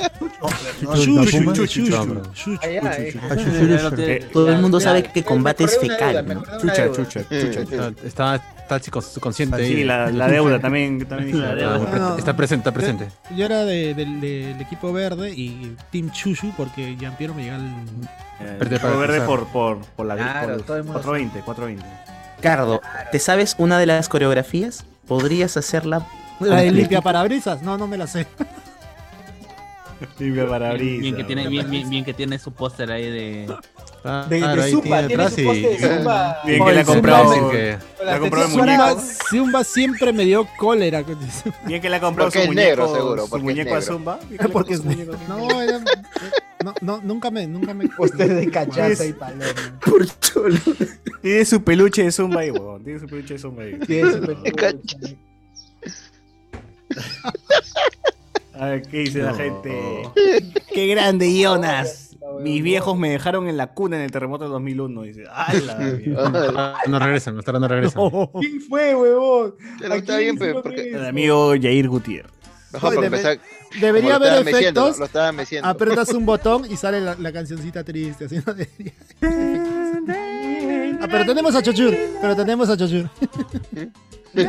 Chuchu, chuchu, chuchu. Ah, ya, eh. Ah, chuchu, Ya lo chuchu. tiene- Todo el mundo Ya, sabe ya, que me combate es acordé una deuda, fecal. me ¿no? acordé una Chucha, deuda. chucha, chucha. Está, está, está chico, su consciente. Sí, ahí. la, la deuda también. también dije, La la deuda. deuda. No. Está presente, está presente. Yo era de- del del equipo verde y Team Chuchu porque Jampiero me llega al Eh, Verde para rojo verde cruzar. por, por, por la Claro, por los todo el mundo 420, 420. Cardo, ¿te sabes una de las coreografías? ¿Podrías hacerla? La de limpia parabrisas, no, no me la sé. Libre para Bien, bien que tiene, bien, bien- bien que tiene su póster ahí de. Está, De, claro, de ahí Zumba, tiene atrás su poste de y- Zumba. Bien que Oye, la ha sí, comprado. que- Con las la compró de tetas suaves. muñeco. Zumba siempre me dio cólera. con eso. Bien que le ha comprado Porque su es muñeco, negro, seguro, su porque es muñeco a negro. Zumba. Bien que le Porque compró su es muñeco. No, era, no, no, nunca me, nunca me. Póster de cachaza y paloma. Por cholo. Tiene su peluche de Zumba ahí, huevón. Tiene su peluche de Zumba ahí. Sí, es súper De cachaza. cool. A ver, ¿qué dice la No. gente? ¡Qué grande, Jonas! No, no, no. Mis viejos me dejaron en la cuna en el terremoto del 2001. Dice, ¡Hala! mierda! Ah, No regresan, hasta ahora no regresan. ¿Quién fue, huevón? Pero está Aquí bien, dice pe, lo porque. que El es. amigo Jair Gutiérrez. Mejor Oye, para debe- empezar. Debería como lo haber estaban meciendo, efectos. ¿no? Lo estaban meciendo. Apretas un botón y sale la, la cancioncita triste. Así, ¿no? ah, pero tenemos a Chochur. Pero tenemos a Chochur.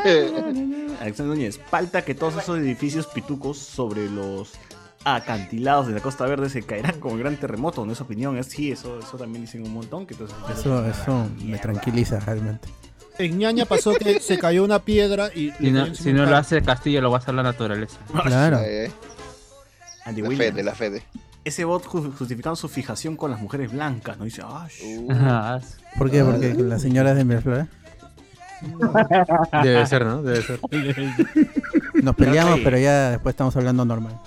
Alexander Núñez, falta que todos esos edificios pitucos sobre los acantilados de la Costa Verde se caerán como el gran terremoto, no es opinión, es sí, eso, eso también dicen un montón. Que entonces- Eso, eso me Mierda. tranquiliza realmente. En ñaña pasó que se cayó una piedra y. Si no, si no lo hace Castillo, lo va a hacer la naturaleza. Claro. Ay, ay. Andy La Williams, Fede, la Fede. Ese bot ju- justificando su fijación con las mujeres blancas, ¿no? Dice, ah, sh- Uh, Ajá, ¿Por qué? Porque las señoras de Miraflores Debe ser, ¿no? Debe ser. nos peleamos, sí. pero ya después estamos hablando normal.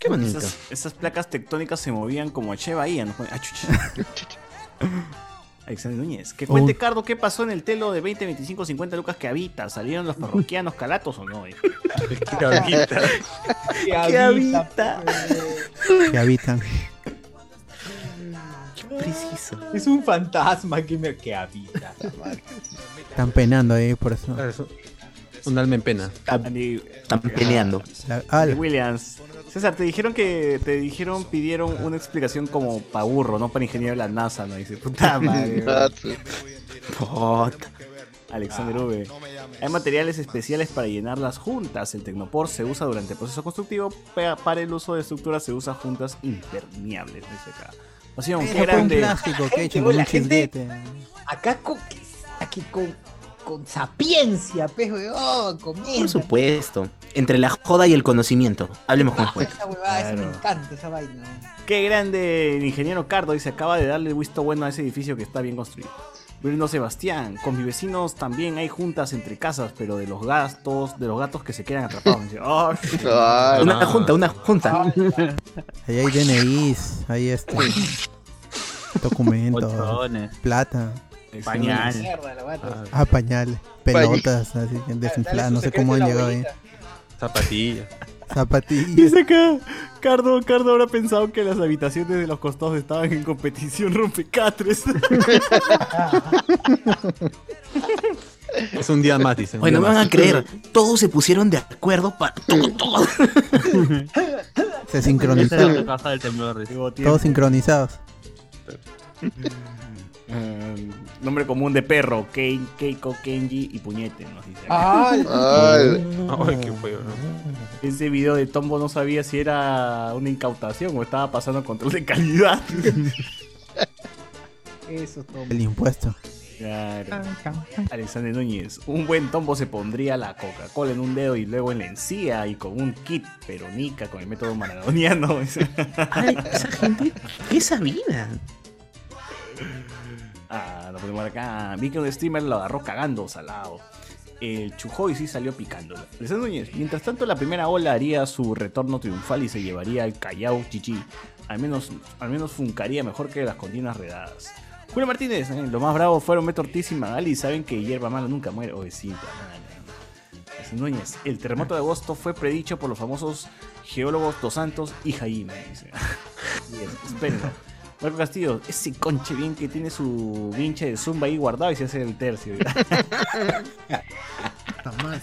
Qué bonito. esas, esas placas tectónicas se movían como a Che Bahía, ¿no? Ah, chucha. Alexander Núñez, que cuente, Uy. Cardo, qué pasó en el telo de 20, 25, 50 lucas que habita. ¿Salieron los parroquianos calatos o no? eh? ¿Qué habita? Que habitan. Preciso. Es un fantasma que me que habita. Están penando ahí por eso. Claro, es un- Un alma en pena. Andy- Están peleando. La- ah, la- Williams. César, te dijeron que te dijeron, pidieron una explicación como pa' burro, no para ingeniero de la NASA, ¿no? Dice, puta madre. ah, weón. sí. Puta. Alexander V. Hay materiales especiales para llenar las juntas. El tecnopor se usa durante el proceso constructivo. pa- Para el uso de estructuras se usa juntas impermeables. Dice acá. Pasión, qué Eso fue un grande. plástico que he hecho Gente, con la un gente- chilguete. Acá con, aquí con, con sapiencia, pues, weón. Por Comienza. supuesto. Entre la joda y el conocimiento. Hablemos con Juan. Esa huevada, eso me Claro. encanta, esa vaina. Qué grande el ingeniero Cardo. Dice, acaba de darle visto bueno a ese edificio que está bien construido. Bruno Sebastián, con mis vecinos también hay juntas entre casas, pero de los gastos, de los gatos que se quedan atrapados. Y dice, "Ah, Ah. Una junta, una junta. Ahí hay DNIs, ahí está. Documentos, Colchones. plata, Pañal. Mierda, la bata. ah, pañales, pelotas, así, desinfladas, no sé cómo han llegado ahí. Zapatillas. Zapatillas. Dice acá, Cardo, Cardo habrá pensado que las habitaciones de los costados estaban en competición rompecatres. Es un día más, dicen. un Bueno, día me van más. a creer, todos se pusieron de acuerdo para todo, todo. Se Esa es la sincronizaron. caja del temblor. dice. Digo, tiene Todos sincronizados. eh, nombre común de perro, Kei- Keiko, Kenji y Puñete, nos dice. Ay, Ay, qué feo, ¿no? Ese video de Tombo no sabía si era una incautación o estaba pasando control de calidad. Eso, Tom. El impuesto. Ah, Claro. Alexander Núñez, un buen Tombo se pondría la Coca-Cola en un dedo y luego en la encía y con un kit peronica con el método maradoniano. Ay, esa gente, ¿qué sabía? Ah, lo ponemos acá. Vi que un streamer lo agarró cagando, salado. El Chujoy sí salió picando. Alessandro Núñez, mientras tanto la primera ola haría su retorno triunfal y se llevaría al Callao Chichi. Al menos, al menos funcaría mejor que las contiendas redadas. Julio Martínez, eh, los más bravos fueron Beto Ortiz y Magali y saben que hierba mala nunca muere. Obesita, Núñez, el terremoto de agosto fue predicho por los famosos geólogos Dos Santos y Jaime. Dice. Yes, espérenlo. Marco Castillo, ese conche bien que tiene su vinche de zumba ahí guardado y se hace el tercio. Puta madre.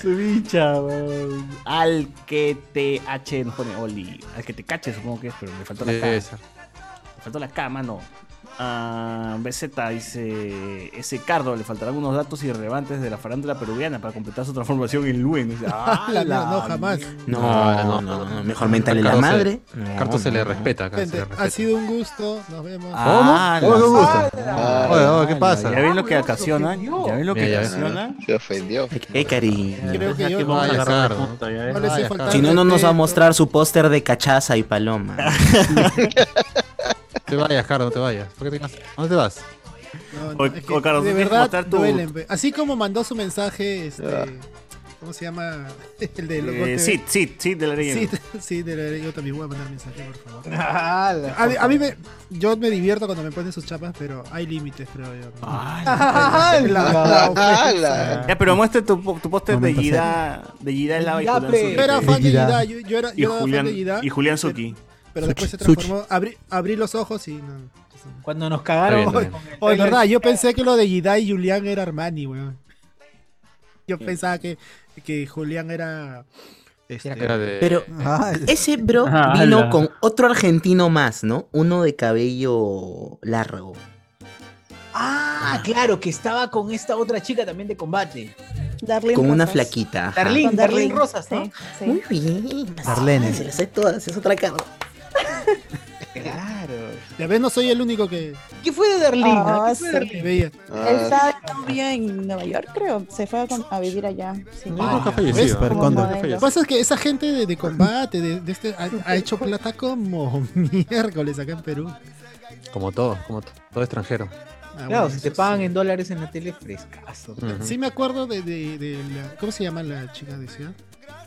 su vincha, weón. Al que te h nos pone Oli. Al que te cache, supongo que es, pero le faltó la K. Esa. Le faltó la K, mano. Ah, BZ dice: Ese cardo le faltarán unos datos irrelevantes de la farándula peruviana para completar su transformación en Luen. Dice, ¡Ah, La mierda, la no, jamás. No, No, no, no, no, no. mejor mentale la Cardo se- madre. No, Carto se le no. respeta, Carto se Gente, le ha respeta. sido un gusto. Nos vemos. Ah, ¿Cómo? ¿Cómo la- me gusta? Ah, Oye, oye, ¿qué Ah, pasa? ¿Ya ven lo que Ah, weón, ocasiona? se ofendió. ¿Ya ven lo que Mira, ya. ocasiona? se ofendió. Eh, cariño. Creo que Aquí yo vamos a Vaya, agarrar la Cardo. punta, ya ves. no les he Vaya, faltado Si no, no nos va a respeto. mostrar su póster de cachaza y paloma. Te vayas, Cardo, te vayas. ¿Por qué te vas? ¿A ¿Dónde te vas? No, O- no, es que o, Carlos, de tienes que verdad mostrar tu- duelen, pe. Así como mandó su mensaje, este, ¿cómo se llama? El de los Eh, golpes. Sid, Sid, Sid de la leyenda. Sí, sí, de la- yo también voy a mandar mensaje, por favor. Ah, la- A, mí- a mí me, yo me divierto cuando me ponen sus chapas, pero hay límites, creo yo. Ah, la- Ah, la- Ya, pero muestra tu, po- tu póster de Momento Yida, de Yida Lava y Ya, Julián pe. Suki. Yo era fan de Yida. Yida, yo, yo era, y yo era fan Julián, de Yida, y Julián Suki. pero después se Sushi. transformó. Abrí, abrí los ojos y no. Cuando nos cagaron. Está bien, está con el Oh, de trailer- verdad, yo pensé que lo de Yida y Julián era Armani, weón. Yo pensaba que, que Julián era. Este, Era de... Pero Ah, ese bro Ah, vino ala. con otro argentino más, ¿no? Uno de cabello largo. Ah, claro, que estaba con esta otra chica también de combate. Darlene Con una Rosas. flaquita. ajá. Darlene, Con Darlene Rosas, ¿no? Sí, sí. Muy bien. Darlene. Se las sé todas, es otra cara. Claro. ya ves, no soy el único que, ¿Qué fue de Darlene? ah? Ah, ¿Qué fue de sí. Darlene? que veía. Él ah, estaba de novia en Nueva York, creo. Se fue a, con- a vivir allá. Ah, sí. No, nunca ha ¿ves? fallecido. ¿eh? Super Nunca ha cóndor. fallecido. Lo que pasa es que esa gente de, de combate, de, de este, ha, ha hecho plata como miércoles acá en Perú. Como todo, como to- todo extranjero. Ah, Claro, bueno, si eso te sí. pagan en dólares en la tele, frescazo. Ujú. Sí me acuerdo de, de- de la, ¿cómo se llama la chica de ciudad?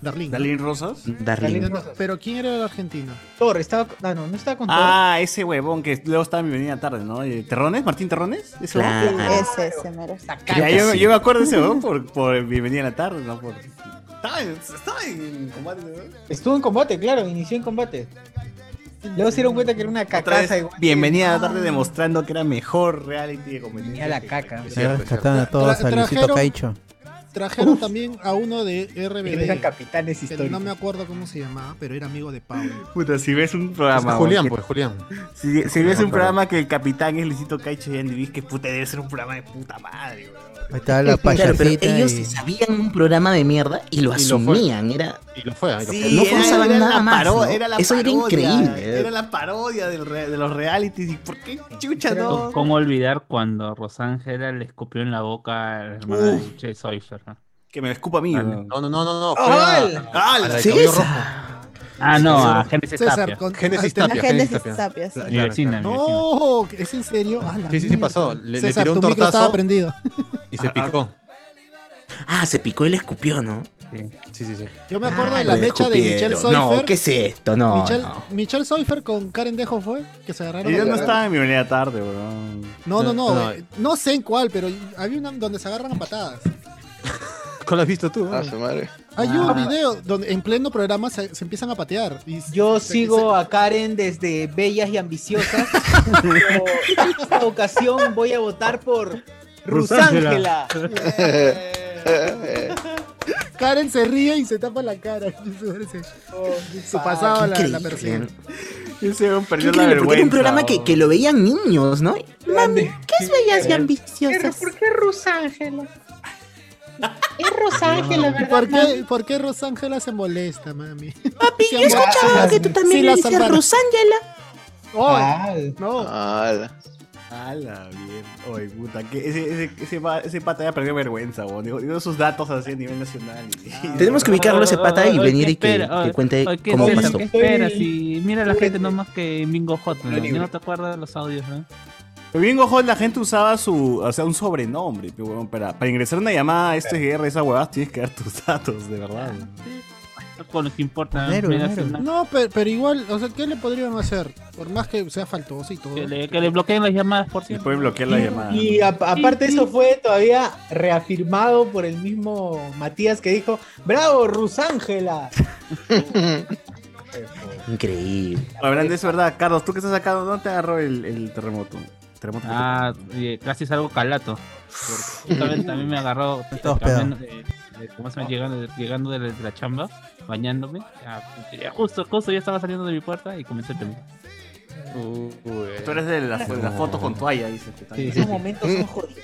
Darlene. ¿Dalín Rosas? Darlene. No, no, pero ¿quién era el argentino? Torre, estaba. Ah, no, no estaba con Torre. Ah, ese huevón que luego estaba en mi venida tarde, ¿no? Eh, ¿Terrones? ¿Martín Terrones? Ese huevón. Claro. Ese, ese mero. Ya, Creo que yo, sí. yo me acuerdo de ese huevón por, por mi venida en la tarde, ¿no? Por... Estaba, en, estaba en combate, ¿no? Estuvo en combate, claro, inició en combate. Luego se dieron cuenta que era una Otra vez, cacaza. igual que- bienvenida a la tarde demostrando que era mejor reality de competencia. Venía la que- caca. que- que- Ya rescataron a todos Tra- a Luisito trajeron- Caicho. Trajeron también a uno de Eran RBD. capitanes Que no históricos. me acuerdo cómo se llamaba, pero era amigo de Pablo. Puta, si ves un Es programa. Julián, huevón, pues, Julián. Si, si ves No, un claro. programa que el capitán es Luisito Caicho y Andy Viz, que puta, debe ser un programa de puta madre, weón. Ahí estaba la Claro, pero payasita ellos y- sabían un programa de mierda y lo Y lo fue. asumían. Era Y lo fue, ahí lo Sí, no era- forzaban era nada la más, paro- ¿no? era la Eso era parodia, increíble. Era la parodia del re- de los realities. ¿Y por qué chucha ¿Cómo no? cómo olvidar cuando Rosángela le escupió en la boca a la hermana de Che Soifer? ¿no? Que me lo escupa a mí. Ah, weón. No, no, no, no, no. Fue ¡Ay! a, a la de Sí, cabello esa. rojo. Ah, no, César- a Génesis César, Tapia. con- Génesis ah, Tapia. A Génesis Génesis Tapia, sí. Claro, Mi claro, vecina, claro. mi vecina. No, ¿es en serio? Ah, la Sí, sí, sí mierda. pasó. Le, le César, tiró un tu micro estaba tortazo prendido. y se picó. Ah, se picó y le escupió, ¿no? Sí, sí, sí. Yo me acuerdo Ah, de la le mecha de Michelle escupieron. No, Seufer. ¿qué es esto? No, Michelle, no. Michelle Seufer con Karen Dejo fue que se agarraron. Ellos a- no estaban en mi unidad tarde, weón. No, no, no. No. eh, No, sé en cuál, pero había una donde se agarran a patadas. ¿Cuál has visto tú? Ah, su madre. Hay Ah. un video donde en pleno programa se, se empiezan a patear. Y Yo se- sigo a Karen desde Bellas y Ambiciosas. pero en esta ocasión voy a votar por Rusángela. Rusángela. Eh, se- Karen se ríe y se tapa la cara. Se- Su pasado la, la persigue. Ese weón perdió la Increíble, vergüenza. porque era un programa que, weón. que lo veían niños, ¿no? Mami, ¿qué es bellas y ambiciosas? ¿Por qué, ¿Por qué Rosángela se molesta, mami? Papi, Sí, yo escuchaba ambas- que tú también sí, le las decías salvaron. Rosángela. Oh, no. Ala. A la bien. Oye, puta. Que ese, ese, ese, pa- ese pata ya perdió vergüenza, weón. Dijo, dio sus datos así a nivel nacional. y- Tenemos que ubicarlo a ese pata y Oye, venir y que, espera, que oye, cuente oye, ¿qué cómo es eso? pasó. ¿Qué esperas? Y mira a la gente Estoy- nomás que Mingo Hot, ¿no? libre. no te acuerdas de los audios, ¿no? Pero bien ojo, la gente usaba su, o sea, un sobrenombre, pe, weón, para, para ingresar una llamada a este GR, esa huevada, tienes que dar tus datos, de verdad. weón. Con lo que importa. Homero, mira, Homero. si no- No, pero, pero igual, o sea, ¿qué le podrían hacer? Por más que sea faltoso y todo. Que le, que le bloqueen las llamadas por Y siempre. pueden bloquear la llamada. Y a- aparte eso fue todavía reafirmado por el mismo Matías que dijo, bravo, Rusángela. Increíble. Hablando de eso, ¿verdad? Carlos, tú que estás acá, ¿dónde te agarró el, el terremoto? ¿Terremoto? Ah, oye, casi es algo calato. También, también me agarró Estaba cambiando de- de- ¿cómo se llama? llegando, llegando de, la, de la chamba, bañándome. Ah, ya justo, justo ya estaba saliendo de mi puerta y comencé el temblor. Tú eres de las de las fotos con toalla, dices. que tal. Sí, sí. Esos momentos son jodidos.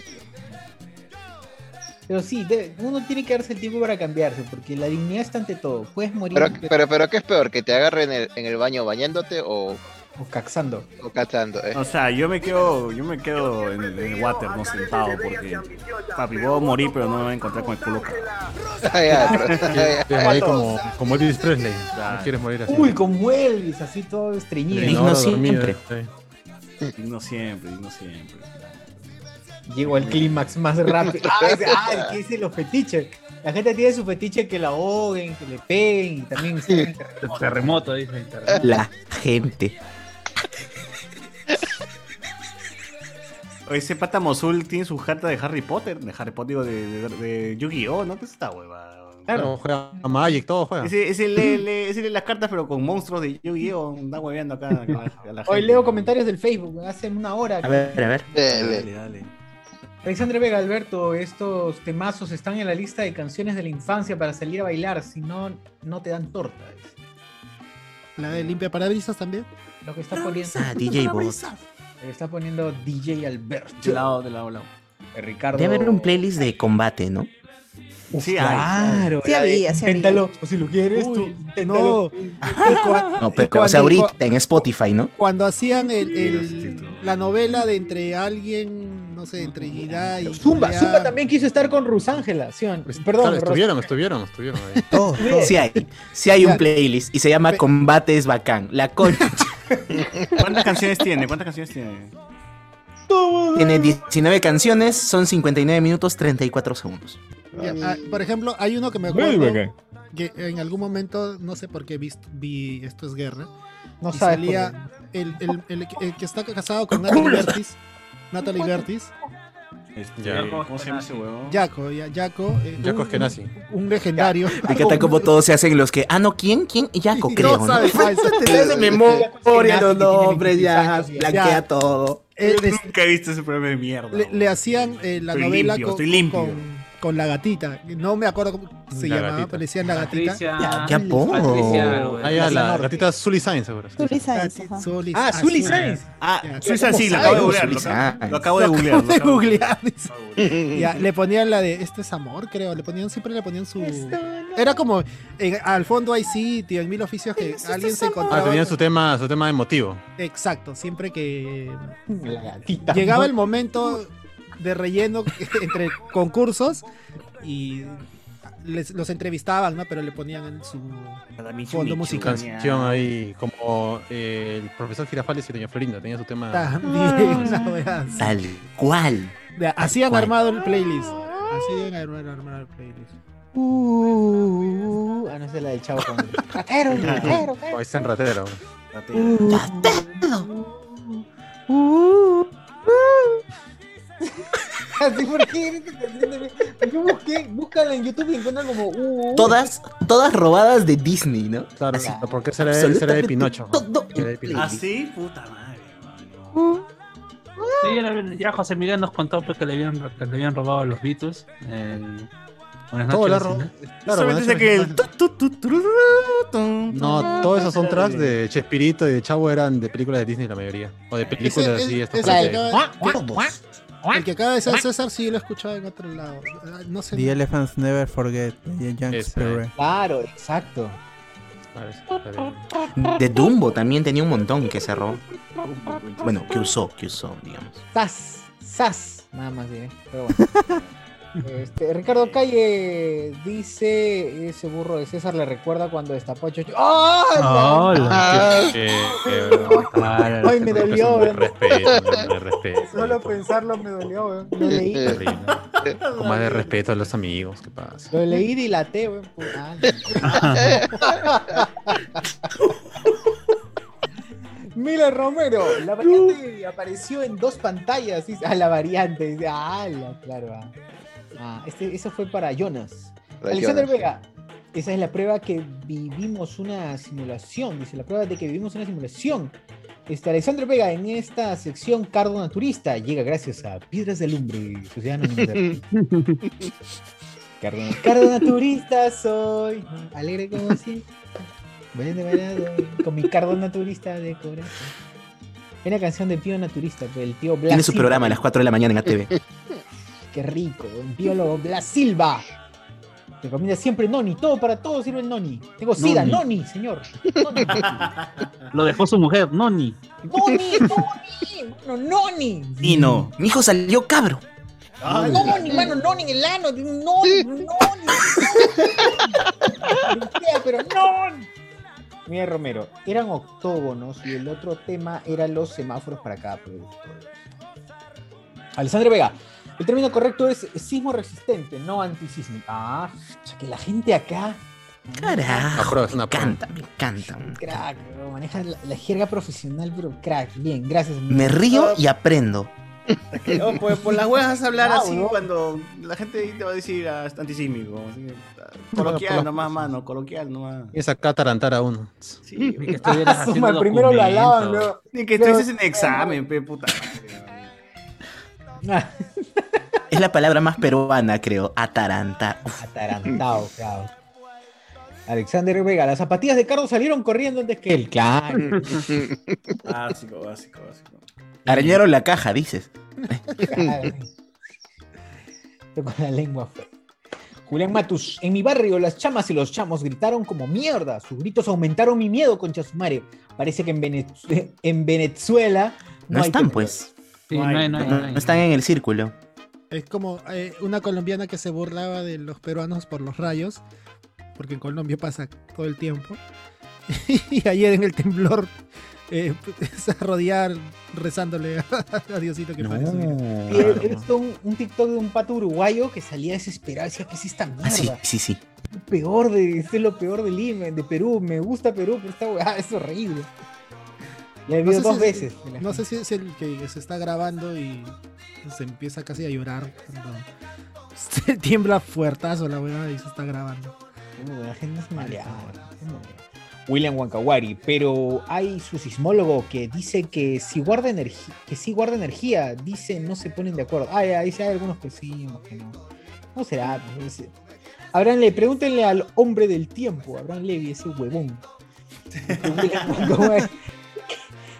Pero sí, de- uno tiene que darse el tiempo para cambiarse, porque la dignidad está ante todo. Puedes morir Pero, pero, pero ¿qué es peor? ¿Que te agarren en el, en el baño bañándote o, o caxando. o cazando? eh? O sea, yo me quedo, yo me quedo en, el- en el water, no sentado, porque papi, puedo morir, pero no me voy a encontrar con el culo. ca- Ay, ay, Quieres morir como, como Elvis Presley. No quieres morir así. Uy, como Elvis, así todo estreñido. Una digno hora siempre. dormida, sí. Digno siempre, digno siempre. Llego al clímax más rápido. Ah, es, ah, ¿qué dicen los fetiches? La gente tiene su fetiche que la ahoguen, que le peguen y también se- Terremoto, dice. terremoto. La gente. Oye, ese pata Mosul tiene su carta de Harry Potter, de Harry Potter, digo, de, de, de Yu-Gi-Oh, ¿no? ¿Qué es esta hueva? Claro, juega a Ah, Magic, todo juega. Ese, ese lee, lee- ese lee las cartas, pero con monstruos de Yu-Gi-Oh, anda hueveando acá a la- a la Hoy gente. leo comentarios del Facebook, pues, hace una hora. A ver, a ver. Dele. Dale, dale. Alexandre Vega, Alberto, estos temazos están en la lista de canciones de la infancia para salir a bailar, si no, no te dan torta. es La de limpia parabrisas también. Lo que está poniendo, Ah, DJ Bot. lo que está poniendo DJ Alberto. Eh, De lado, de lado, de lado. Ricardo. Debe haber un playlist de combate, ¿no? Sí, hay. Claro. Sí había, sí había. Inténtalo, o si lo quieres Uy, tú, no. inténtalo. No, pero o sea, ahorita en Spotify, ¿no? Cuando hacían el, el- la novela de entre alguien, no sé, entre Guirá y. Zumba, Corea. Zumba también quiso estar con Rusángela, ¿sí? o Pues, no? Perdón, Claro, estuvieron, estuvieron, estuvieron ahí. Todo, todo. Sí hay. Sí hay Ya. un playlist y se llama Combates Bacán. La concha ¿Cuántas canciones tiene? ¿Cuántas canciones tiene? tiene 19 canciones, son 59 minutos 34 segundos. Ya, ah, por ejemplo, hay uno que me acuerdo que en algún momento, no sé por qué vi, vi Esto es Guerra. no y sabes. salía el, el- el- el que está casado con Natalie Bertis. Natalie Bertis. Este, Ya. ¿Cómo se llama ese huevo? Jaco, ya, Jaco. eh, Jaco un- Eskenazi. Un legendario. Me encanta como todos se hacen los que, ah, no, ¿quién? ¿Quién? Yaco, No creo, ¿no? sabes, ah, exacto. Te hace memoria los nombres, ya, Ya. blanquea todo. Eh, Yo les- nunca he visto ese programa de mierda. le, le hacían eh, la Estoy novela limpio, con, estoy limpio. con- con la gatita. No me acuerdo cómo se La llamaba, gatita. pero le decían la gatita. Ah, Ya, qué apodo. Patricia, güey. Ah, ya, Plaza la Norte. ratita Sully Sainz, seguro. Zully Sáenz, Gati- ajá. Zulis- Ah, Zully Sainz. Ah, Ya. Suiza sí, lo ¿Cómo acabo de sabes? googlear. Lo, acabo- lo acabo de googlear. Acabo de lo acabo de googlear, dice. googlear. Ya, le ponían la de este es amor, creo. Le ponían, siempre le ponían Este su. Era como en- al fondo hay sitio, en mil oficios que este alguien se Ah, encontraba. tenían su tema, su tema emotivo. Exacto, siempre que La gatita. llegaba el momento de relleno entre concursos y les- los entrevistaban, ¿no? Pero le ponían en su Michu fondo Michu. musical. canción ahí como eh, el profesor Girafales y Doña Florinda tenía su tema. Ah, También, Ah, una wea así. Tal cual. De- Así han cual. armado el playlist. Así han armado, armado el playlist. Uh, ah, no esa es la del chavo con ratero, ratero, ratero. Oh, es tan ratero. Así, ¿por qué? Porque busqué, búscala en YouTube y encuentran como uh, uh. Todas, todas robadas de Disney, ¿no? Claro, Así, ¿por qué será, será de absolutamente Pinocho? ¿no? todo Será de el Pinocho. ¿Ah, sí? Puta madre. mano. Sí, era- ya José Miguel nos contó pues, que le habían, que le habían robado a los Beatles. Eh, buenas Todo noches. la ro- Lucinda. claro, Solamente Nacho sé que el... Mejía. No, todos esos soundtracks de Chespirito y de Chavo eran de películas de Disney la mayoría. O de películas Ese- así. el- estos ese de- que acaba- que- El que acaba de ser César sí lo he escuchado en otro lado. Ah, No sé. The Elephants Never Forget. The Young Esa, Spirit. Claro, exacto. A ver, está bien. De Dumbo también tenía un montón que cerró. Bueno, que usó, que usó, digamos. Sas, sas, nada más diré. Pero bueno. Este, Ricardo Calle dice: Ese burro de César le recuerda cuando destapó a Chocho. ¡Ah! Hola. Eh, eh, bueno, Hola. Ay, me dolió, Me weón. respeto, me respeto. Solo pensarlo me dolió, weón. Lo leí, Terrible. Con más de respeto a los amigos, ¿qué pasa? lo leí y dilaté, weón. Puta, Miller Romero, la variante apareció en dos pantallas. dice- Ah, la variante. dice, Ah, la, claro. ah. Ah, este, eso fue para Jonas. Alexander Vega, esa es la prueba que vivimos una simulación. Dice, la prueba de que vivimos una simulación. Este, Alexander Vega, en esta sección Cardo Naturista, llega gracias a Piedras de Lumbre y Sociedad Anónima de- Cardo, Cardo Naturista soy, alegre como si. Valiente, valiente, con mi Cardo Naturista de corazón. Una canción de Pío Naturista, pues, el tío Blas. Tiene su Silva. programa a las 4 de la mañana en ATV. Qué rico, un biólogo Blas Silva. Recomienda siempre Noni, todo para todo sirve el Noni. Tengo sida, Noni, señor. Noni, Lo dejó su mujer, Noni. Noni, Noni, mano, Noni. Y no, mi hijo salió cabro. Noni, mano, Noni en el ano, Noni, Noni. Noni. Golpea, Pero Noni. Mira, Romero, eran octógonos y el otro tema eran los semáforos para cada producto. Alessandro Vega, el término correcto es sismo resistente, no antisísmico. Ah, o sea que la gente acá Aprueba, Carajo, es me una prueba. encanta, me encanta. Crack, bro, maneja la, la jerga profesional, pero crack. Bien, gracias. Me río y aprendo. No, pues por las huevas vas a hablar Ah, así huevón. cuando la gente ahí te va a decir ah, es antisísmico. así que, ah, Coloquial nomás, mano, coloquial nomás. Y acá atarantara uno. Sí, Y que estuvieras Ah, su haciendo madre, primero lo alaban, documentos. luego. ni que estuvieses en examen, pe puta. madre. Ah, Es la palabra más peruana, creo. Ataranta. Atarantado, claro. Alexander Vega, las zapatillas de Carlos salieron corriendo antes que él. Claro. Básico, básico, básico. Arañaron la caja, dices. claro. Con la lengua fue. Julián Matus, en mi barrio las chamas y los chamos gritaron como mierda. Sus gritos aumentaron mi miedo, concha su madre. Parece que en, Venez- en Venezuela No hay están, temblor. pues. Sí, no hay, no hay, No, no hay. no están en el círculo. Es como eh, una colombiana que se burlaba de los peruanos por los rayos, porque en Colombia pasa todo el tiempo. y ayer en el temblor eh, se arrodillar rezándole a, a Diosito que pare su vida. Y Eh, he- he visto un, un TikTok de un pato uruguayo que salía desesperado y decía, ¿qué es esta mierda? Ah, sí, sí, sí. Peor de, esto es lo peor de Lima, de Perú, me gusta Perú, pero esta weá es horrible. La he No visto sé dos si- veces. No sé si es el que se está grabando y se empieza casi a llorar cuando se tiembla fuertazo la weá y se está grabando. ah, Uy, La gente es maleada, la gente es maleada. William Wankawari, pero hay su sismólogo que dice que si guarda energía, que sí guarda energía, dice no se ponen de acuerdo. Ah, ya, dice hay algunos que sí, unos que no. ¿Cómo será? Pues, ese- Ábranle, pregúntenle al hombre del tiempo, Abraham Levy, ese huevón. William Wankawari.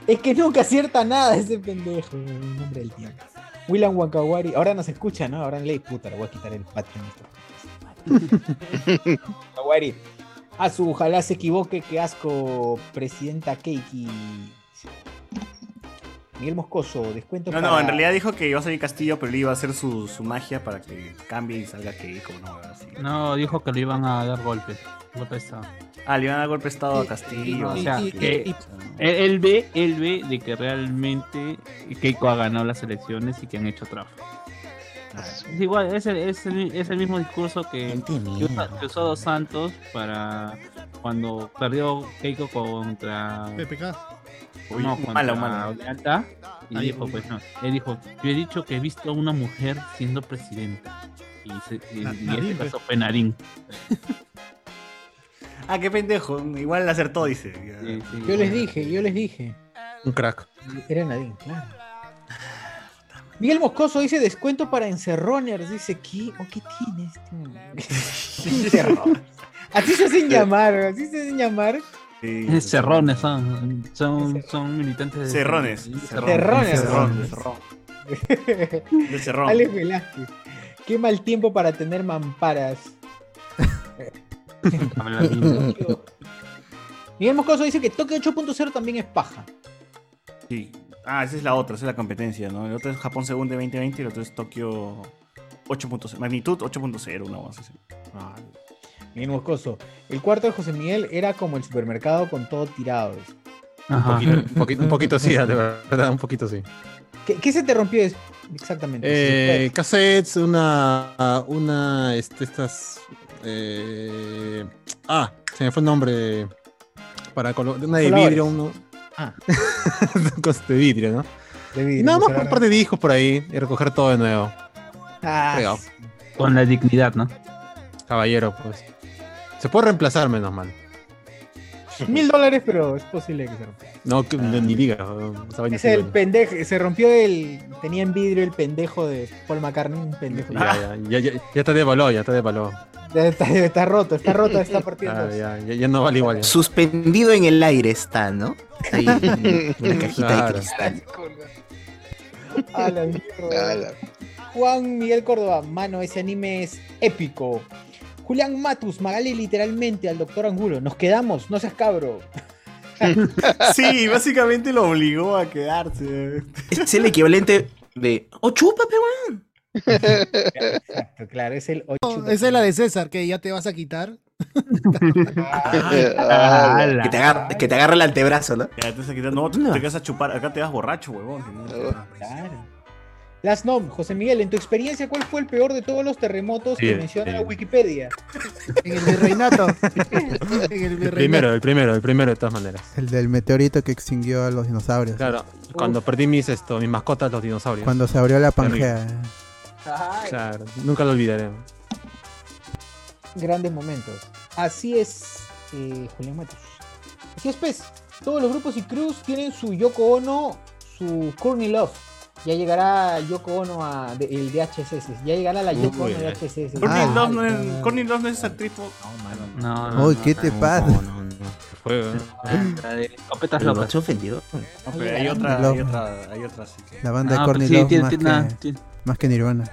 es que nunca acierta nada ese pendejo, el hombre del tiempo. William Wankawari, ahora nos escucha, ¿no? Abraham Levy, puta, le voy a quitar el Patreon. a esta Kawari. A ah, su ojalá se equivoque, qué asco, presidenta Keiki. Miguel Moscoso, descuento No, para... no, en realidad dijo que iba a salir Castillo, pero le iba a hacer su, su magia para que cambie y salga que como no, así. No, dijo que le iban a dar golpes. Golpes estado. Ah, le iban a dar golpe de Eh, estado a Castillo. O sea, y- que y- él, eh, él ve, él ve de que realmente Keiko ha ganado las elecciones y que han hecho trampa. Ah, Es igual, es el, es el- es el mismo discurso que, que usa- que usó Dos Santos para cuando perdió Keiko contra PPK. Uy, no, humano, contra humano. Ollanta, y Ahí, dijo, uy. pues no. Él dijo, yo he dicho que he visto a una mujer siendo presidenta. Y, se, y, Na- y Nadine, este pues. caso fue Narín. Ah, qué pendejo. Igual le acertó, dice. Sí, sí. Yo les dije, yo les dije. Un crack. Era Nadine, claro. Miguel Moscoso dice descuento para encerroners. Dice, ¿qué? ¿O qué tiene este? Encerrones. así se hacen llamar, así se hacen llamar. Sí, Cerrones son, son, son militantes de Cerrones. Cerrones. Cerrones. De cerrón. Alex Velázquez. Qué mal tiempo para tener mamparas. Miguel Moscoso dice que Toque 8.0 también es paja. Sí. Ah, esa es la otra, esa es la competencia, ¿no? El otro es Japón Según de 2020 y el otro es Tokio 8.0. Magnitud 8.0, una más así. Miguel Moscoso. El cuarto de José Miguel era como el supermercado con todo tirado. dice. Ajá. Poquito- un, poquito, un poquito sí, de verdad, un poquito sí. ¿Qué, qué se te rompió es- exactamente? Eh, cassettes, una. Una. Este, estas. eh, ah, se me fue el nombre. Para colo- una de Coladores. vidrio, uno. Ah. Cosas de vidrio, ¿no? De vidrio, Y nada más pues, por ahora- parte de discos por ahí y recoger todo de nuevo. Ah, Fregado. Con la dignidad, ¿no? Caballero, pues. Se puede reemplazar, menos mal. Mil dólares, pero es posible que se rompa. No, que- ni digas. weón. Esa Ah. vaina Es sí, el bueno. pendejo, se rompió el. Tenía en vidrio el pendejo de Paul McCartney, un pendejo. Ya, ya, ya, ya, ya está devaluado, ya está devaluado. Ya Está, está roto, está roto, está partiendo. Ya, ya, ya, ya no vale igual. ya. Suspendido en el aire está, ¿no? Ahí, en una cajita de Claro. cristal. A la mierda. Ah, la- Juan Miguel Córdoba, mano, ese anime es épico. Julián Matus, Magali literalmente al doctor Angulo. Nos quedamos, no seas cabro. Sí, básicamente lo obligó a quedarse. Es el equivalente de. ¡Oh, chupa, pe, weón! Exacto, claro, es el "Oh, ocho. Esa es la de César, que ya te vas a quitar. ah, la- Que te, agarra, que te agarra el antebrazo, ¿no? Ya, te vas a quitar- No, tú te vas a chupar. Acá te vas borracho, huevón. Oh. Claro. Las NOM, José Miguel, en tu experiencia, ¿cuál fue el peor de todos los terremotos que Bien, menciona la bien. Wikipedia? En el virreinato. en el El virreinato. primero, el primero, el primero de todas maneras. El del meteorito que extinguió a los dinosaurios. Claro, cuando perdí mis, esto, mis mascotas, los dinosaurios. Cuando se abrió la Pangea. Claro, nunca lo olvidaré. grandes momentos. Así es, eh, Julián Matus. Así es, pues. Todos los grupos y crews tienen su Yoko Ono, su Courtney Love. Ya llegará Yoko Ono a de- el DHSS. Ya llegará la Yoko Uy, Ono de DHSS. eh. Courtney Ah. Love no es- Courtney Love no es actriz. po- No, no. Uy, ¿qué te pasa? Fue, ¿eh? no, la de escopetas Pero no locas. se ofendió. No, pero hay otra, hay otra, hay otra, así que. pues. La banda Ah, de Corny pues sí, Love tiene- más, tiene- nada, que, tiene- más que Nirvana.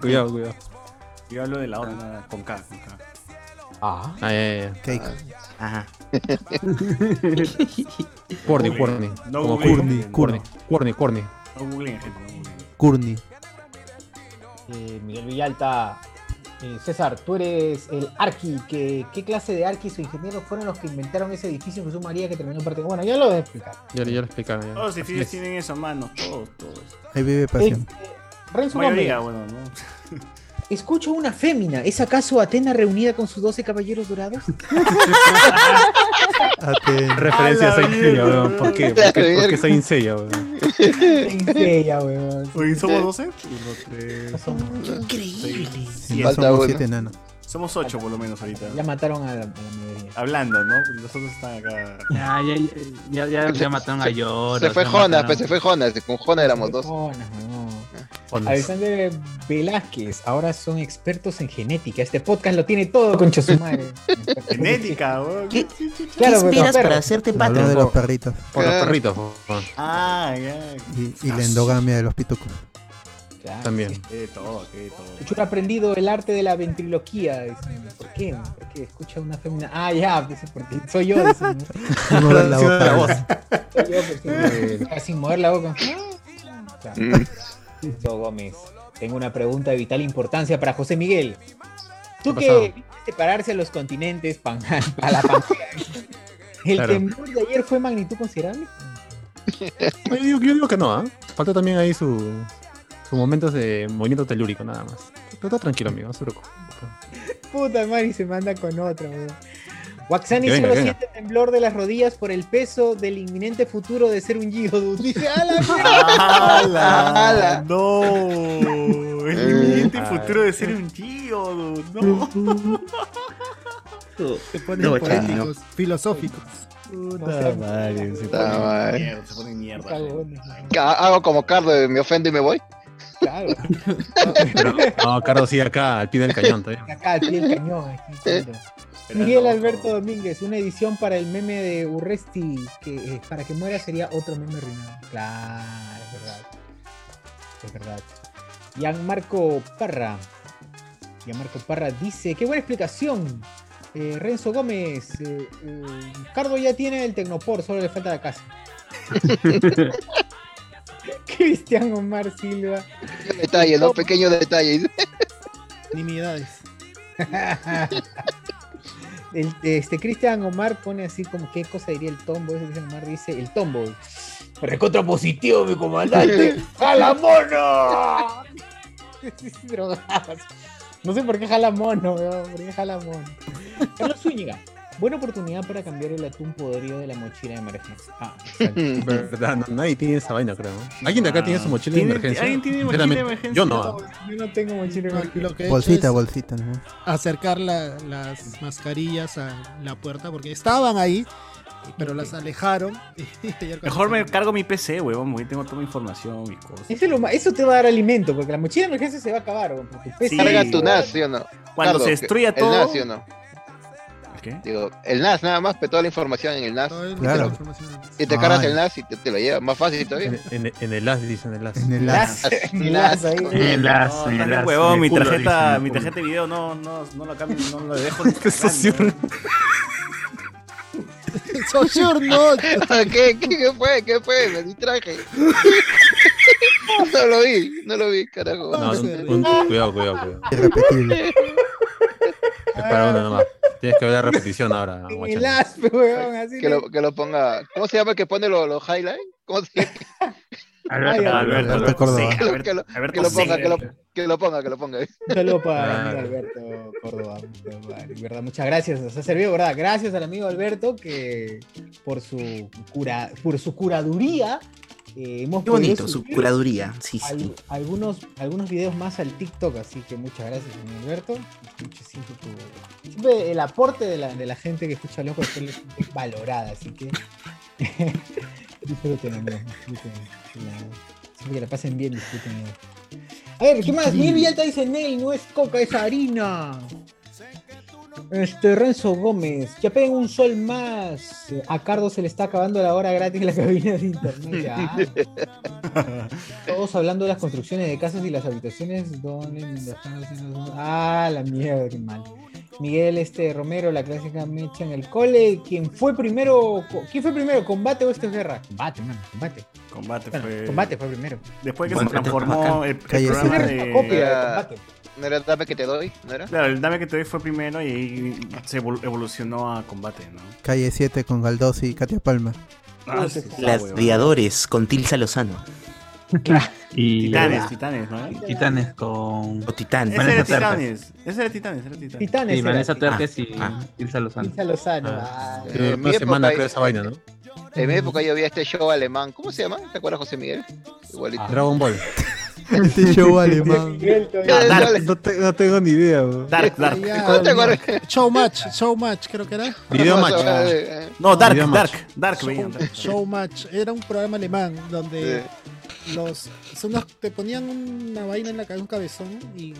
cuidado, cuidado. Yo hablo de la otra con K. Con K. Ah. Ah, Ay, ay, ay. Keiko. Ajá. Corny, Google. corny. No Como Google. corny, No. corny, corny, corny. No googleen, gente. no googleen. Courtney. Eh, Miguel Villalta. eh, César, tú eres el Arqui. que- ¿Qué clase de Arquis o ingenieros fueron los que inventaron ese edificio Jesús María que terminó en parte? Bueno, ya lo voy a explicar. Ya, ya lo explicaba. ya. Todos los edificios Así es. tienen eso a mano, todos, todos. Ahí vive pasión. Este, Renzo Mayoría, Gómez, bueno, ¿no? escucho una fémina. ¿Es acaso Atena reunida con sus 12 caballeros dorados? Aten- Referencia A la a Saint Seiya, mierda. weón. ¿Por qué? La ¿Por qué, mierda. porque Saint Seiya, weón? Sí, ya, weón. Oye, ¿somos 12? Uno, tres, Increíble. Sí, Falta somos uno. siete enanos. Somos 8 por lo menos ahorita. Ya mataron a la, a la mayoría. Hablando, ¿no? Nosotros están acá. Ya, ya, ya, ya, ya mataron a se- Yoros. Se fue ya Jonas, mataron- pues se fue Jonas, con Jonas éramos dos. Ah. Personas, weón. Jonas. Alexander Velázquez, ahora son expertos en genética. Este podcast lo tiene todo, concha su madre. Genética, weón. ¿Qué? ¿Qué Claro, pero esperas perro. para hacerte Habló de patria? los perritos Por los Claro. perritos, weón. Ah, ya. y, y la endogamia de los pitucos. Claro. También. Qué todo, qué todo. Chuchura ha aprendido el arte de la ventriloquía. Dicen, ¿Por qué? Porque escucha una fémina. Ah, ya, dice, porque soy yo. dicen, ¿no? Uno da la Sí, boca. de la al- voz. Sin mover la boca. Mm. Yo, Gómez, tengo una pregunta de vital importancia para José Miguel. Tú ¿Qué que ha pasado? viste separarse a los continentes pan- para la pantalla. ¿El Claro. temblor de ayer fue magnitud considerable? Yo digo, yo digo que no, ¿ah? Falta también ahí su, sus momentos de movimiento telúrico, nada más. Pero todo tranquilo, amigo, no se preocupe. Puta madre, y se manda con otra, weón. Waxani Que venga, solo que venga. siente temblor de las rodillas por el peso del inminente futuro de ser un Geodude. Dice, ¡a la mierda! ¡Hala! ¡Hala! ¡No! Eh. El inminente Ay. futuro de ser un tío, no. Se ponen No, chao. poéticos, filosóficos. Puta madre, se Puta madre. mierda, se pone mierda. Cagones, Ca- Hago como Cardo, eh, me ofendo y me voy. Claro, Pero, no, Carlos sigue acá, al pie del cañón todavía. acá al pie del cañón. aquí, siendo. Pero Miguel no, Alberto no. Domínguez, una edición para el meme de Urresti, que eh, para que muera sería otro meme arruinado. Claro, es verdad. Es verdad. Gianmarco Parra. Gianmarco Parra dice, qué buena explicación. Eh, Renzo Gómez, eh, eh, Cardo ya tiene el Tecnopor, solo le falta la casa. Cristian Omar Silva. Pequeño detalle, ¿no? Pequeño detalle. Nimiedades. El- este Cristian Omar pone así como qué cosa diría el tombo. Ese Cristian Omar dice el tombo. Recontra positivo, mi comandante. ¡Jala mono! Drogados. no sé por qué jala mono, weón, por qué jala mono. Carlos Zúñiga. Buena oportunidad para cambiar el atún podrido de la mochila de emergencia. Ah, exacto. Verdad, no, nadie tiene esa vaina, creo. ¿no? ¿Alguien de acá Ah. tiene su mochila de ¿Tiene- emergencia? alguien tiene mochila de Sinceramente, emergencia? Yo no. ¿ah? Yo no tengo mochila de No, emergencia. lo que he hecho Bolsita, es bolsita, ¿no? acercar la- las mascarillas a la puerta porque estaban ahí, pero las alejaron. Y ayer cuando Mejor me salí- cargo mi PC, huevón, porque tengo toda mi información, mis cosas. Eso, es lo ma- eso te va a dar alimento, porque la mochila de emergencia se va a acabar. weón, porque pesa. Sí. Carga tu NAS, ¿sí o no? Cuando Cardo, se destruya el todo. NAS, ¿sí o no? ¿Qué? Digo, el NAS nada más, pero toda la información en el NAS. Todo el- Claro. toda la información. Y te cargas Ay. el NAS y te, te lo llevas. Más fácil todavía. En, en- en el as, dicen, en el as. En el Las- las ahí. No, también, huevón, mi tarjeta, mi tarjeta de video no, no, no la cambio, no la dejo. ni Eso cagando, sí, huevón. Sojourn, no. ¿Qué, qué, qué fue? ¿Qué fue? Me distraje. no lo vi, no lo vi, carajo. No, no, un- un- cuidado, cuidado, cuidado. Irrepetible. Es para Ah. uno nomás. Tienes que ver la repetición ahora. En guachani. el as, weón, así Que lo, que lo ponga. ¿Cómo se llama el que pone los los highlights? ¿Cómo se llama? Ay, Alberto, Alberto, Alberto Córdoba. sí, Que lo- Alberto, que lo- Alberto, Ah, Que lo sí. ponga, que lo, que lo ponga, que lo ponga. Un saludo para Claro. el amigo Alberto Córdoba. compadre, ¿verdad? Muchas gracias, nos ha servido, ¿verdad? Gracias al amigo Alberto que por su, cura, por su curaduría eh, hemos Qué bonito, su subir curaduría. Sí, sí. al- algunos, algunos videos más al TikTok, así que muchas gracias, amigo Alberto. Escucho siempre, tu- siempre el aporte de la, de la gente que escucha loco es gente valorada, así que disfruten, amigos, disfruten. la- siempre que la pasen bien, disfruten. amigos. A ver, ¿qué más? Miguel Villalta dice, Nel, no es coca, es harina. Este, Renzo Gómez, ya peguen un sol más. A Cardo se le está acabando la hora gratis en la cabina de internet. Ya. Todos hablando de las construcciones de casas y las habitaciones donde donde están haciendo- Ah, la mierda, qué mal. Miguel este Romero, la clásica mecha en el cole. ¿Quién fue primero? co- ¿Quién fue primero? ¿Combate o esto es guerra? Combate, mano, combate. Combate Bueno, fue. combate fue primero. Después que se Combate fue transformó bacán. el, el Calle programa Cine. Copia de. de ya. combate. ¿No era el dame que te doy? ¿No era? Claro, el dame que te doy fue primero y ahí se evol- evolucionó a combate, ¿no? Calle 7 con Galdós y Katia Palma. Ah, sí, sí, la Las huevón. Viadores con Tilsa Lozano. Y Titanes, titanes, ¿no? Ese Titanes con. O Titán. Bueno, era esa tarta. titanes. Ese era titanes, era titanes. Titanes. Y era. Vanessa Terques y ah. Ilsa Lozano. Isa Lozano. Ah, vale. Tiene Eh, mi Una semana época creo es- esa vaina, ¿no? En mi época yo vi este show alemán. ¿Cómo se llama? ¿Te acuerdas, José Miguel? Igualito. Dragon Ball. Este show alemán. Miguel todavía- Ah, Dark. No, te- no tengo ni idea, bro. Dark, Este Dark. Ya, ¿Cómo te acuerdas? Showmatch, Showmatch creo que era. Video No, match. eh, eh, No, Dark, Video Dark, Match. Dark, veían, Dark. Showmatch era un programa alemán donde eh, los son unos- te ponían una vaina en la cabeza, un cabezón y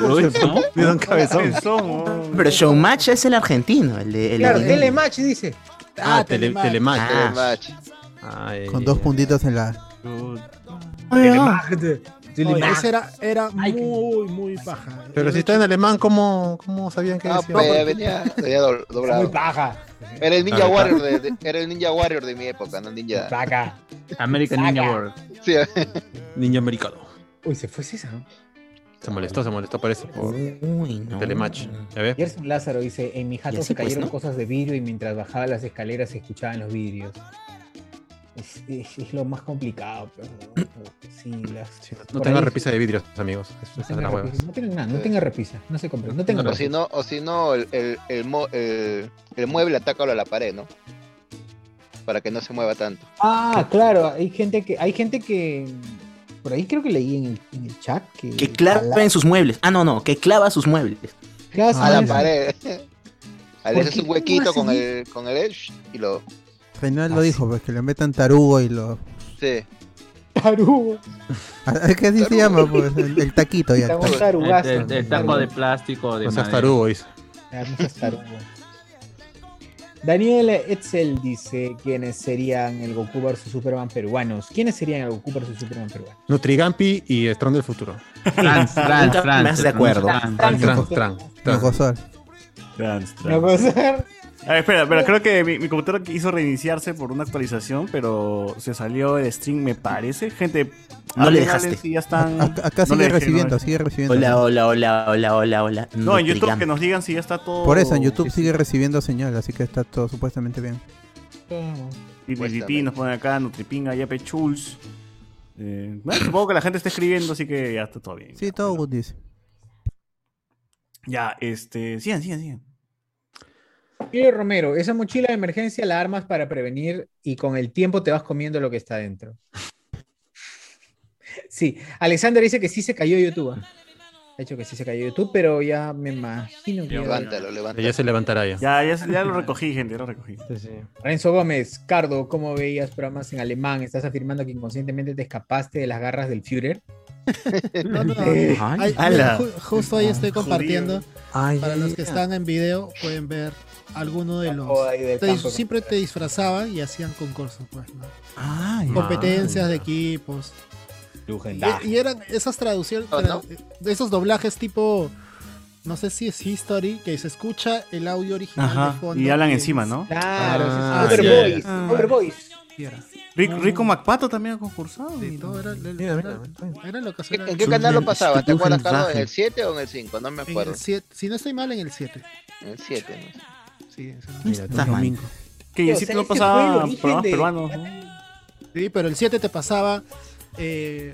Lo es, ¿no? Video un cabezón. Cabezón, huevón. Pero Showmatch es el argentino, el de. El Claro, original. telematch dice. Ah, tele- Telematch. telematch. Ah. match. Ay, Con dos puntitos en la. Ah, Oye, Telematch. ese era, era Ay, qué- muy, muy baja. Pero si está en alemán, ¿cómo, cómo sabían que Ah, decía? pues venía, venía do- Muy doblado. paja. Era el Ninja Ahorita. Warrior de, de- era el Ninja Warrior de mi época, no Ninja. Saca. American Saca. Ninja World. Sí. Ninja americano. Uy, se fue César. Se molestó, se molestó, parece. Por Telematch. ¿Ya ves? Gerson Lázaro dice, en mi jato Y así se pues, cayeron ¿no? cosas de vidrio y mientras bajaba las escaleras se escuchaban los vidrios. Es, es- es lo más complicado. pero, ¿no? Sí, las- No por tenga ahí- repisa de vidrios, amigos. Es- No Esas son tenga las huevas. repisa, no tenga nada, no tenga repisa, no se compre, no tenga o si repisa. no, o si no el, el, el mo- el- el mueble atácalo a la pared, ¿no? Para que no se mueva tanto. Ah, claro, hay gente que, hay gente que, por ahí creo que leí en el, en el chat que... Que clava en sus muebles. Ah, no, no, que clava sus muebles. Clava A la pared. Le ¿Por haces qué? un ¿Cómo huequito hacen con el, con el edge y lo. Reinaldo lo dijo, pues que le metan tarugo y lo. Ah, Sí. Tarugo. Es que así se llama, pues. El, el taquito ya. Estamos taquito. tarugazo. El, el- el taco de plástico de No seas madera. tarugo, dice. Ah, no seas tarugo. Daniel Etzel dice quiénes serían el Goku vs Superman peruanos. ¿Quiénes serían el Goku vs Superman peruano? Nutrigampi y el Tron del futuro. Trans, trans, Nunca trans. me haces de acuerdo. Trans, Tran, trans. tran, tran, tran. Nocosol. Trans, trans. No puede ser. A ver, espera, espera, creo que mi, mi computadora quiso reiniciarse por una actualización, pero se salió el stream, me parece. Gente, Ah, No le háblenle dejaste. si ya están. Acá, acá No sigue le dejé, no le recibiendo, dejé. sigue recibiendo. Hola, hola, hola, hola, hola, hola. No, en YouTube Nutrigam. que nos digan si ya está todo. este, Por Oh, eso en YouTube sigue recibiendo señal, así que está todo supuestamente bien. Y Pipipí nos ponen acá, Nutripinga, Yape Chuls. Eh, bueno, supongo que la gente está escribiendo, así que ya está todo bien. Sí, todo good dice. Ya, este. Sigan, sigan, sigan. Mire Romero, esa mochila de emergencia la armas para prevenir y con el tiempo te vas comiendo lo que está dentro. Sí, Alexander dice que sí se cayó YouTube. ah. De hecho que sí se cayó YouTube, pero ya me imagino que... ya- Levántalo, levántalo. Ella se levantará ya. Ya, ya, ya lo recogí, gente, ya lo recogí. Renzo Gómez, Cardo, ¿cómo veías programas en alemán? ¿Estás afirmando que inconscientemente te escapaste de las garras del Führer? No, no, no. Eh, Ay, Ahí- ala. ju- justo ahí estoy compartiendo. Ay, Para los que ay, están en video, pueden ver alguno de los. joda ahí del te dis- campo. siempre te disfrazaban y hacían concursos, pues, ¿no? ay. Competencias de equipos. Y, y eran esas traducciones, No, no. tra- de esos doblajes tipo. No sé si es History, que se escucha el audio original de Ajá. fondo. Y hablan encima, ¿no? Claro, Ah, sí, sí. ya, Overboys, Overboys. Y era- Ric- Rico MacPato también ha concursado. sí, y todo era, Mira, mira, era- mira. era lo que sonaba. ¿En qué canal lo pasaba? ¿Te acuerdas, Carlos? ¿En Ragen. el 7 o en el 5? No me En el acuerdo. siete- si no estoy mal, en el 7. En el 7. ¿no? Sí, eso no. Mira, estás mal. Que yo O sí sea, no ese fue el pasaba origen programas de- peruanos. ¿no? Sí, pero el 7 te pasaba. eh,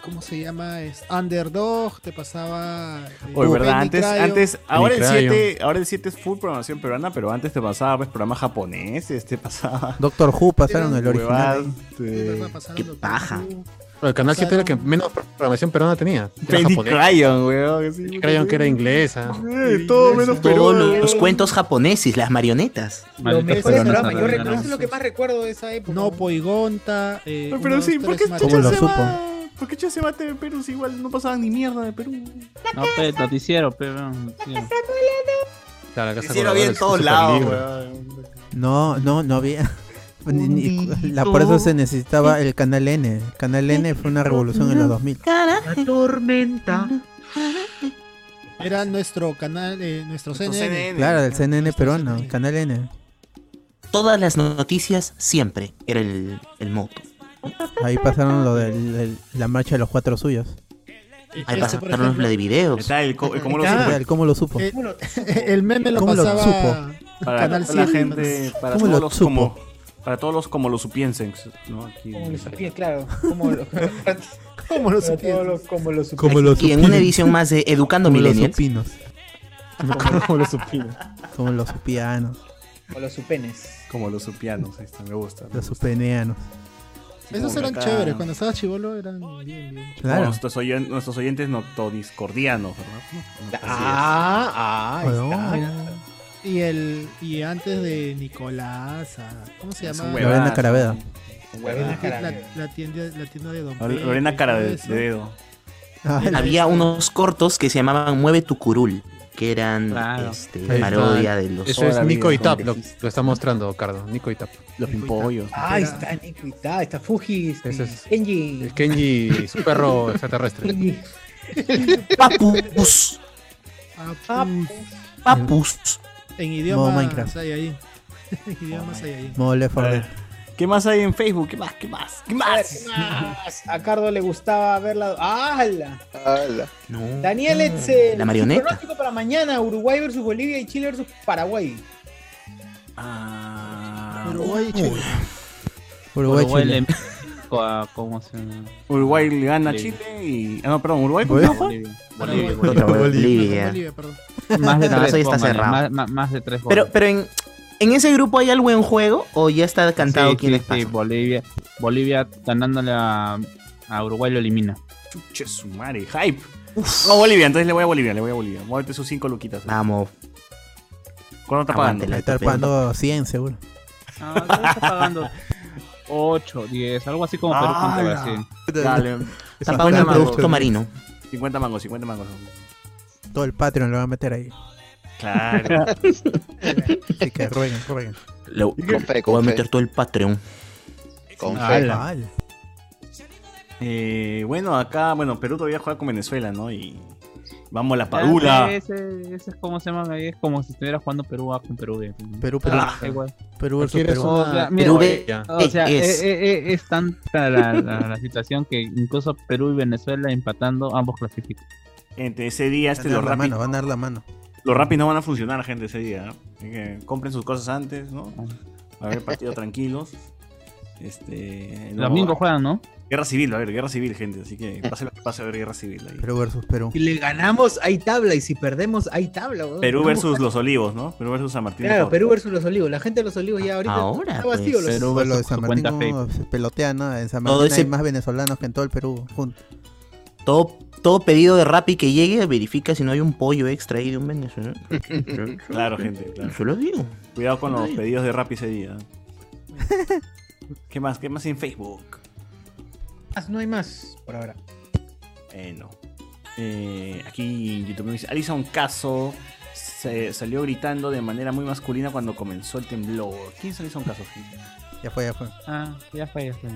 ¿Cómo se llama? Es Underdog, te pasaba. eh, Oye, verdad, Benny antes, Crayo. antes, ahora el Nicrayo. 7, ahora el 7 es full programación peruana, pero antes te pasaba pues programas japoneses, te pasaba Doctor Who pasaron el huevadas, original. ¿eh? Sí, este, verdad, pasaron qué Doctor paja. Who. El canal 7 era el que menos programación peruana tenía. Era Penny japonés. Crayon, weón. sí, Crayon que era ah. inglesa. Eh, todo ah. menos Todos peruano. los, los cuentos japoneses, las marionetas. Los Maldito mejores peruano programas, yo sabe recuerdo, nada. eso es lo que más recuerdo de esa época. No, Poigonta. Eh, Pero, uno, dos, sí, ¿por qué tres, chucha Macho. ¿Cómo lo se supo? va? ah, ¿Por qué chucha se va a TV Perú si igual no pasaban ni mierda de Perú? Ah, No, pe, noticiero, pero. Claro, la casa Hicieron colorada, bien en el todos super lados, libro. weón. No, no, no había. Pues, ni- ni- la, por eso se necesitaba el canal N. El canal N fue una revolución en los 2000. Era nuestro canal, eh, nuestro Nuestro CNN. Claro, el CNN peruano, el canal N. Todas las noticias siempre era el, el moto. Ahí pasaron lo de la marcha de los cuatro suyos. Eh, Ahí este, por pasaron ejemplo, la de videos. Está el, co- el cómo lo Ah, supo. el ¿Cómo lo supo? eh, el meme lo ¿Cómo lo pasaba Para Canal toda la 7. gente, para ¿Cómo todos lo los supo? como para todos los como lo supiensen, ¿no? Aquí. Como lo supía, claro. Como lo, ¿Cómo lo pero todo supieron? lo- como lo supía. ¿Cómo lo Y en una edición más de Educando Como los Millennials. supinos. Como los supino. Como los supianos, Como los supenes. Como los supianos, ahí está, me gusta. me los gusta. supeneanos. Esos Como eran acá. chéveres. Cuando estaba chivolo eran bien, bien. Como Claro. Nuestros, oyen- nuestros oyentes notodiscordianos, ¿verdad? Así es. Ah, Ah, ahí mira. está. Y el y antes de Nicolás, ah, ¿cómo se Es llama? un Lorena huevazo. Caraveda. Un Lorena huevazo. La, Caraveda. la tienda, la tienda de Don Pepe y Lorena Cara todo de, eso. de dedo. Ah, el- Había unos cortos que se llamaban Mueve tu curul, que eran Claro. este, Ahí está. parodia de los Eso es Ahora Nico vive y Tap, con lo, lo está mostrando, Cardo. Nico y Tap. Los pimpollos. Ah, está Nico, y está, está Fuji, este, Ese es- Kenji. El Kenji, su perro extraterrestre. Kenji. papus, Ah, Ah, pus. papus. En idioma Minecraft. Saiyajin. en idioma Saiyajin. Modo Left 4 Dead. ¿Qué más hay en Facebook? ¿Qué más? ¿Qué más? ¿Qué A ver, ¿qué más? A Cardo le gustaba verla. ¡Hala! No. Ah, Daniel Etzel. La marioneta. Pronóstico para mañana: Uruguay versus Bolivia y Chile versus Paraguay. Ah. Uruguay, Chile. Uruguay, Chile. le- a- ¿Cómo se llama? Uruguay le gana a Bolivia. Chile y. Ah, no, perdón, Uruguay con quién fue? Bolivia. Bolivia. Contra Bolivia. Bolivia, perdón. Más de No, tres eso ya está póngale, cerrado. Más, más- más de tres Pero, goles. pero en, en ese grupo hay algo en juego o ya está cantado Sí, quién sí, es sí, Bolivia, Bolivia ganándole a, a Uruguay lo elimina. Chuche, su madre, hype. No, Bolivia, entonces le voy a Bolivia, le voy a Bolivia. Muévete sus cinco luquitas. Vamos, ¿Cuándo está pagando? aguántela. Estar pagando 100 seguro. Ah, ¿cómo está pagando 8, 10, algo así como Perú contra ¡Hala! Brasil. Dale, Está pagando el producto marino. 50 mangos, 50 mangos. Todo el Patreon lo van a meter ahí. Claro. Así que rueguen, rueguen. Lo, Con fe, voy a con fe. meter todo el Patreon. Ah, Con Ah, fe. Ala. Mal. Eh, bueno, acá, bueno, Perú todavía juega con Venezuela, ¿no? Y vamos a la Ah, padula. Ah, Ese, ese es como se llama ahí, es como si estuviera jugando Perú A con Perú B. Perú, Perú. Ah, igual. Perú versus Porque eres Perú. O sea, mira, Perú oye, B. Ya. o sea, es. eh, eh, eh, es tanta la, la- la situación que incluso Perú y Venezuela empatando ambos clasifican. Gente, ese día este, Van a dar los la mano, rapis van a dar la mano. los rapis no van a funcionar, gente, ese día. ¿no? Así que compren sus cosas antes, ¿no? Va A ver, partido tranquilos. Este. no, Domingo va- juegan, ¿no? Guerra civil, va a ver, guerra civil, gente. Así que pase lo que pase, a ver guerra civil ahí. Perú versus Perú. Si le ganamos, hay tabla. Y si perdemos, hay tabla. weón. Perú Estamos- versus los olivos, ¿no? Perú versus San Martín. de Claro, Porres. Perú versus los olivos. La gente de los olivos ya ahorita Ahora, está vacío. pues, los- Pero Perú lo de versus San su Martín cuenta como fake. se pelotea, ¿no? En San Todo Martín hay ese- más venezolanos que en todo el Perú juntos. Todo, todo pedido de Rappi que llegue, verifica si no hay un pollo extra ahí de un venezolano. Claro, gente. claro. Yo lo digo. Cuidado con los Ay. pedidos de Rappi ese día. ¿Qué más? ¿Qué más en Facebook? Más, No hay más por ahora. Eh, no. Eh, aquí en YouTube me dice, Alison Caso se salió gritando de manera muy masculina cuando comenzó el temblor. ¿Quién es Alison Caso? gente? Ya fue, ya fue. Ah, ya fue, ya fue.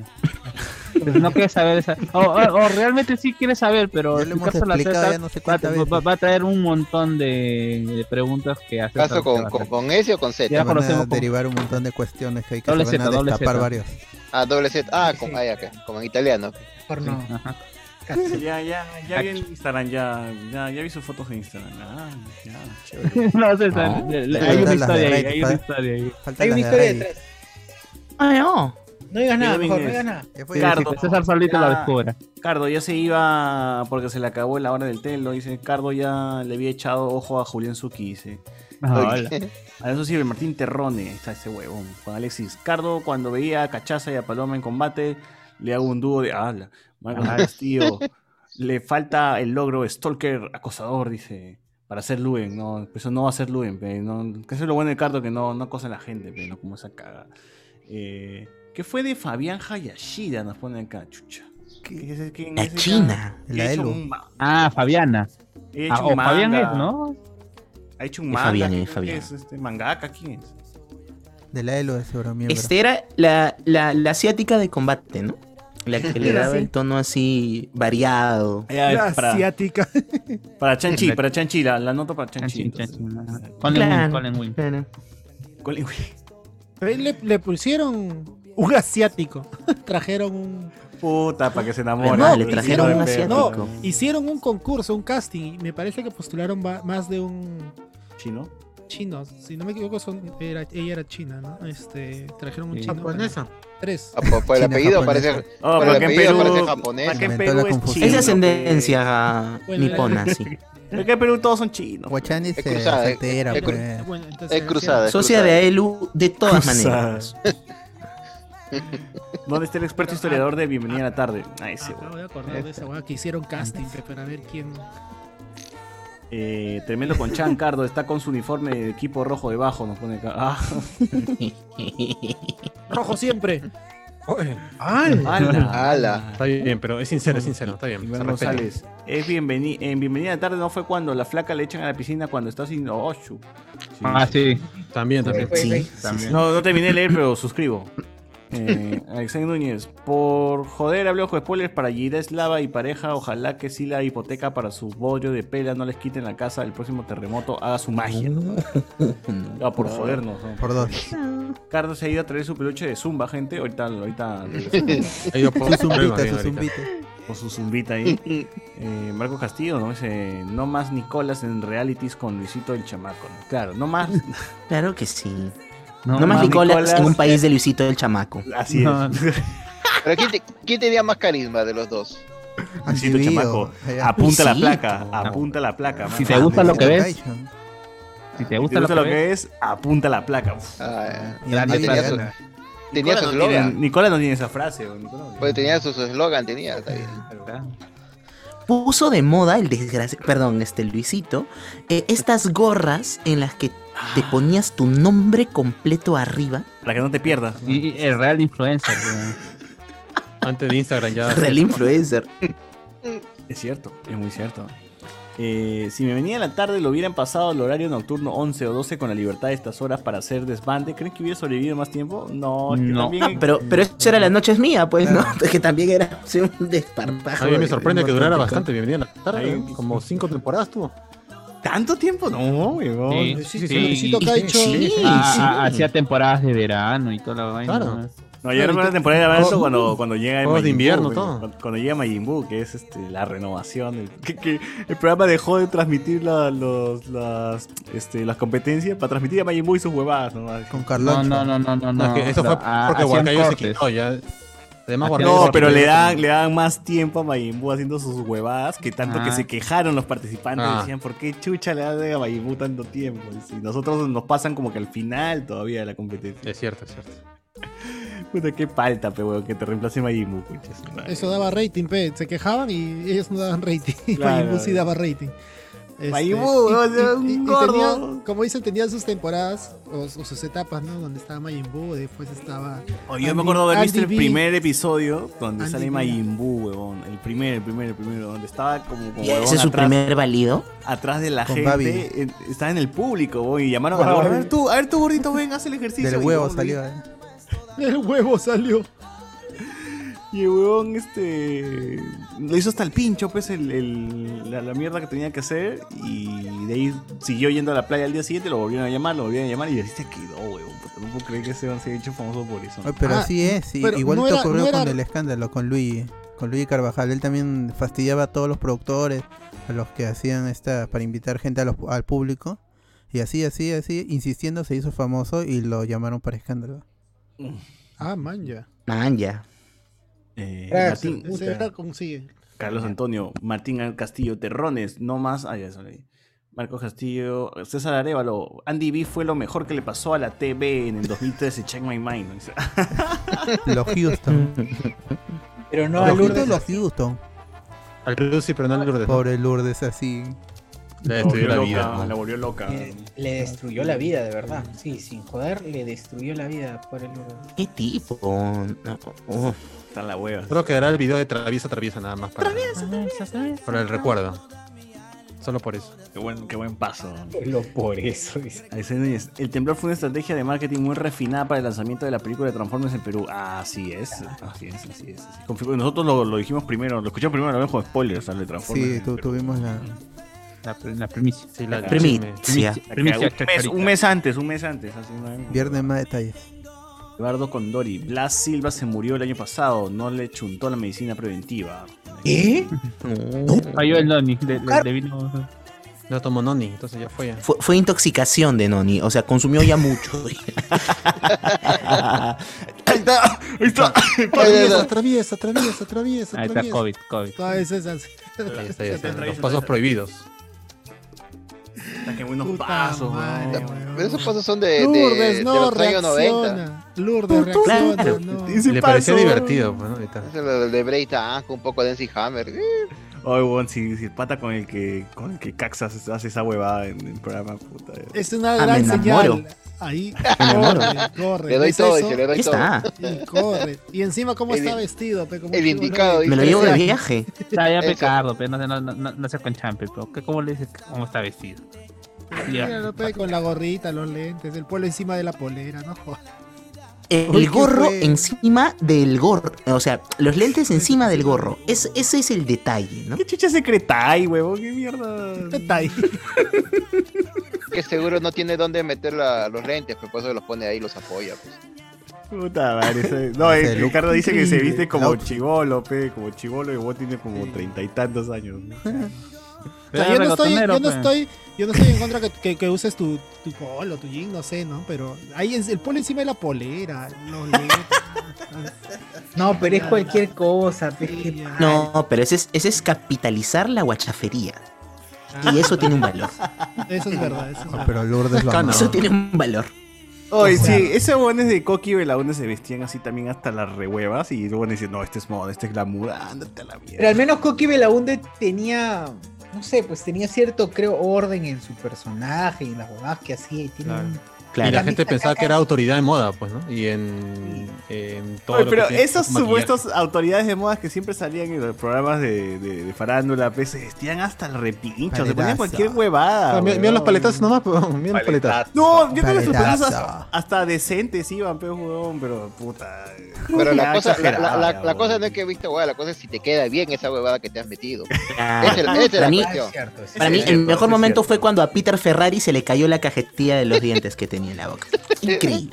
Pues no quieres saber esa. O, o- o realmente sí quieres saber, pero Ya en lo tu hemos caso la explicado trata- ya no sé va, cuántas va- veces. va- va a traer un montón de, de preguntas que hace. ¿Caso con, con, con S o con Z? Ya Te van conocemos a como- derivar un montón de cuestiones que hay que Doble se van Z, a doble destapar Z. varios. Ah, doble Z. Ah, con, ah, ya, ok, como en italiano. Por no. Ya, ya, ya vi en Instagram, ya, ya, ya vi sus fotos en Instagram. Ah, ya, chévere. No, César, le- le- hay una Ah, Faltan las de historia ahí, Reddit, hay una ¿sabes? historia ahí. Falta Hay la una de historia Reddit. detrás. Ay, Ah, no. No digas nada, Diego mejor, no Inés. digas nada. Ya fue, Sí, ya Cardo. sí, César solito la Ya. descubra. Cardo ya se iba porque se le acabó la hora del telo. Dice, Cardo ya le había echado ojo a Julián Suki, dice. Ah, Oye. hola. A eso sirve Martín Terrone, ahí está ese huevón, con Alexis Cardo, cuando veía a Cachaza y a Paloma en combate, le hago un dúo de habla. Marcos Castillo, le falta el logro Stalker acosador, dice, para ser Luen, no, "Pues eso no va a ser Luen, pe, no, que eso es lo bueno de Cardo, que no, no acosa a la gente, pero no como esa caga. Eh, ¿Qué fue de Fabián Hayashida? Nos pone acá, chucha. ¿Qué es ese- quién La es ese China, cara? la Ha hecho Elo. un ma- Ah, Fabiana. ha hecho Ah, un o Fabián manga, es, ¿no? Ha hecho un Es manga. Fabián, ¿quién es Fabián. Es este mangaka, ¿quién es? De la Elo de seguro miembro. Este era la, la, la asiática de combate, ¿no? La que le Era daba así. el tono así variado. Ah, ya, es para- asiática. Para Chanchi, para Chanchi, la, la noto para Chanchi. Chanchin, entonces. chanchin, ajá. Colin Claro. Wing, Colin Wing. Claro. Colin Wing. Ahí le, le pusieron un asiático. Trajeron un. Puta, para que se enamore. No, le Hicieron trajeron de un pedo. asiático. Hicieron un concurso, un casting. Y me parece que postularon va- más de un Chino. chino. Si no me equivoco, son, era- ella era china, ¿no? Este, trajeron un Sí. chino. para- Japonesa. Tres. Ah, Por, por el China, apellido japonesa. parece. Oh, Pero para el que en apellido Perú. parece japonés. Para que en Inventó la Perú es confusión. chino. Es Sí, de no, ascendencia Bueno, nipona, sí. Para que en Perú todos son chinos. Guachani se Es cruzada, es- altera, es cru- pues. Bueno, entonces, Es cruzada. es Socia de E Aelu de todas Cruzada. maneras. ¿Dónde está el experto historiador de Bienvenida a la Tarde? Ah, ese Acabo güey. de acordar de esa weá que hicieron casting pe, para ver quién. Eh, tremendo con Chan Cardo. Está con su uniforme de equipo rojo debajo. Nos pone acá. Ah, Rojo siempre. ala. Ala. Está bien, pero es sincero, es sincero, está bien. Iván se respeta. González. Es bienveni- en Bienvenida a la Tarde no fue cuando la flaca le echan a la piscina cuando está sin oh, Oshu. Ah, sí. También, también. Sí, También. No, no terminé de leer, pero suscribo. Eh, Alexander Núñez, por joder, hablé ojo de spoilers para Gireslava y pareja. Ojalá que si la hipoteca para su bollo de pela no les quiten la casa el próximo terremoto, haga su magia. Ah, por jodernos. ¿no? Por dos. Ah. Carlos se ha ido a traer su peluche de Zumba, gente. Ahorita, ahorita. Ha ido por- Su zumbita, su zumbita. O su zumbita ahí. Eh, Marco Castillo, ¿no? Dice, no más Nicolás en realities con Luisito el Chamaco. ¿no? Claro, no más. Claro que sí. No No, más más Nicolás, Nicolás. en un país de Luisito el Chamaco. Así es. No, no. Pero ¿quién, te- quién tenía más carisma de los dos? Ah, Luisito el Chamaco. Apunta la placa, Ah. apunta la placa. Si mano. te gusta lo que ves, si te Si gusta lo que ves, es, apunta la placa. Uf. Ah, Grande tenía su- Nicolás. tenía Nicolás su no tiene- eslogan. Nicolás no tiene esa frase. o Nicolás no Pues tenía su su eslogan, tenía. está bien. Puso de moda el desgracia, perdón, este Luisito, eh, estas gorras en las que Ah. te ponías tu nombre completo arriba. Para que no te pierdas. Y y el real influencer. Antes de Instagram ya. Real influencer. Es cierto, es muy cierto. Eh, si me venía en la tarde, lo hubieran pasado al horario nocturno 11 o 12 con la libertad de estas horas para hacer desbande. ¿Creen que hubiera sobrevivido más tiempo? No, es que No, también- Ah, pero, pero eso era la noche es mía, pues, ¿no? Que también era sí, un Ah, desparpajo. A mí me de- sorprende de- que durara de- bastante. Bienvenida a la tarde. ¿eh? Como cinco temporadas tuvo. ¿Tanto tiempo? No, huevón. Sí, sí, sí, Luisito sí, Caicho. sí, Sí, ah, sí. ah, Hacía temporadas de verano y toda la vaina. Claro. No, yo recuerdo la temporada de abrazo cuando, cuando llega el Juegos de Majin Buu, invierno, güey. todo. Cuando, cuando llega Majin Buu, que es este, la renovación. El, que, que el programa dejó de transmitir la- los- las, este, las competencias para transmitir a Majin Buu y sus huevadas. ¿no? Así. Con No, Carlón. no, no, no, no. No, es que eso fue Ah, porque hacían Huancayo se cortes. quitó ya. Además, Hacían Huancayo No, se pero quitó. le dan, le dan más tiempo a Majin Buu haciendo sus huevadas que tanto que Ah. se quejaron los participantes. Ah. Decían, ¿por qué chucha le dan a Majin Buu tanto tiempo? Y nosotros nos pasan como que al final todavía de la competencia. Es cierto, es cierto. Puta, qué palta, pe, weón, que te reemplace Majin Buu, concha su madre. Eso daba rating, pe. Se quejaban y ellos no daban rating. Y Claro. Majin Buu sí daba rating. Este, Majin Buu, y- o sea, y- un y- y gordo. tenía, como dicen, tenía sus temporadas o, o sus etapas, ¿no? Donde estaba Majin Buu, después estaba. Oh, yo Andy- me acuerdo haber visto el Andy B. primer episodio donde Andy sale B. Majin Buu, huevón. El primer, el primer, el primero, donde estaba como, como ¿Ese huevón, es su atrás, primer válido? atrás de la Con gente. Babi. en- estaba en el público, huevón, y llamaron Con a Babi. a ver tú, a ver tú gordito, ven, haz el ejercicio. Del Y, huevo huevón, salió. ¿eh? El huevo salió. Y el huevón, este. Lo hizo hasta el pincho, pues, el, el- la, la mierda que tenía que hacer. Y de ahí siguió yendo a la playa al día siguiente, lo volvieron a llamar, lo volvieron a llamar. Y así se quedó, huevón. puta, No puedo creer que ese huevón se haya hecho famoso por eso. Ay, pero Ah, así es, sí. pero igual no te era- ocurrió no era- con el escándalo, con Luigi, con Luigi Carvajal. Él también fastidiaba a todos los productores, a los que hacían esta, para invitar gente a los- al público. Y así, así, así, insistiendo, se hizo famoso y lo llamaron para escándalo. Ah, man, ya. Man, ya. Eh, Gracias. Martín- Ese era como sigue. Carlos Antonio, Martín Castillo, Terrones, no más. ah, ya, eso leí. Marco Castillo, César Arevalo, Andy B fue lo mejor que le pasó a la TV en el 2013, Check My Mind. Dice, Los Houston. Pero no a los Houston, Lourdes. los Houston. Al Perú sí, pero no al Lourdes. Pobre Lourdes, así. Le destruyó la loca, vida. la ¿no? volvió loca. Le, Eh, le destruyó la vida, de verdad. Sí, sin joder, le destruyó la vida por el Lourdes. ¿Qué tipo? No, oh. Está en la hueva. Solo quedará el video de Traviesa Traviesa nada más. Para, para el recuerdo. Solo por eso. Qué buen, qué buen paso. Solo por eso. dice. Alexander Núñez, El temblor fue una estrategia de marketing muy refinada para el lanzamiento de la película de Transformers en Perú. Así es, así es, así es. así es. Confirmo- Nosotros lo, lo dijimos primero, lo escuchamos primero, lo vemos con spoilers, sale Transformers. Sí, en tu- Perú. tuvimos la. La, pre- la primicia. Sí, la- Primicia. Acá, Primicia un, mes, un mes antes, un mes antes. Así, ¿no? Viernes más detalles. Eduardo Condori, Blas Silva se murió el año pasado, no le chuntó la medicina preventiva. ¿Eh? Falló el Noni. Le, le- le vino. No tomó Noni, entonces ya fue. Ya. Fue, fue intoxicación de Noni, o sea, consumió ya mucho. Ahí está, ahí está. Traviesa, traviesa, traviesa, traviesa. Ahí está COVID, COVID. Todas esas. Ahí está, ahí está. Los Traviesa, pasos traviesa. prohibidos. Qué buenos Puta pasos, madre, weón. weón. Pero esos pasos son de, de, Lourdes de no los años 90. reacciona. Lourdes reacciona. Claro. no. Dice- Le pareció paso. divertido. Pues, ¿no? Ahí está. Eso es lo de Bray Tank, un poco de Nancy Hammer. Eh, Ay, weón, si, si el pata con el que con el que Caxas hace esa huevada en el programa, puta. Es una Ah, gran me enamoro. señal. Ahí corre, corre. Le doy ¿Ves todo, eso? dice, le Ya doy todo. está. Y corre. Y encima, ¿cómo El- está vestido? pe? Como el un indicado, tiburón. Me lo llevo de viaje. Está ya Eso. pecado, pero no, se- no, no, no sea con champe, pero ¿qué- ¿cómo le dices cómo está vestido? Ya. Míralo, pe, con la gorrita, los lentes, el polo encima de la polera, ¿no? jodas. El Uy, qué gorro fue. encima del gorro. O sea, los lentes encima del gorro. Es, ese es el detalle, ¿no? ¿Qué chucha es secretai, huevón? ¿Qué mierda? Secretai. Que seguro no tiene dónde meter la- los lentes, pero por eso los pone ahí y los apoya. pues. Puta madre. ese- No, eh, Ese look Ricardo dice que se increíble. viste como Look. chivolo, pe, como chivolo y vos tiene como treinta y tantos años. ¿no? O sea, yo, no estoy, yo, no estoy, yo no estoy en contra que, que- que uses tu, tu polo, tu jean, no sé, ¿no? Pero ahí es el polo encima de la polera. los lentes. No, pero es cualquier cosa. pe, qué mal. No, pero ese es, ese es capitalizar la guachafería. Y eso tiene un valor. Eso es verdad. Ah, Eso es verdad. Pero Lourdes lo amaba. Eso tiene un valor. Oye, O sea- sí, esos hueones de Coqui y Belaunde se vestían así también hasta las rehuevas y luego dicen, no, este es moda, este es glamour, ándate a la mierda. Pero al menos Coqui Belaunde tenía, no sé, pues tenía cierto, creo, orden en su personaje y en las bodas que hacía. Y tiene Claro. un- Y la Claro. gente pensaba que era autoridad en moda, pues, ¿no? Y en, en todo Oye, lo que pero tiene esas maquillaje. supuestas autoridades de modas que siempre salían en los programas de, de- de farándula, pues, se vestían hasta el repincho, se ponían Paletazo. cualquier huevada. Ah, mira, mira huevón. los paletazos nomás, pues, mira los paletazos. No, yo creo que sus Paletazo. hasta, hasta decentes iban, pero huevón, pero puta. Pero la Ya cosa, la, la- exagerada, la- la huevón. cosa no es que he visto huevada, la cosa es si te queda bien esa huevada que te has metido. Claro. Esa es la- esa es la Ah, Para mí- cuestión. Para mí, Sí, el sí, mejor sí, momento sí. fue cuando a Peter Ferrari se le cayó la cajetilla de los dientes que tenía en la boca. Increíble.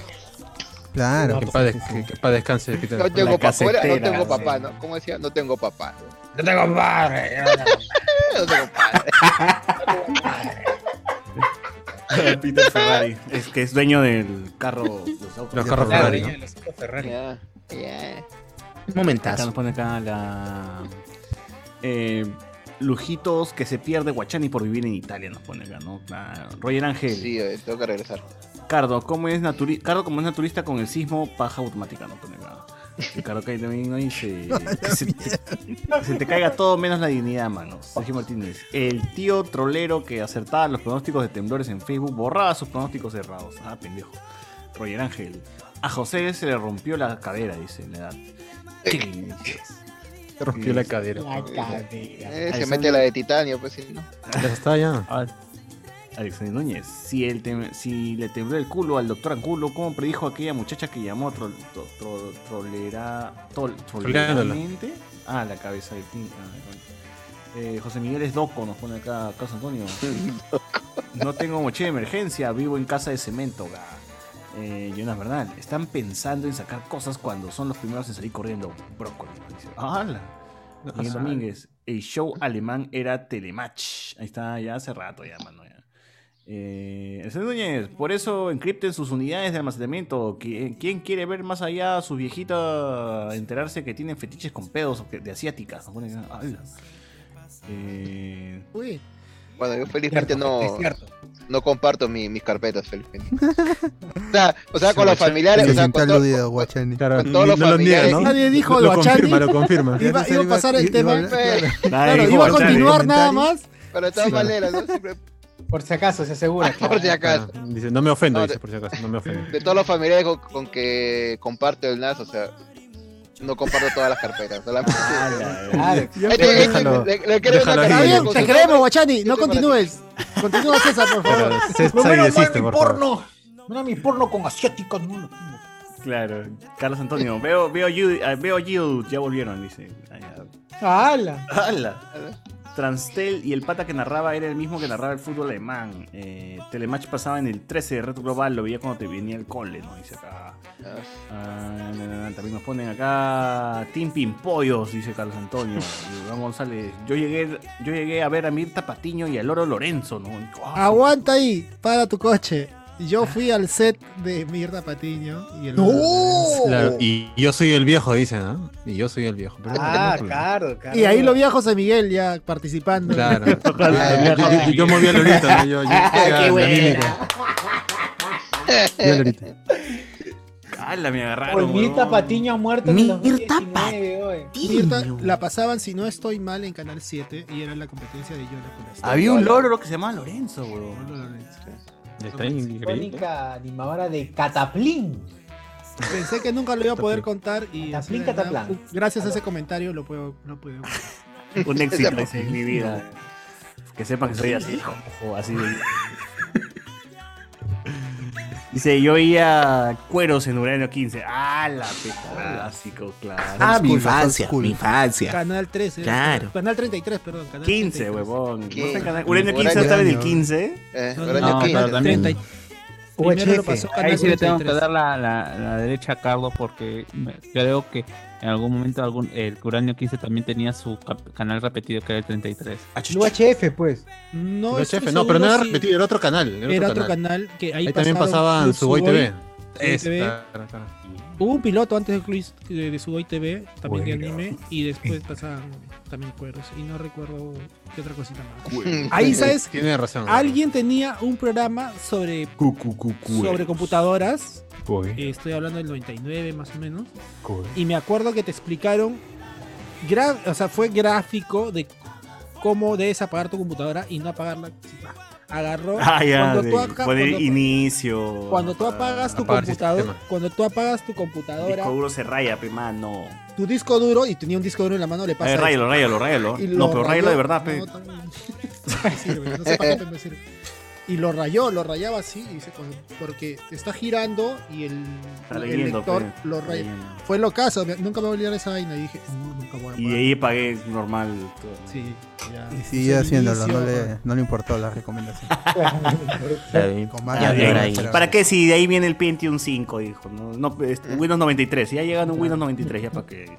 Claro. Que pa' des- que- que pa' descanse, Peter. No La tengo papá, no casetera, tengo sí. papá, ¿no? ¿Cómo decía? No tengo papá. No tengo padre. No tengo padre. Peter Ferrari, es que es dueño del carro, los autos. Los carros Ferrari, ¿no? Ya, Ah, ya. Un momentazo. Acá nos pone acá la. eh, lujitos que se pierde Guachani por vivir en Italia, nos pone acá, ¿no? Claro. Roger Ángel. Sí, eh, tengo que regresar. Cardo, ¿cómo es naturi- Cardo, como es naturista con el sismo, paja automática, nos pone acá. Ricardo Calle también ¿no? Y se, que se, te, se te caiga todo menos la dignidad, mano. Sergio Martínez. El tío trolero que acertaba los pronósticos de temblores en Facebook borraba sus pronósticos errados. Ah, pendejo. Roger Ángel. A José se le rompió la cadera, dice, en la edad. Qué demencias. Se rompió la cadera. Eh, se mete la de titanio, pues sí, ¿no? Ya está, ya. Alexander Núñez, si, el tem- si le tembló el culo al doctor Angulo, ¿cómo predijo aquella muchacha que llamó trol, to- tro- trolera, tol- Troleándola. troleramente? Ah, la cabeza de ti. Ah, bueno. Eh, José Miguel es doco, nos pone acá Carlos Antonio. no tengo mochila de emergencia, vivo en casa de cemento. ga. Eh, Jonas Bernal, están pensando en sacar cosas cuando son los primeros en salir corriendo. Brócoli. dice. ¡Hala! Miguel Ajá. Domínguez, el show alemán era telematch. Ahí está, ya hace rato ya, mano. Ya. Eh, Elsen Núñez, por eso encripten sus unidades de almacenamiento. ¿Qui- ¿Quién quiere ver más allá a sus viejitas enterarse que tienen fetiches con pedos o que- de asiáticas? Nos pone- ¡Hala! Eh, Uy, Bueno, yo felizmente no, es cierto. no comparto mi- mis carpetas, felizmente. o sea, o sea, con Guachani. los familiares, Se o sea, siente con, todo- aludido, Guachani. con todos los no lo niega, familiares. ¿no? Nadie dijo Lo- el lo confirma, Guachani. lo confirma. Iba, iba a pasar el tema. Iba- Pero- Claro, iba a continuar nada más. Pero de todas Sí. maneras, ¿no? Siempre- Por si acaso, se asegura. por si Ah, acaso. dice, no me ofendo, No, dice, de- por si acaso, no me ofendo. De todos los familiares con, con que comparto el NAS, o sea, no comparto todas las carpetas. solamente- Ah, Este- este- Déjalo- le- le creo déjalo una Está ahí. carpeta bien, con te su- creemos, Guachani. No Siete para continúes. Continúa, César, por favor. Pero se Me muero, desiste, mi por favor. porno. Mira mi porno con asiáticos. no lo pongo. Claro, Carlos Antonio, veo, veo, Judy- ah, veo Jude, ya volvieron, dice. Ah, ya. ¡Hala! ¡Hala! Transtel y el pata que narraba era el mismo que narraba el fútbol alemán. Eh, Telematch pasaba en el 13 de Red Global, lo veía cuando te venía el cole, ¿no? Dice acá. Ah, na, na, na, también nos ponen acá Team Pimpollos, dice Carlos Antonio. Iván González. Yo llegué, yo llegué a ver a Mirta Patiño y a Loro Lorenzo, ¿no? Ah, Aguanta ahí, para tu coche. Yo fui al set de Mirta Patiño y el. ¡Uh! Claro, y yo soy el viejo, dice, ¿no? Y yo soy el viejo. Pero- Ah, claro, claro. Y ahí lo vi a José Miguel ya participando. Ah, Claro. Yo- yo, yo- yo moví a Lolita, ¿no? Yo, yo, ¡Qué yo- buena! yo a Lolita. ¡Hala, me agarraron! Olmita huevón! Patiño ha muerto en el Mirta 2019, oye. Mirta la pasaban, si no estoy mal, en Canal 7 y era la competencia de Yola con Estela. Había un loro que se llamaba Lorenzo, huevón. Lolo Lorenzo. Está increíble. Icónica animadora de Cataplín. Pensé que nunca lo iba a poder contar y así de nada, Cataplan. gracias a ese comentario lo puedo lo puedo. Un éxito dice, en mi vida. Que sepan que soy así, ojo, así de. Dice, yo oía cueros en Urano 15. Ah, la pe- clásico, clásico. Ah, mi infancia, mi infancia. Canal 13. Claro. Canal 33, perdón. Canal 15, huevón. ¿No está en canal- ¿Qué? Uranio 15 no estaba en el 15. Eh, No, Uranio no, 15. pero también- Treinta y- UHF. Primero lo pasó Canal Ahí sí le tengo que 33. dar la, la- la derecha a Carlos porque me- creo que en algún momento algún, el Uranio 15 también tenía su cap- canal repetido que era el 33. El UHF, pues. No, El estoy UHF, no, pero no seguro era si- repetido, era otro canal. Era, Era otro canal que ahí también pasaron pasaban Club Suboy Suboy, TV. Club Es, TV. claro, claro. Hubo un piloto antes de, Cluis- de, de Sudoi TV, también de Bueno. anime, y después pasaban también cueros. Y no recuerdo qué otra cosita más. Cueros. Ahí, ¿sabes? Tiene razón. Alguien tenía un programa sobre, sobre computadoras. Cueros. Eh, estoy hablando del 99 más o menos. Cool. Y me acuerdo que te explicaron, gra- o sea, fue gráfico de cómo debes apagar tu computadora y no apagarla. Agarró. Ah, ya. cuando de tú aca- poner cuando- inicio. Cuando tú apagas tu Apagar computadora, sistema. cuando tú apagas tu El disco computadora, duro se raya, prima, no. tu disco duro y tenía un disco duro en la mano, le pasa. Eh, ráyalo, esto. ráyalo, ráyalo. Y No, pero ráyalo de verdad, no, pe. también. No sirve, no sé para qué me sirve. Y lo rayó, lo rayaba así, y dice, "Pues, porque está girando y el, el leyendo, lector pe. lo Está raya. leyendo. Fue lo caso, nunca me voy a olvidar esa vaina. Y dije, "No, nunca voy a Y poder". ahí pagué normal. todo. Sí, ya. Y sigue Es el haciéndolo, no inicio, le, no le importó la recomendación. Con más Ya, ganas bien. ahora ahí. ¿Para qué si de ahí viene el Pentium 5? Dijo. No, no, este, Windows 93. Ya llegan un Windows 93, ya para que.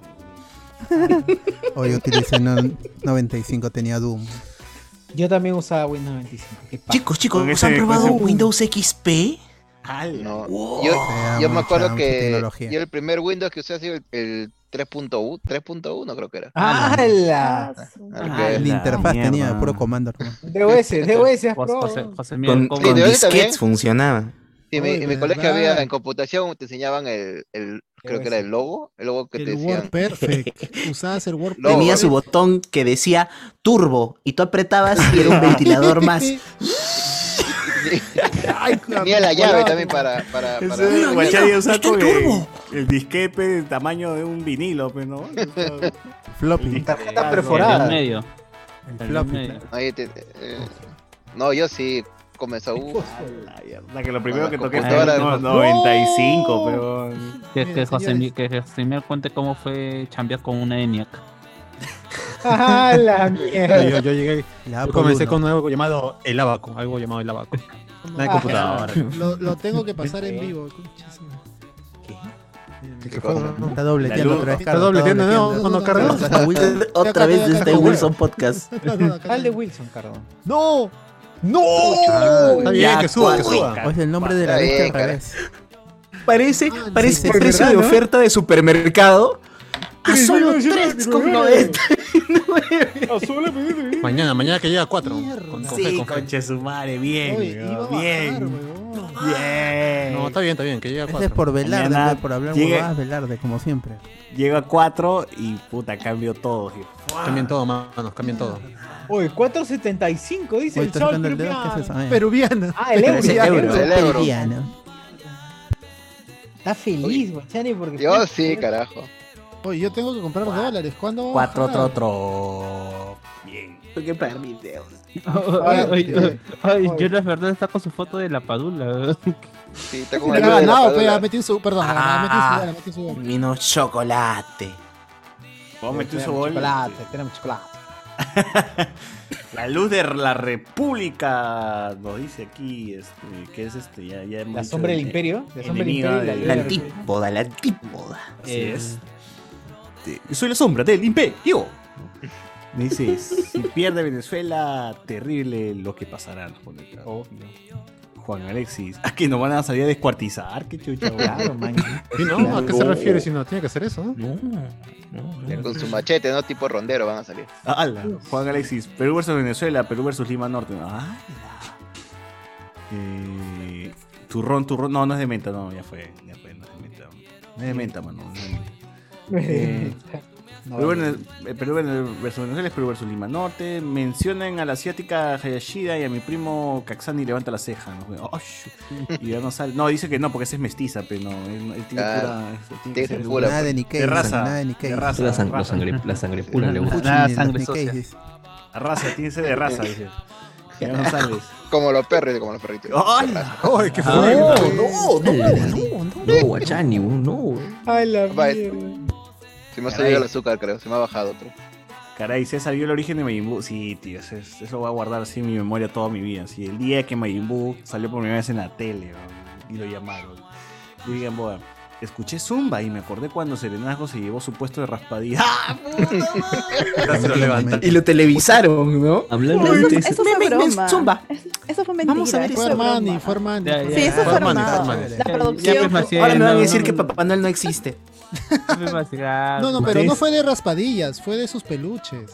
Hoy utilicé no- 95, tenía Doom. Yo también usaba Windows 95. qué paja. Chicos, chicos, Con ¿os ese- han con probado ese- Windows XP? No, Wow. yo, Sea yo me mucha, acuerdo mucha que tecnología. yo el primer Windows que usé ha sido el, el 3.1, 3.1 creo que era. Ah, Ah, ¡Hala! Ah, Porque- La interfaz mierda. tenía puro comando. hermano. DOS, Este, DOS, has José, José, probado. José Miguel, Con, ¿cómo- Sí, con de ahorita bien. disquets funcionaba. Sí, mi- Uy, en mi colegio ¿verdad? Pues había en computación te enseñaban el, el creo que era el logo, el logo que te El decían. Word Perfect. Usabas el Word No, Tenía ¿verdad? su botón que decía turbo y tú apretabas y era un ventilador más. Tenía la llave también para, para, para- Ese guachá mira, ya usaba está el con el, turbo. el disquete del tamaño de un vinilo, pues, ¿no? Floppy. Ah, Tarjeta el de perforada. en medio. El El floppy. medio. Ahí te- eh, No, yo sí comenzó uh, La que lo primero Con que la toqué fue Ah, computadora. no, 95, pero. Que, Mira, que José, señores. Mi- que José Miguel cuente cómo fue chambear con una ENIAC. ¡Ah, la mierda! Yo, yo llegué, La yo Apple comencé I. con algo llamado el abaco, algo llamado el abaco. Nada de Ah. computadora. Lo, lo tengo que pasar en vivo. conchísima. ¿Qué cosa? Está dobleteando La otra vez. luz. Está dobleteando, no, no, no carga. Hasta Windows. Otra vez desde Wilson Podcast. No, no, acá Al de no. Wilson, Cardo. ¡No! Está bien, Ya, que suba, que cuál, suba. Oye, el nombre de la Está bestia al bien, cara. revés. Parece, sí, parece sí. precio ¿Verdad, de no? oferta de supermercado. A solo este 3,99. Mañana, mañana que llega a 4. Con, con fe, Sí, con fe. conche su madre, bien, Oye, weón, iba a bajar, bien. huevón. Bien. No, está bien, está bien, que llega a Ese es 4. por Velarde, Mañana pues, por hablar llegue- huevadas Velarde, como siempre. Llego a 4 y puta, cambio todo. tío. Cambien todo, manos, cambien todo. Oye, 4.75 dice Oye, el está sol sacando el dedo, ¿qué peruano. es eso? Ah, ya. Peruviana. Ah, el euro. Ese ya, euro. El euro. Peruviano. Está feliz, Guachani, porque... Yo sí, carajo. Oye, yo tengo que comprar dólares. ¿Cuándo? 4 otro, otro otro. Bien. Qué permite. Ay, ay, Oye, ay, ay, yo la verdad está con su foto de la padula. Sí, está como Ha el logo de la ganado, pues, pe, padula. ha metido su. Perdón, Ah. ha metido su- ha metido su. Vino chocolate. Vamos a meter su Tenemos gol. chocolate, tenemos chocolate. La luz de la República nos dice aquí este, que es este ya, ya hemos La dicho sombra del de- imperio. La sombra del enemiga imperio y la del- luz La de la antípoda, la antípoda. Así es. Te- Eh, este, Soy la sombra del imperio. Dice, si pierde Venezuela, terrible lo que pasará. nos pone acá. Juan Alexis, ¿a que nos van a salir a descuartizar? ¿Qué chucha? Claro, man. Sí, no? ¿A qué se refiere si no tiene que hacer eso? no? No, Con su machete, ¿no? Tipo rondero van a salir. Ala, Juan Alexis, Perú versus Venezuela, Perú versus Lima Norte. Ala. Eh, turrón, turrón. No, no es de menta, no, ya fue. Ya fue, no es de menta. No es de menta, mano. No es de menta. Eh, Perú, Vene- eh, Perú Vene- versus Venezuela es Perú versus Lima Norte. Mencionen a la asiática Hayashida y a mi primo Kaxani levanta la ceja. ¿no? Oh, shu- y ya no sale. No, dice que no, porque esa es mestiza, pero no. Él, él tiene Claro. pura- pues. él tiene que Tiene ser- pura- Nada de Nikkei. De raza. Nada de Nikkei. De raza. La, sang- la raza. sangre, la sangre pura le gusta. Nada, Ni los sangre Nikkeis. sucia. dice. Raza, tiene que ser de raza, dice. Señor González. Como los perros, como los perritos. ¡Ay! ¡Ay, qué fuerte! No, Guachani, no. Ay, la Bye. Se me ha salido el azúcar, creo. Se me ha bajado otro. Caray, se salió el origen de Majin Buu. Sí, tío, eso, es- eso lo voy a guardar así en mi memoria toda mi vida. Así, el día que Majin Buu salió por primera vez en la tele ¿no? y lo llamaron. Y digan, "Boa, escuché Zumba y me acordé cuando Serenazgo se llevó su puesto de raspadilla. ¡Ah, puta madre! Y lo televisaron, ¿no? Hablando Pero de eso, ustedes, eso fue broma. Zumba. Eso, eso fue mentira. Vamos a ver eso Fue fue Armani, broma. fue Armani. Ya, ya, Sí, eso fue Armani, armado. Armani. La Ya, ya, producción pues, fue- Maciel, Ahora me van a no, decir no, que no, Papá Noel no existe. no, Maciel, No, no, pero ¿Ustedes? no fue de raspadillas, fue de sus peluches.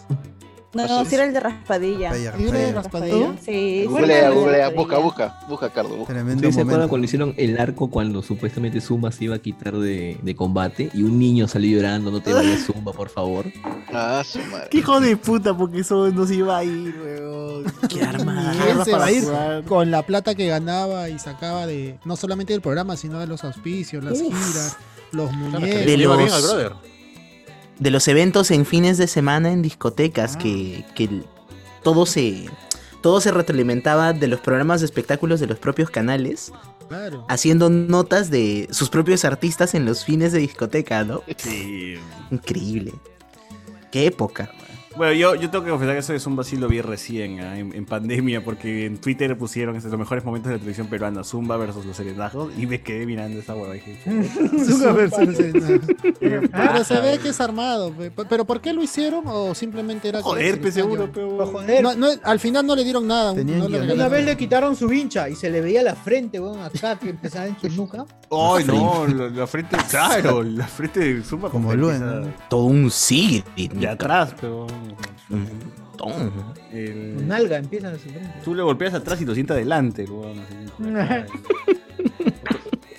No, pues no, sí era el de raspadilla. Raya, ¿Y una de raya. raspadilla? Sí, sí. Googlea, era el de googlea, busca, raspadilla. busca, busca, Cardo, busca. Tremendo ¿Ustedes se acuerdan momento. cuando hicieron el arco cuando supuestamente Zumba se iba a quitar de, de combate y un niño salió llorando, no te vayas Zumba, por favor? Ah, su madre. ¡Qué hijo de puta! Porque eso no se iba a ir, weón. ¡Qué arma! Y él se va a ir con la plata que ganaba y sacaba de no solamente del programa, sino de los auspicios, las giras, los muñecos. De Eh, Le va bien al los- brother. de los eventos en fines de semana en Ah. discotecas que, que el- todo se todo se retroalimentaba de los programas de espectáculos de los propios canales Claro. haciendo notas de sus propios artistas en los fines de discoteca no Sí. increíble qué época Bueno, yo, yo tengo que confesar que eso es un vacío lo vi recién, ¿ah? en, en pandemia, porque en Twitter pusieron este, los mejores momentos de la televisión peruana, Zumba versus los serenazgos, y me quedé mirando esa hueva y dije, Zumba versus Serena. Pero se ve que es armado. pe- pe- ¿Pero por qué lo hicieron? ¿O simplemente era... joder, pe, pues seguro, pero... joder. No, no, al final no le dieron nada. un- Tenían no le guion. regalaron Una vez nada. le quitaron su hincha y se le veía la frente, weón, acá que empezaba en su nuca. Ay, no, la, la frente, claro, la frente de Zumba. Como con- Luen, esa- ¿no? todo un siglo De atrás, pero... un montón. el- Con nalga empiezan a su frente. Tú le golpeas atrás y lo sienta adelante, weón, así, con la cara.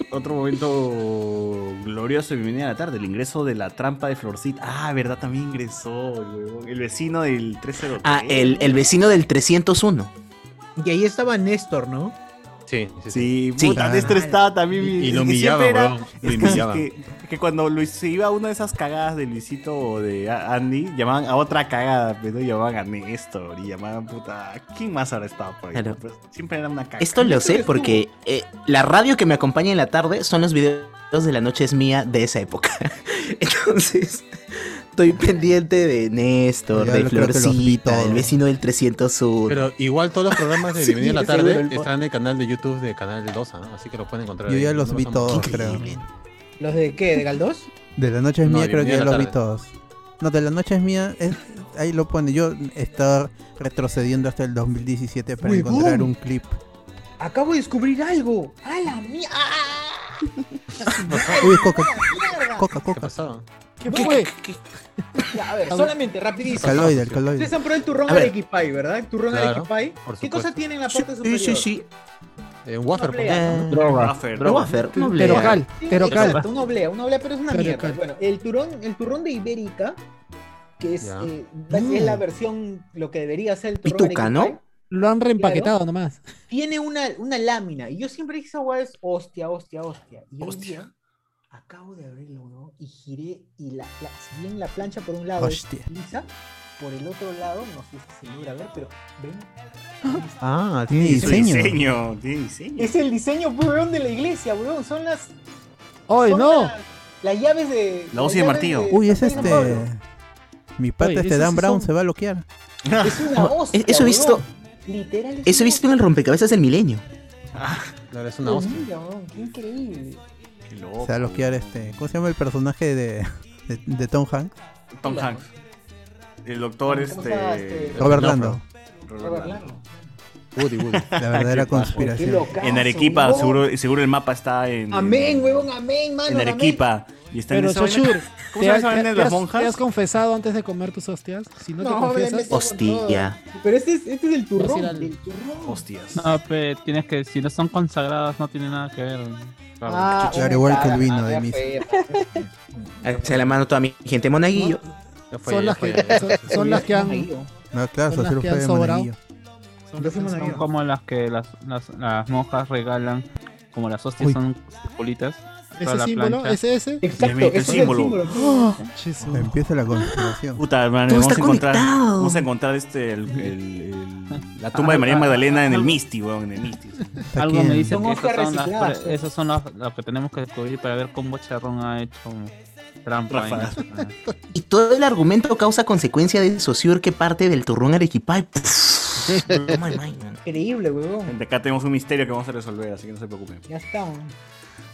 Otro momento glorioso y bienvenida a la tarde, el ingreso de la trampa de Florcita. Ah, verdad, también ingresó, el huevón. El vecino del 303. ah el, el vecino del 301 Y ahí estaba Néstor, ¿no? Sí, sí, sí. Sí, Sí. puta, Ah. Néstor estaba también. Y, y lo es que humillaba, siempre era- weón. Lo Es que, humillaba. es que- es que cuando Luis se iba a una de esas cagadas de Luisito o de a- Andy, llamaban a otra cagada, pero llamaban a Néstor y llamaban puta. ¿Quién más habrá estado por ahí? Claro. Pues siempre era una cagada. Esto lo sé porque eh, la radio que me acompaña en la tarde son los videos de La Noche es Mía de esa época. Entonces, estoy pendiente de Néstor, Ya de lo creo que los vi Florcita, todos. el vecino del 300 Sur. Pero igual todos los programas de Sí, Bienvenida a la seguro, Tarde el- están en el canal de YouTube de Canal 2, ¿ah? así que lo pueden encontrar. Yo ahí. ya No los vi pasamos. todos, creo. ¿Los de qué? ¿De Galdós? De la noche es No, mía, de creo que mía ya la los vi tarde. todos. No, de la noche es mía, es- ahí lo pone. Yo estaba retrocediendo hasta el 2017 para Huevón. encontrar un clip. Acabo de descubrir algo. ¡A la mía! ¡Ah! Uy, coca, coca, ¿Qué coca. pasó? ¿Qué fue? a ver, solamente, rapidísimo. Alcaloide, alcaloide. Ustedes han probado el turrón A ver. Arequipay, ¿verdad? El turrón Claro, Arequipay. por ¿Qué supuesto. cosa tiene en la parte Sí, superior? sí, sí. Eh, un wafer, Una pues, ¿no? Droga. Rafer, Droga, Fer, no Pero lea. cal, Sí, pero cal. exacto, Una oblea, una oblea, pero es una Pero mierda. cal. Bueno, el turrón, el turrón de Ibérica, que es, Ya. eh, da- es la versión, lo que debería ser el turrón Pituca, ¿no? Arequipay, Lo han reempaquetado nomás. tiene una, una lámina. Y yo siempre dije, esa weá es hostia, hostia, hostia. Y un día acabo de abrirlo, ¿no? Y giré, y la, la- si bien la plancha por un lado Hostia. es lisa, por el otro lado, no sé si se logra ver, pero ven. Ah, tiene Tiene diseño. diseño, tiene diseño. Es el diseño, pues, weón, de la iglesia, weón. Son las ¡Ay, Son no! la- Las llaves de. La las hoz y el llaves martillo. de Uy, es San este. Pablo. Mi pata, Oye, este esos Dan sí Brown son- se va a bloquear. Es una Oh, hostia. eso he visto- huevón. Literal. es Eso he una visto en el rompecabezas del milenio. Claro, es una hostia, hostia. huevón, Qué increíble. Qué loco. Se va a bloquear este. ¿Cómo se llama el personaje de, de, de Tom Hanks? Tom Hanks. El doctor, ¿Cómo se llama este. este? Robert no, Lando. Robert Robert Lando. Lano. Woody, Woody. La verdadera Qué paja. Qué conspiración. locazo, En Arequipa, huevón. seguro, seguro el mapa está en. Amén, huevón, amén, mano. En Arequipa. Y está en Pero esa vaina- Soshur, ¿Cómo ¿te se has- llama te de las has- te has monjas? confesado antes de comer tus hostias? Si no te No, confiesas... obviamente. Hostia. Pero este es, este es el turrón. Vas a ir al- El turrón. Hostias. No, pe, tienes que, si no son consagradas, no tiene nada que ver. Claro, Ah, oh, una igual que el cagada, vino una de misa. fea. Se la mano toda mi gente monaguillo. Ya fue, Son ya las fue, que- ya son- fue. son las que han... Monaguillo. No, claro, Son las Sosur que fue han de sobrado. monaguillo. son- Yo fui son- Son monaguillo. como las que las, las, las monjas regalan, como las hostias Uy. son colitas, toda Ese la símbolo, plancha. ese, ese. Exacto, ese es el símbolo. Oh, Jesús. Empieza la conspiración. Puta, hermano, Todo vamos, a está encontrar, conectado. vamos a encontrar este, el- el- el- la tumba de María Magdalena en el Misty, weón, en el Misty. Algo me dice que Somos esas son, las, recicladas, pre- esas son las, las que tenemos que descubrir para ver cómo Charrón ha hecho trampa. en Rafa. esa- Y todo el argumento causa consecuencia de Sosur que parte del turrón arequipay. Increíble, huevón. Gente, acá tenemos un misterio que vamos a resolver, así que no se preocupen. Ya está.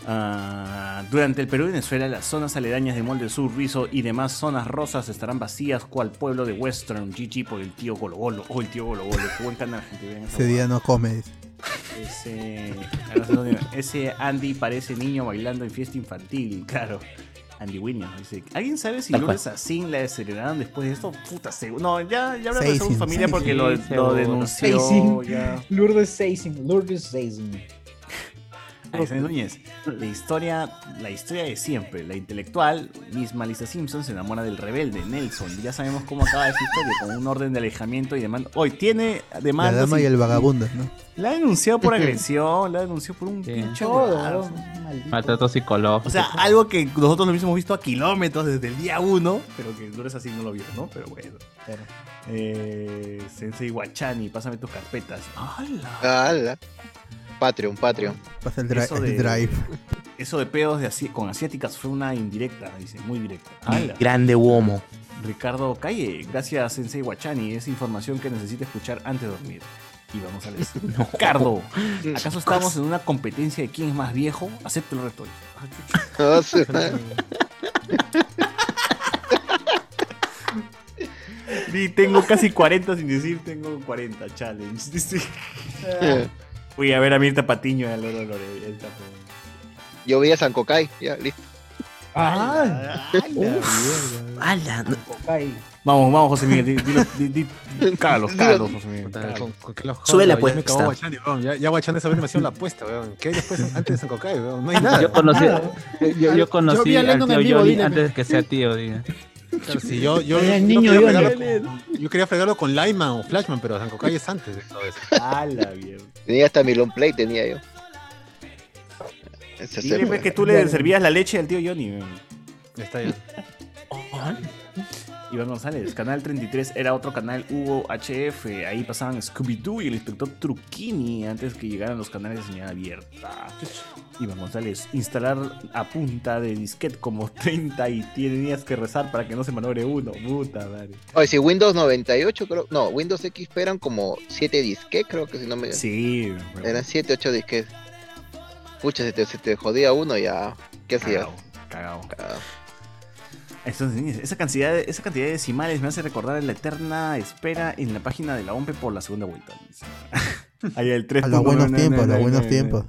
Ah, durante el Perú y Venezuela, las zonas aledañas de Molde Sur, Rizo y demás zonas rosas estarán vacías, cual pueblo de Western, GG por el tío Golo Golo. Oh, el tío Golo Golo, qué buen canal, gente. vean esa Ese día no comes. Ese, ahora se lo digo. Ese Andy parece niño bailando en fiesta infantil, claro. Andy Williams dice, ¿alguien sabe si Tal Lourdes Asín la desheredaron después de esto? Puta, seguro. No, ya, ya hablamos de Seising, su familia porque lo, Sí, lo seguro. denunció. Seising. Ya. Lourdes Seising, Lourdes Seising. Alexander Núñez, la historia, la historia de siempre, la intelectual, misma Lisa Simpson, se enamora del rebelde, Nelson. Ya sabemos cómo acaba esa historia, con un orden de alejamiento y demanda. Hoy tiene La demanda. dama y el vagabundo, ¿no? La denunció por agresión, la denunció por un pinche huevada. Maltrato psicológico. O sea, algo que nosotros lo hubiésemos visto a kilómetros desde el día uno, pero que Lourdes así no lo vio, ¿no? Pero bueno. Eh, Sensei Guachani, pásame tus carpetas. ¡Hala! ¡Hala! Patreon, Patreon. Pasa el, dri- el drive. Eso de pedos de asi- con asiáticas fue una indirecta, dice, muy directa. ¡Hala! Grande Womo. Ricardo Calle, gracias Sensei Guachani, es información que necesita escuchar antes de dormir. Y vamos a ver. Ricardo, ¿acaso estamos en una competencia de quién es más viejo? Acepto el reto. Ah, chucha. Ah, su- Y tengo casi 40 sin decir, tengo 40 challenge. dice. Fui a ver a Mirta Patiño y a Loro Lore. Él está pues. con- Yo vi a San Cocay, ya, listo. Ah, Ala, no- Vamos, vamos, José Miguel. di- dilo- di- di- di- Cágalos, cágalos, José Miguel. Puta, cágalos. pues, con- con qué los jodo, Sube la Ya me apuesta. cagó Guachani, weón. Ya, ya Guachani esa vez me hacía la apuesta, weón. ¿Qué hay después antes de San Cocay, weón? No hay nada. Yo conocí, Nada. yo, yo- yo conocí Yo vi a al Lennon tío en vivo, Johnny dígame. antes de que sea tío, diga. Claro, sí, yo, yo, Era yo niño quería Dios. fregarlo con- yo quería fregarlo con Lyman o Flashman, pero San Cocay es antes de todo eso. A la mierda. Tenía hasta mi long play, tenía yo. Ese Dile, es pues, el- que tú le servías la leche al tío Johnny. eh. weón. Está bien. Iván González, Canal 33 era otro canal, hubo HF, ahí pasaban Scooby-Doo y el inspector Truquini antes que llegaran los canales de señal abierta. Iván González, instalar a punta de disquete como 30 y tenías que rezar para que no se manobre uno, puta madre. Oye, si Windows 98, creo. No, Windows XP eran como 7 disques, creo que si no me. Sí, weón. Eran 7, 8 disques. Pucha, si te, si te jodía uno, ya. ¿Qué hacías? cagao, cagao. Cagao. Entonces, esa cantidad, de- esa cantidad de decimales me hace recordar la eterna espera en la página de la OMP por la segunda vuelta. Ahí el 3 A los buenos tiempos, a los buenos tiempos.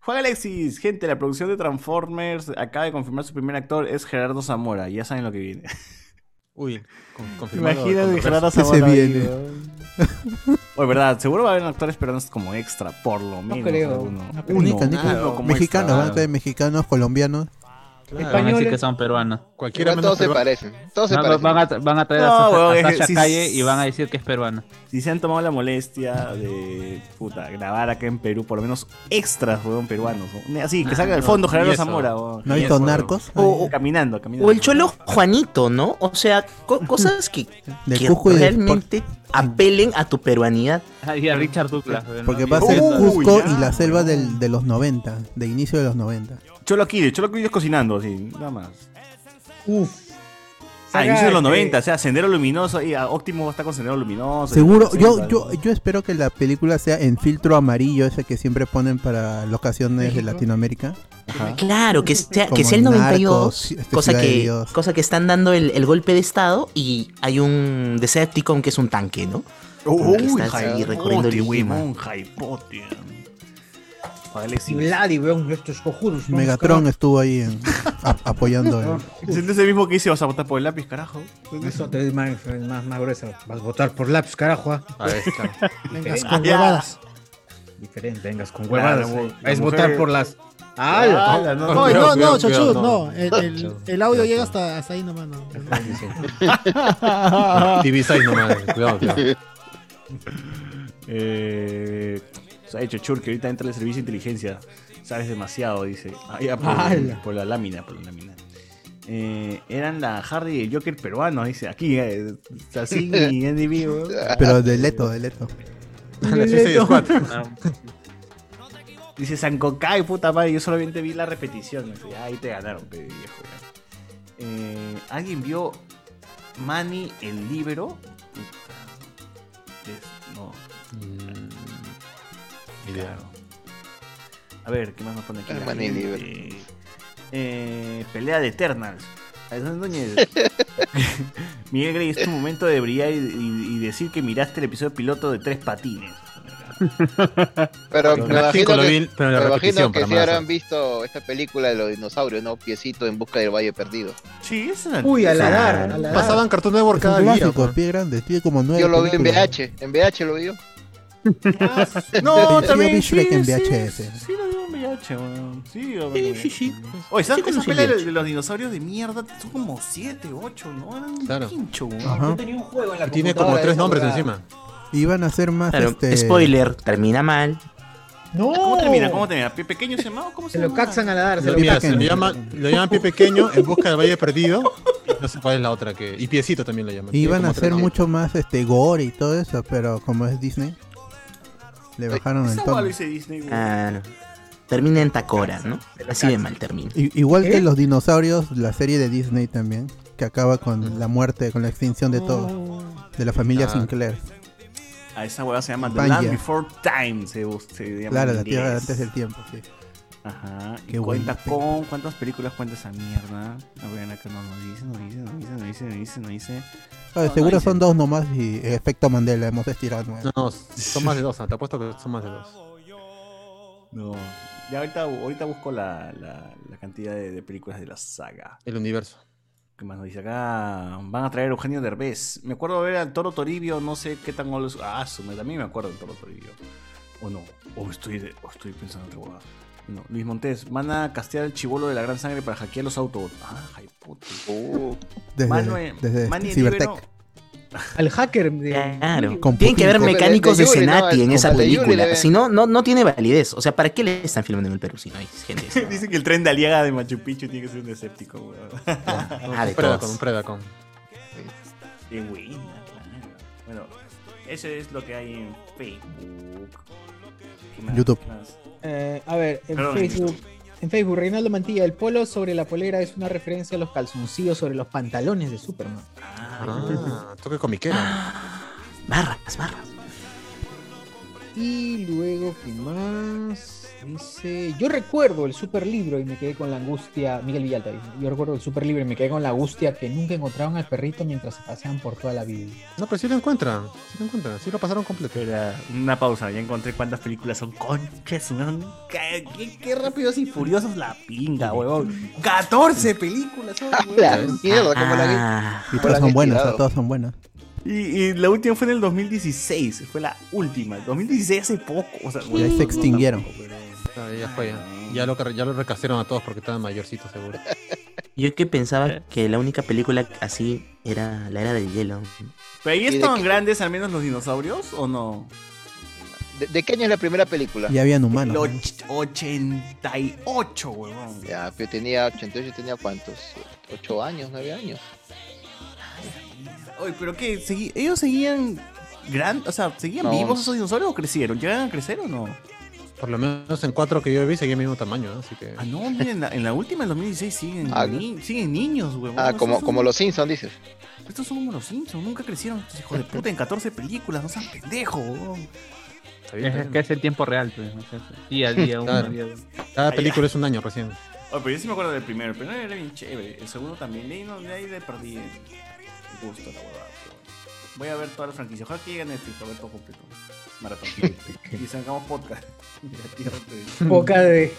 Juan Alexis, gente, la producción de Transformers acaba de confirmar su primer actor es Gerardo Zamora, ya saben lo que viene. Uy, con- confirmado. Imagínate con a Gerardo ¿Qué se Zamora. ahí, viene? weón. Oye, verdad, seguro va a haber actores peruanos como extra, por lo menos. creo. alguno. No Uno, Nica, Nica, uno como extra. mexicanos, van a traer mexicanos, colombianos. Van a decir Españoles. que son peruanos. Cualquiera Igual menos todos se peruano. parecen. Todos se Van, parecen. van a, tra- van a traer No, a, Sasha, weón, a es que Sasha sí- Calle y van a decir que es peruano. Si se han tomado la molestia de puta, grabar acá en Perú, por lo menos extras, weón, peruanos. ¿no? Así, Ah, que salga del fondo Ah, no, Gerardo y eso. Zamora. weón. ¿No hay Y eso, estos narcos? weón. O- o caminando, caminando. O el cholo Juanito, ¿no? O sea, co- cosas que, De que Cusco y de realmente apelen a tu peruanidad. Ah, Y a Richard Douglas. weón, Porque ¿no? va a ser Uy, Cusco ya, y la selva weón. del, de los 90, de inicio de los 90. Cholo Aquiles, Cholo Aquiles cocinando, así, nada más. Uf. Ah, Saca, inicio de los este, 90, o sea, Sendero Luminoso, y a Optimus va a estar con Sendero Luminoso. Seguro, y- yo, yo, yo espero que la película sea en filtro amarillo, ese que siempre ponen para locaciones de Latinoamérica. Ajá. Claro, que sea, que Como sea el 92, Narcos, este, cosa, Ciudad de que, Dios. cosa que están dando el, el golpe de estado y hay un Decepticon que es un tanque, ¿no? Uy, que estás ahí hipote, recorriendo el Lima. weón, hipote. Ojalá y Y sí. Vladi, weón, estos cojudos. ¿no? Megatron estuvo ahí en- a- apoyando. el- Siente ese mismo que dice, vas a votar por el lápiz, carajo. Eso te es más, más, más grueso. Vas a votar por lápiz, carajo. ah. A ver, claro. Vengas Diferente. con huevadas. Diferente, vengas con Claro, huevadas. weón. Es La votar mujer- por las. ¡Ah! Ala, no, No, Cuidado, no, no, cuidado, chochut, cuidado, no. no. El, el- el audio llega hasta, hasta ahí nomás. No. TV6 nomás, cuidado, cuidado. Eh, se ha hecho chur que ahorita entra el servicio de inteligencia. Sabes demasiado, dice. Ah, ya, ¡Hala! por, por la lámina, por la lámina. Eh, eran la Hardy y el Joker peruano, dice. Aquí, eh, Salsín y Andy Vivo. Pero de Leto, de Leto. La Suicide Squad. Ah. Dice Sancocay, puta madre. Yo solamente vi la repetición. Dice, ahí te ganaron, pe, viejo. ya. Eh, ¿Alguien vio Manny el libro? Puta. Es- no. Claro. A ver, ¿qué más nos pone aquí? Ah, la Manny el gente? Eh, pelea de Eternals. Alexander Núñez. Miguel Grey, es tu momento de brillar y, y- y decir que miraste el episodio piloto de Tres Patines. Pero Lo me imagino gráfico lo que, vi, pero en la me imagino repetición, que para sí más. habrán visto esta película de los dinosaurios, ¿no? Piecito en busca del Valle Perdido. Sí, es Uy, a la dar, a la dar. Pasaban Cartoon Network Es cada un día. clásico, pie grande, tiene como nueve. Yo lo vi en películas. VH, en VH lo vi yo. No, Yo- yo también. vi Shrek sí, en sí, VHS. Sí, lo digo en VH, weón. Sí, lo vi en VHS. Oye, ¿sabes que esa pelea de de los dinosaurios de mierda? Son como 7, 8, ¿no? Eran un Claro. pincho, weón. Ajá. tenía un juego en la Tiene como computadora tres esa nombres huevada. encima. Iban a hacer más. Claro, este... spoiler, termina mal. No. ¿Cómo termina? ¿Cómo termina? ¿Pe- ¿Pequeño se llamaba? ¿Cómo se Se llama? lo caxan a la dar, se Lo, lo mira, mira, se caxan. lo sacan. llaman, lo llaman Pie Pequeño en busca del Valle Perdido. No sé cuál es la otra que. Y Piecito también lo llaman. Iban a ser hacer mucho más este gore y todo eso, pero como es Disney, Eh, le bajaron el Esa hueá lo tono. dice Disney, weón. Claro. Ah, Termina en Tacora, ¿no? Así de mal termina. I- Igual ¿Eh? que los dinosaurios, la serie de Disney también, que acaba con la muerte, con la extinción de todo, de la familia Ah. Sinclair. A esa hueá se llama The Panja. Land Before Time, se, se llama. Claro, en la tierra de inglés. antes del tiempo, sí. Ah. Ajá. y Qué cuenta buena película. con. ¿Cuántas películas cuenta esa mierda? A ver, acá no nos dice, no dice, no dice, no dice, no dice, no dice. Ah, No, seguro no son dicen. dos nomás y eh, efecto Mandela hemos estirado. nueve. No, no, son más de dos. Te apuesto que son más de dos. No. Ya ahorita, ahorita busco la, la, la cantidad de, de películas de la saga. El universo. ¿Qué más nos dice acá? Van a traer a Eugenio Derbez. Me acuerdo ver al Toro Toribio, no sé qué tan golos. Ah, su, me- también me acuerdo del Toro Toribio. O no, o estoy, o estoy pensando en otra huevada. No, Luis Montes, van a castear al chivolo de la gran sangre para hackear los autobots. Ah, ay, puto. Desde, Manuel- desde Manny el Cybertech. Libero- Al hacker de. Claro. Con Tienen que Putin. haber Con mecánicos la- de la Yuri, Senati no, en con esa la Yuri película. le- Si no, no, no tiene validez. O sea, ¿para qué le están filmando en el Perú si no hay gente? de esa- Dicen que el tren de Aliaga de Machu Picchu tiene que ser un deséptico, weón. Ah, de un Predacon, todos. un Predacon. Bien buena, claro. Bueno, eso es lo que hay en Facebook. ¿Qué más? YouTube. ¿Qué más? Eh, a ver, en Perdón. Facebook. En Facebook, Reinaldo Mantilla, el polo sobre la polera es una referencia a los calzoncillos sobre los pantalones de Superman. Ah, toque comiquero. Ah, Barras, barras. Y luego, ¿qué más? Dice, yo recuerdo el superlibro y me quedé con la angustia, Miguel Villalta dice, yo recuerdo el superlibro y me quedé con la angustia que nunca encontraban al perrito mientras se paseaban por toda la vida. No, pero sí lo encuentran. Sí lo encuentran. Sí lo pasaron completo. Espera, una pausa, ya encontré cuántas películas son conches, weón. Qué, qué- qué rápidos y furiosos la pinga, weón. 14 películas son, La weón. mierda, como la Ah, Y Hola, todos son qué buenos, tirado. todos son buenos. Y, y la última fue en el 2016, fue la última. 2016 hace poco, o sea, ahí se extinguieron. Ah, ya fue. Ya, Ya lo, ca- ya lo recastearon a todos porque estaban mayorcitos, seguro. yo que pensaba que la única película así era la era del hielo. ¿Pero ahí ¿Y de estaban qué? grandes al menos los dinosaurios o no? ¿De, de qué año es la primera película? Y habían humanos. El ¿no? och- 88, huevón. Ya, pero tenía 88, tenía cuántos? 8 años, 9 años. Oye, pero qué, Segui- ellos seguían gran, o sea, seguían No. vivos esos dinosaurios o crecieron? ¿Llegaron a crecer o no? Por lo menos en cuatro que yo vi seguía el mismo tamaño, ¿eh? así que. Ah, no, miren, en la, en la última del 2016 siguen, Ah, ni- siguen niños, huevón. Ah, Estos como, son- como los Simpsons, dices. Estos son como los Simpsons, nunca crecieron estos hijos de puta en 14 películas, no sean pendejos, huevón. está Es, bien, está es bien. que es el tiempo real, pues. o sea, Día a día, uno a Claro. día. dos. Cada película es un año recién. Oye, pero yo sí me acuerdo del primero, el primero era bien chévere, el segundo también, de ahí, no- de ahí le perdí el gusto, la huevada. pero bueno. Voy a ver toda la franquicia, ojalá que llegue a Netflix, a ver todo completo. Maratón. y sacamos podcast. Poca de...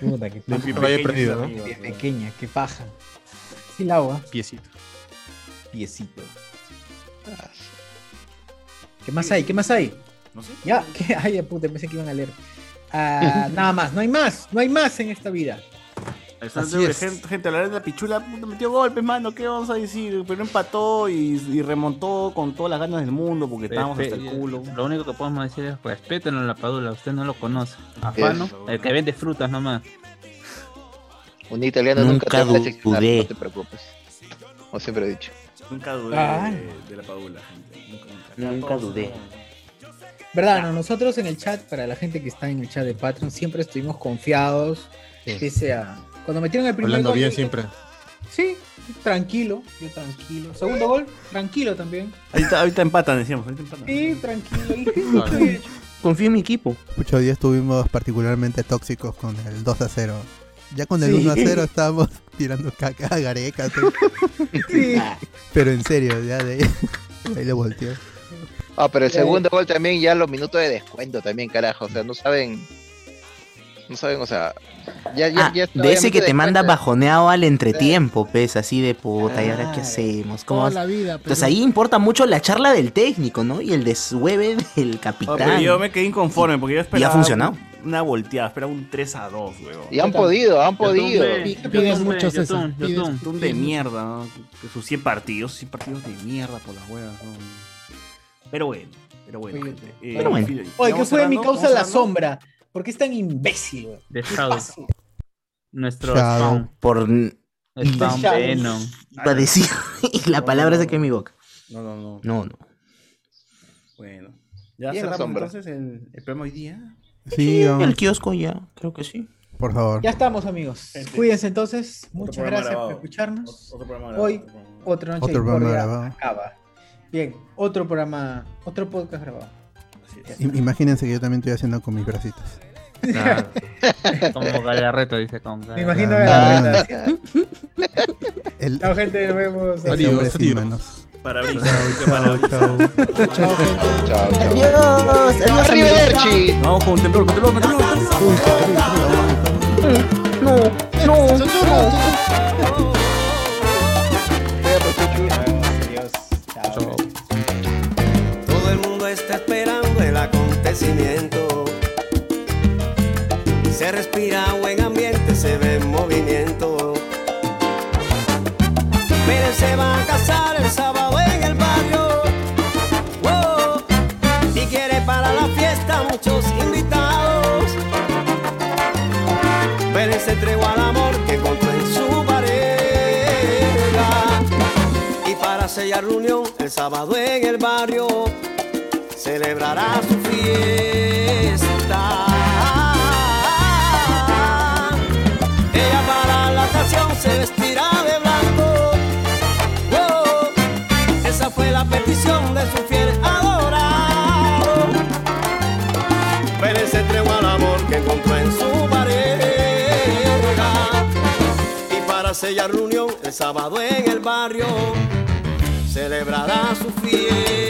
Puta, qué paja. Valle Perdido, ¿no? Qué pequeña, qué paja. Sí, la agua. Piecito. Piecito. Ah, ¿Qué más hay? ¿Qué más hay? No sé. Ya, ¿qué hay? Puta, pensé que iban a leer. Ah, nada más, no hay más, no hay más en esta vida. Estás Así de- es. Gente, gente, la verdad la pichula puta, metió golpes, mano. ¿Qué vamos a decir? Pero empató y, y remontó con todas las ganas del mundo porque estábamos hasta el culo. Este, Lo único que podemos decir es respeten a la padula, usted no lo conoce. Afano, Eso. el que vende frutas nomás. Un italiano nunca, Nunca te va a decepcionar, dudé. no te preocupes. Como siempre he dicho. Nunca dudé Ah. de, de la padula, gente. Nunca, nunca. Mm. Nunca Todos dudé. somos- ¿Verdad? No, nosotros en el chat, para la gente que está en el chat de Patreon, siempre estuvimos confiados. Sí. Pese a. Cuando metieron el primer Hablando gol, bien yo- siempre. Sí, tranquilo, yo tranquilo. Segundo gol, tranquilo también. Ahorita, ahorita empatan, decíamos. Ahorita empatan. Sí, tranquilo. y- Confío en mi equipo. Muchos días estuvimos particularmente tóxicos con el 2 a 0. Ya con el Sí. 1 a 0 estábamos tirando caca, garecas. Pero en serio, ya de ahí, de ahí le volteó. Ah, pero el Ya, ya. segundo gol también, ya los minutos de descuento también, carajo. O sea, no saben. No saben, o sea. Ya, ya, Ah, ya de ese que te manda bajo bajoneado al entretiempo, pues, así de puta, ¿y ahora qué hacemos? ¿Cómo Toda vas- la vida, Entonces pero- ahí importa mucho la charla del técnico, ¿no? Y el deshueve del Ah, pero capitán. yo me quedé inconforme porque yo esperaba. funcionado. Una volteada, esperaba un 3 a 2, weón. Y han podido, han podido. Pides mucho, mucho, César. César. Pides- Yotun de pides- mierda, ¿no? Que- que Sus 100 partidos, 100 partidos de mierda por las huevas, ¿no? Pero bueno, pero bueno, gente. Eh, Pero bueno. Fidel, Oye, ¿qué ¿vamos fue de mi cerrando? causa ¿Vamos la cerrando? sombra? ¿Por qué es tan imbécil, güey? De ¿Qué Shadow. pasa? Nuestro Shadow. Spawn. Por Spawn Shadow. Venom. para decir y la palabra se quedó en mi boca. No, no, no. No, no. Bueno. Ya Bien, cerramos sombra. entonces el, el programa hoy día. Sí, El vamos, kiosco ya, creo que sí. por favor. Ya estamos, amigos. Cuídense entonces. Otro Muchas programa gracias grabado. por escucharnos. Otro programa grabado, Hoy, otro programa. otra noche Otro de programa discordia grabado. acaba. Bien, otro programa, otro podcast grabado. Así es. I- Imagínense que yo también estoy haciendo con mis bracitos. Claro. Como Galarreto dice con Me Galarreto. imagino Ah, que la verdad. El, Chao, gente, nos vemos. ese Adiós, hombre sin adiós. manos. Para abrir. Chao, chao. Chao, chao. Adiós, adiós, Arrivederci. Vamos con un temblor, con temblor, con temblor, con temblor. Todo el mundo está esperando el acontecimiento. Se respira buen ambiente, se ve movimiento. Miren, se va a casar el sábado en el barrio. Wow. Y quiere para la fiesta muchos invitados. Miren, se tregua al amor que encontró en su pareja. Y para sellar la unión, el sábado en el barrio celebrará su fiesta. Ella para la ocasión se vestirá de blanco. Oh, esa fue la petición de su fiel adorado. Pero se entregó al amor que encontró en su pareja y para sellar la unión el sábado en el barrio celebrará su fiesta.